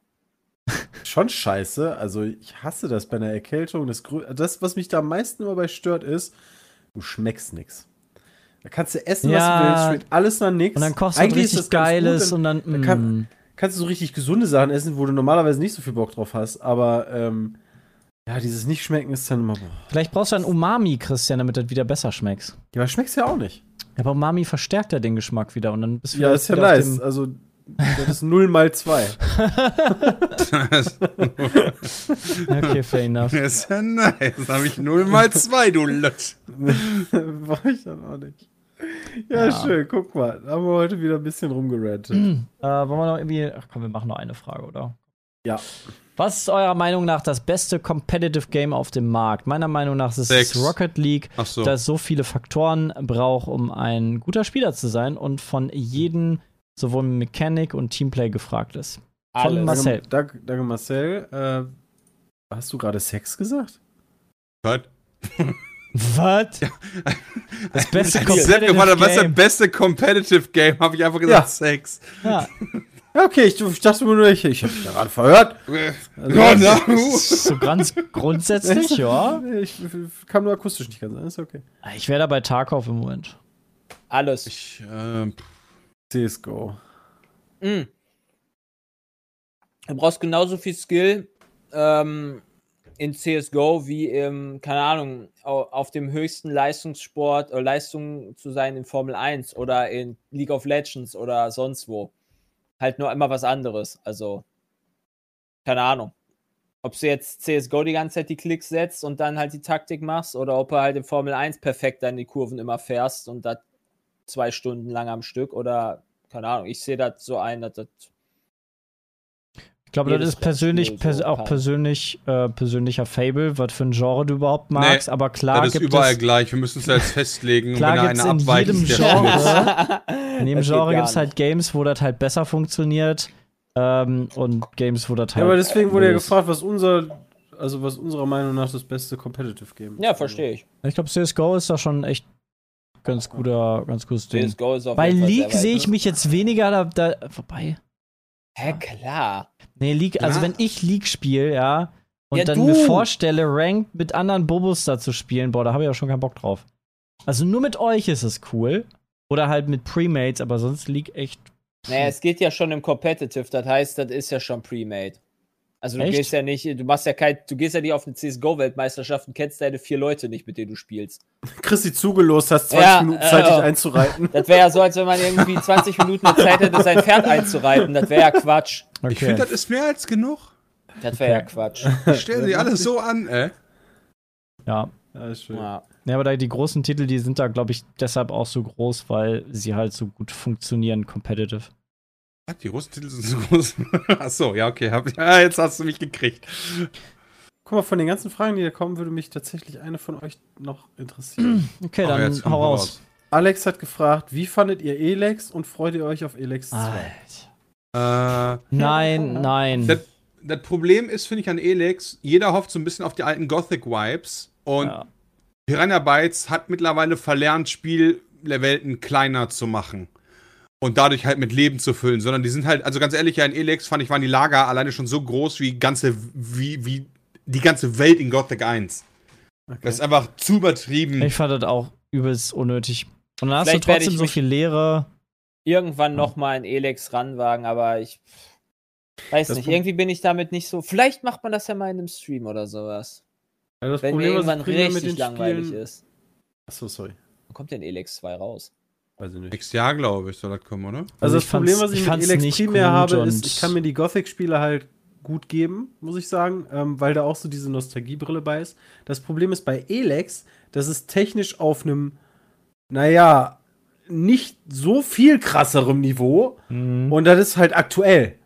Speaker 6: Schon scheiße. Also ich hasse das bei einer Erkältung. Das, grö- das was mich da am meisten immer bei stört, ist, du schmeckst nix. Da kannst du essen, was du
Speaker 3: Ja.
Speaker 6: willst, schmeckt alles nach nix.
Speaker 3: Und dann kochst du was richtig
Speaker 6: ganz gut,
Speaker 3: Geiles
Speaker 6: dann-
Speaker 3: und dann.
Speaker 6: dann kann-
Speaker 3: mm.
Speaker 6: kannst du so richtig gesunde Sachen essen, wo du normalerweise nicht so viel Bock drauf hast, aber ähm, ja, dieses Nicht-Schmecken ist dann immer. Boah.
Speaker 3: Vielleicht brauchst du ein Umami, Christian, damit das wieder besser schmeckt.
Speaker 6: Ja, aber schmeckst ja auch nicht.
Speaker 3: Ja, aber Umami verstärkt ja den Geschmack wieder und dann bist du
Speaker 6: Ja,
Speaker 3: wieder-
Speaker 6: ist ja
Speaker 3: wieder auf
Speaker 6: nice.
Speaker 3: dem-
Speaker 6: Also, das ist 0 mal 2.
Speaker 3: Okay, fair enough.
Speaker 5: Das ist ja nice. Das habe ich 0 mal 2, du Lutsch.
Speaker 6: War ich dann auch nicht. Ja,
Speaker 3: Ja.
Speaker 6: schön, guck mal. Da haben wir heute wieder ein bisschen rumgerantet.
Speaker 3: Äh, wollen wir noch irgendwie. Ach komm, wir machen noch eine Frage, oder?
Speaker 6: Ja.
Speaker 3: Was ist eurer Meinung nach das beste Competitive Game auf dem Markt? Meiner Meinung nach ist es
Speaker 5: Sex.
Speaker 3: Rocket League,
Speaker 5: Ach so.
Speaker 3: da es so viele Faktoren braucht, um ein guter Spieler zu sein und von jedem sowohl Mechanik und Teamplay gefragt ist. Von
Speaker 4: Alles.
Speaker 3: Marcel.
Speaker 6: Danke, danke Marcel. Äh, hast du gerade Sex gesagt?
Speaker 5: Was?
Speaker 3: Was? Das beste
Speaker 5: Als Sepp
Speaker 3: Competitive
Speaker 5: gefragt hat, was ist das
Speaker 3: Game.
Speaker 5: beste Competitive Game? Habe ich einfach gesagt,
Speaker 6: Ja.
Speaker 5: Sex.
Speaker 3: Ja.
Speaker 6: Ja, okay, ich, ich dachte mir nur, ich, ich habe mich da gerade verhört. Also,
Speaker 5: Ja, na, uh.
Speaker 3: So ganz grundsätzlich, ja.
Speaker 6: Ich, ich kam nur akustisch nicht ganz an, ist okay.
Speaker 3: Ich wäre da bei Tarkov im Moment.
Speaker 4: Alles.
Speaker 5: Ich, ähm,
Speaker 6: CSGO.
Speaker 4: Mm. Du brauchst genauso viel Skill ähm, in CSGO wie im, keine Ahnung, au- auf dem höchsten Leistungssport äh, Leistung zu sein in Formel 1 oder in League of Legends oder sonst wo. Halt nur immer was anderes. Also, keine Ahnung. Ob du jetzt CSGO die ganze Zeit die Klicks setzt und dann halt die Taktik machst oder ob du halt in Formel 1 perfekt dann die Kurven immer fährst und das zwei Stunden lang am Stück oder keine Ahnung, ich sehe das so ein, dass das.
Speaker 3: Ich glaube, das
Speaker 4: Jedes
Speaker 3: ist persönlich,
Speaker 4: Brettspiel so
Speaker 3: pers auch
Speaker 4: kann.
Speaker 3: persönlich, äh, persönlicher Fable, was für ein Genre du überhaupt magst. aber klar
Speaker 5: das ist
Speaker 3: gibt
Speaker 5: überall
Speaker 3: es.
Speaker 5: gleich. Wir müssen es jetzt festlegen.
Speaker 3: Klar
Speaker 5: Wenn da
Speaker 3: gibt's
Speaker 5: einer
Speaker 3: in
Speaker 5: abweicht,
Speaker 3: jedem
Speaker 5: ist der
Speaker 3: Genre-
Speaker 5: Schluss.
Speaker 3: In dem
Speaker 4: Das geht
Speaker 3: Genre
Speaker 4: gar
Speaker 3: gibt es halt Games, wo das halt besser funktioniert. Ähm, und Games, wo das halt.
Speaker 6: Ja, aber deswegen wurde ja
Speaker 3: blöd ist.
Speaker 6: gefragt, was unser, also was unserer Meinung nach das beste Competitive Game ist.
Speaker 4: Ja, verstehe ich.
Speaker 3: Ich glaube, CSGO ist da schon echt ganz guter, ganz gutes Ding.
Speaker 4: CSGO ist auf
Speaker 3: Bei
Speaker 4: jeden Fall sehr
Speaker 3: League
Speaker 4: weit,
Speaker 3: sehe ich
Speaker 4: ne?
Speaker 3: mich jetzt weniger da, da vorbei.
Speaker 4: Hä, klar.
Speaker 3: Nee, League, also
Speaker 5: Ja.
Speaker 3: wenn ich League spiele, ja, und
Speaker 4: Ja,
Speaker 3: dann
Speaker 4: du.
Speaker 3: mir vorstelle, Ranked mit anderen Bobos da zu spielen, boah, da habe ich ja schon keinen Bock drauf. Also nur mit euch ist es cool. Oder halt mit Premates, aber sonst League echt.
Speaker 4: Naja, es geht ja schon im Competitive, das heißt, das ist ja schon pre-made. Also du
Speaker 3: Echt?
Speaker 4: gehst ja nicht, du machst ja kein, du gehst ja nicht auf eine CSGO-Weltmeisterschaft und kennst deine vier Leute nicht, mit denen du spielst.
Speaker 6: Chris, die Also, zugelost hast, 20
Speaker 4: Ja,
Speaker 6: Minuten Zeit, dich
Speaker 4: äh,
Speaker 6: einzureiten.
Speaker 4: Das wäre ja so, als wenn man irgendwie 20 Minuten eine Zeit hätte, sein Pferd einzureiten. Das wäre ja Quatsch.
Speaker 3: Okay.
Speaker 5: Ich finde, das ist mehr als genug.
Speaker 4: Das wäre ja Quatsch.
Speaker 5: Ich stelle sie alles so an,
Speaker 3: Äh?
Speaker 5: ey.
Speaker 3: ja.
Speaker 6: Ja, schön.
Speaker 4: Ja.
Speaker 3: ja, aber da, die großen Titel, die sind da, glaube ich, deshalb auch so groß, weil sie halt so gut funktionieren, competitive.
Speaker 5: Ah, Die Russentitel sind so groß. Ach so, ja, okay. Hab, ja, jetzt hast du mich gekriegt.
Speaker 6: Guck mal, von den ganzen Fragen, die da kommen, würde mich tatsächlich eine von euch noch interessieren.
Speaker 3: Okay,
Speaker 5: Aber
Speaker 3: dann
Speaker 5: jetzt komm
Speaker 3: hau raus.
Speaker 6: Alex hat gefragt, wie fandet ihr Elex und freut ihr euch auf Elex 2?
Speaker 3: Alter.
Speaker 5: raus. Äh,
Speaker 3: Nein,
Speaker 4: Ja.
Speaker 3: nein.
Speaker 5: Das- das Problem ist, finde ich, an Elex, jeder hofft so ein bisschen auf die alten Gothic-Vibes. Und
Speaker 3: ja.
Speaker 5: Piranha Bytes hat mittlerweile verlernt, Spielwelten kleiner zu machen. Und dadurch halt mit Leben zu füllen, sondern die sind halt, also ganz ehrlich, ja, in Elex fand ich, waren die Lager alleine schon so groß wie ganze, wie, wie die ganze Welt in Gothic 1. Das ist einfach zu übertrieben.
Speaker 3: Ich fand das auch übelst unnötig. Und dann hast du
Speaker 4: Vielleicht werde
Speaker 3: trotzdem
Speaker 4: ich
Speaker 3: so
Speaker 4: mich-
Speaker 3: viel Leere.
Speaker 4: irgendwann noch mal in Elex ranwagen, aber ich weiß
Speaker 5: Das
Speaker 4: nicht.
Speaker 5: Problem-
Speaker 4: Irgendwie bin ich damit nicht so. Vielleicht macht man das ja mal in einem Stream oder sowas.
Speaker 6: Also das
Speaker 4: Wenn
Speaker 6: Problem, was
Speaker 4: irgendwann
Speaker 6: ich primär
Speaker 4: richtig langweilig
Speaker 6: Spielen-
Speaker 4: ist.
Speaker 6: Achso, sorry.
Speaker 4: Wann kommt denn Elex 2 raus?
Speaker 6: Weiß ich nicht.
Speaker 5: Nächstes Jahr, glaube ich, soll das kommen, oder?
Speaker 3: Also
Speaker 6: Also
Speaker 3: ich
Speaker 6: das
Speaker 3: fand's-
Speaker 6: Problem, was ich,
Speaker 3: ich
Speaker 6: mit
Speaker 3: fand's
Speaker 6: Elex
Speaker 3: nicht
Speaker 6: primär
Speaker 3: gut
Speaker 6: habe,
Speaker 3: und-
Speaker 6: ist, ich kann mir die Gothic-Spiele halt gut geben, muss ich sagen, ähm, weil da auch so diese Nostalgiebrille bei ist. Das Problem ist bei Elex, dass es technisch auf einem, naja, nicht so viel krasserem Niveau
Speaker 3: Mhm.
Speaker 6: und das ist halt aktuell.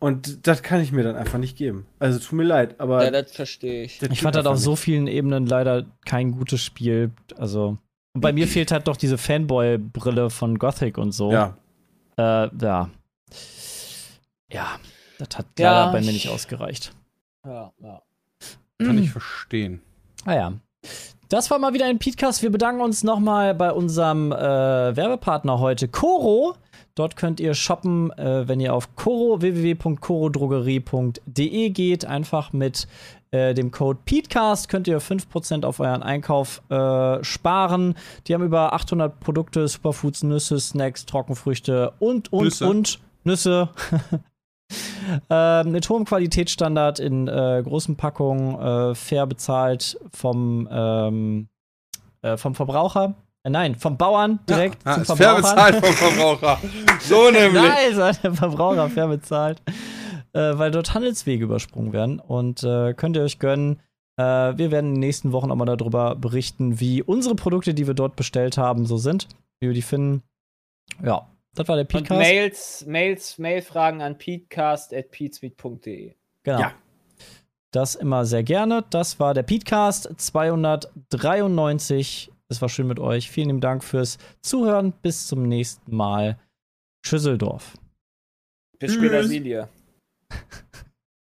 Speaker 6: Und das kann ich mir dann einfach nicht geben. Also tut mir leid, aber.
Speaker 4: Ja, das verstehe ich.
Speaker 3: Ich fand das auf so vielen Ebenen leider kein gutes Spiel. Also. Und bei mir fehlt halt doch diese Fanboy-Brille von Gothic und so.
Speaker 6: Ja.
Speaker 3: Äh, ja. Ja, das hat
Speaker 4: Ja,
Speaker 3: leider bei mir
Speaker 4: ich-
Speaker 3: nicht ausgereicht.
Speaker 4: Ja, ja.
Speaker 3: Mhm.
Speaker 5: Kann ich verstehen.
Speaker 3: Ah ja. Das war mal wieder ein Podcast. Wir bedanken uns nochmal bei unserem äh, Werbepartner heute, Koro. Dort könnt ihr shoppen, äh, wenn ihr auf koro, www.korodrogerie.de geht. Einfach mit äh, dem Code PETECAST könnt ihr 5% auf euren Einkauf äh, sparen. Die haben über 800 Produkte, Superfoods, Nüsse, Snacks, Trockenfrüchte und, und,
Speaker 5: Nüsse.
Speaker 3: und Nüsse. Ähm, mit hohem Qualitätsstandard in äh, großen Packungen, äh, fair bezahlt vom, ähm, äh, vom Verbraucher. Äh, nein, vom Bauern direkt
Speaker 5: Ah,
Speaker 3: zum
Speaker 5: ist fair
Speaker 3: Verbraucher.
Speaker 5: bezahlt vom Verbraucher. So nämlich.
Speaker 3: Nice, hat der Verbraucher fair bezahlt. Äh, weil dort Handelswege übersprungen werden. Und äh, könnt ihr euch gönnen. Äh, wir werden in den nächsten Wochen auch mal darüber berichten, wie unsere Produkte, die wir dort bestellt haben, so sind. Wie wir die finden. Ja, das war der
Speaker 4: Und
Speaker 3: Podcast.
Speaker 4: Mails, Mails, Mailfragen an peatcast.peatsweet.de.
Speaker 3: Genau.
Speaker 6: Ja.
Speaker 3: Das immer sehr gerne. Das war der Podcast 293. Es war schön mit euch. Vielen lieben Dank fürs Zuhören. Bis zum nächsten Mal. Schüsseldorf.
Speaker 4: Bis später, Silie.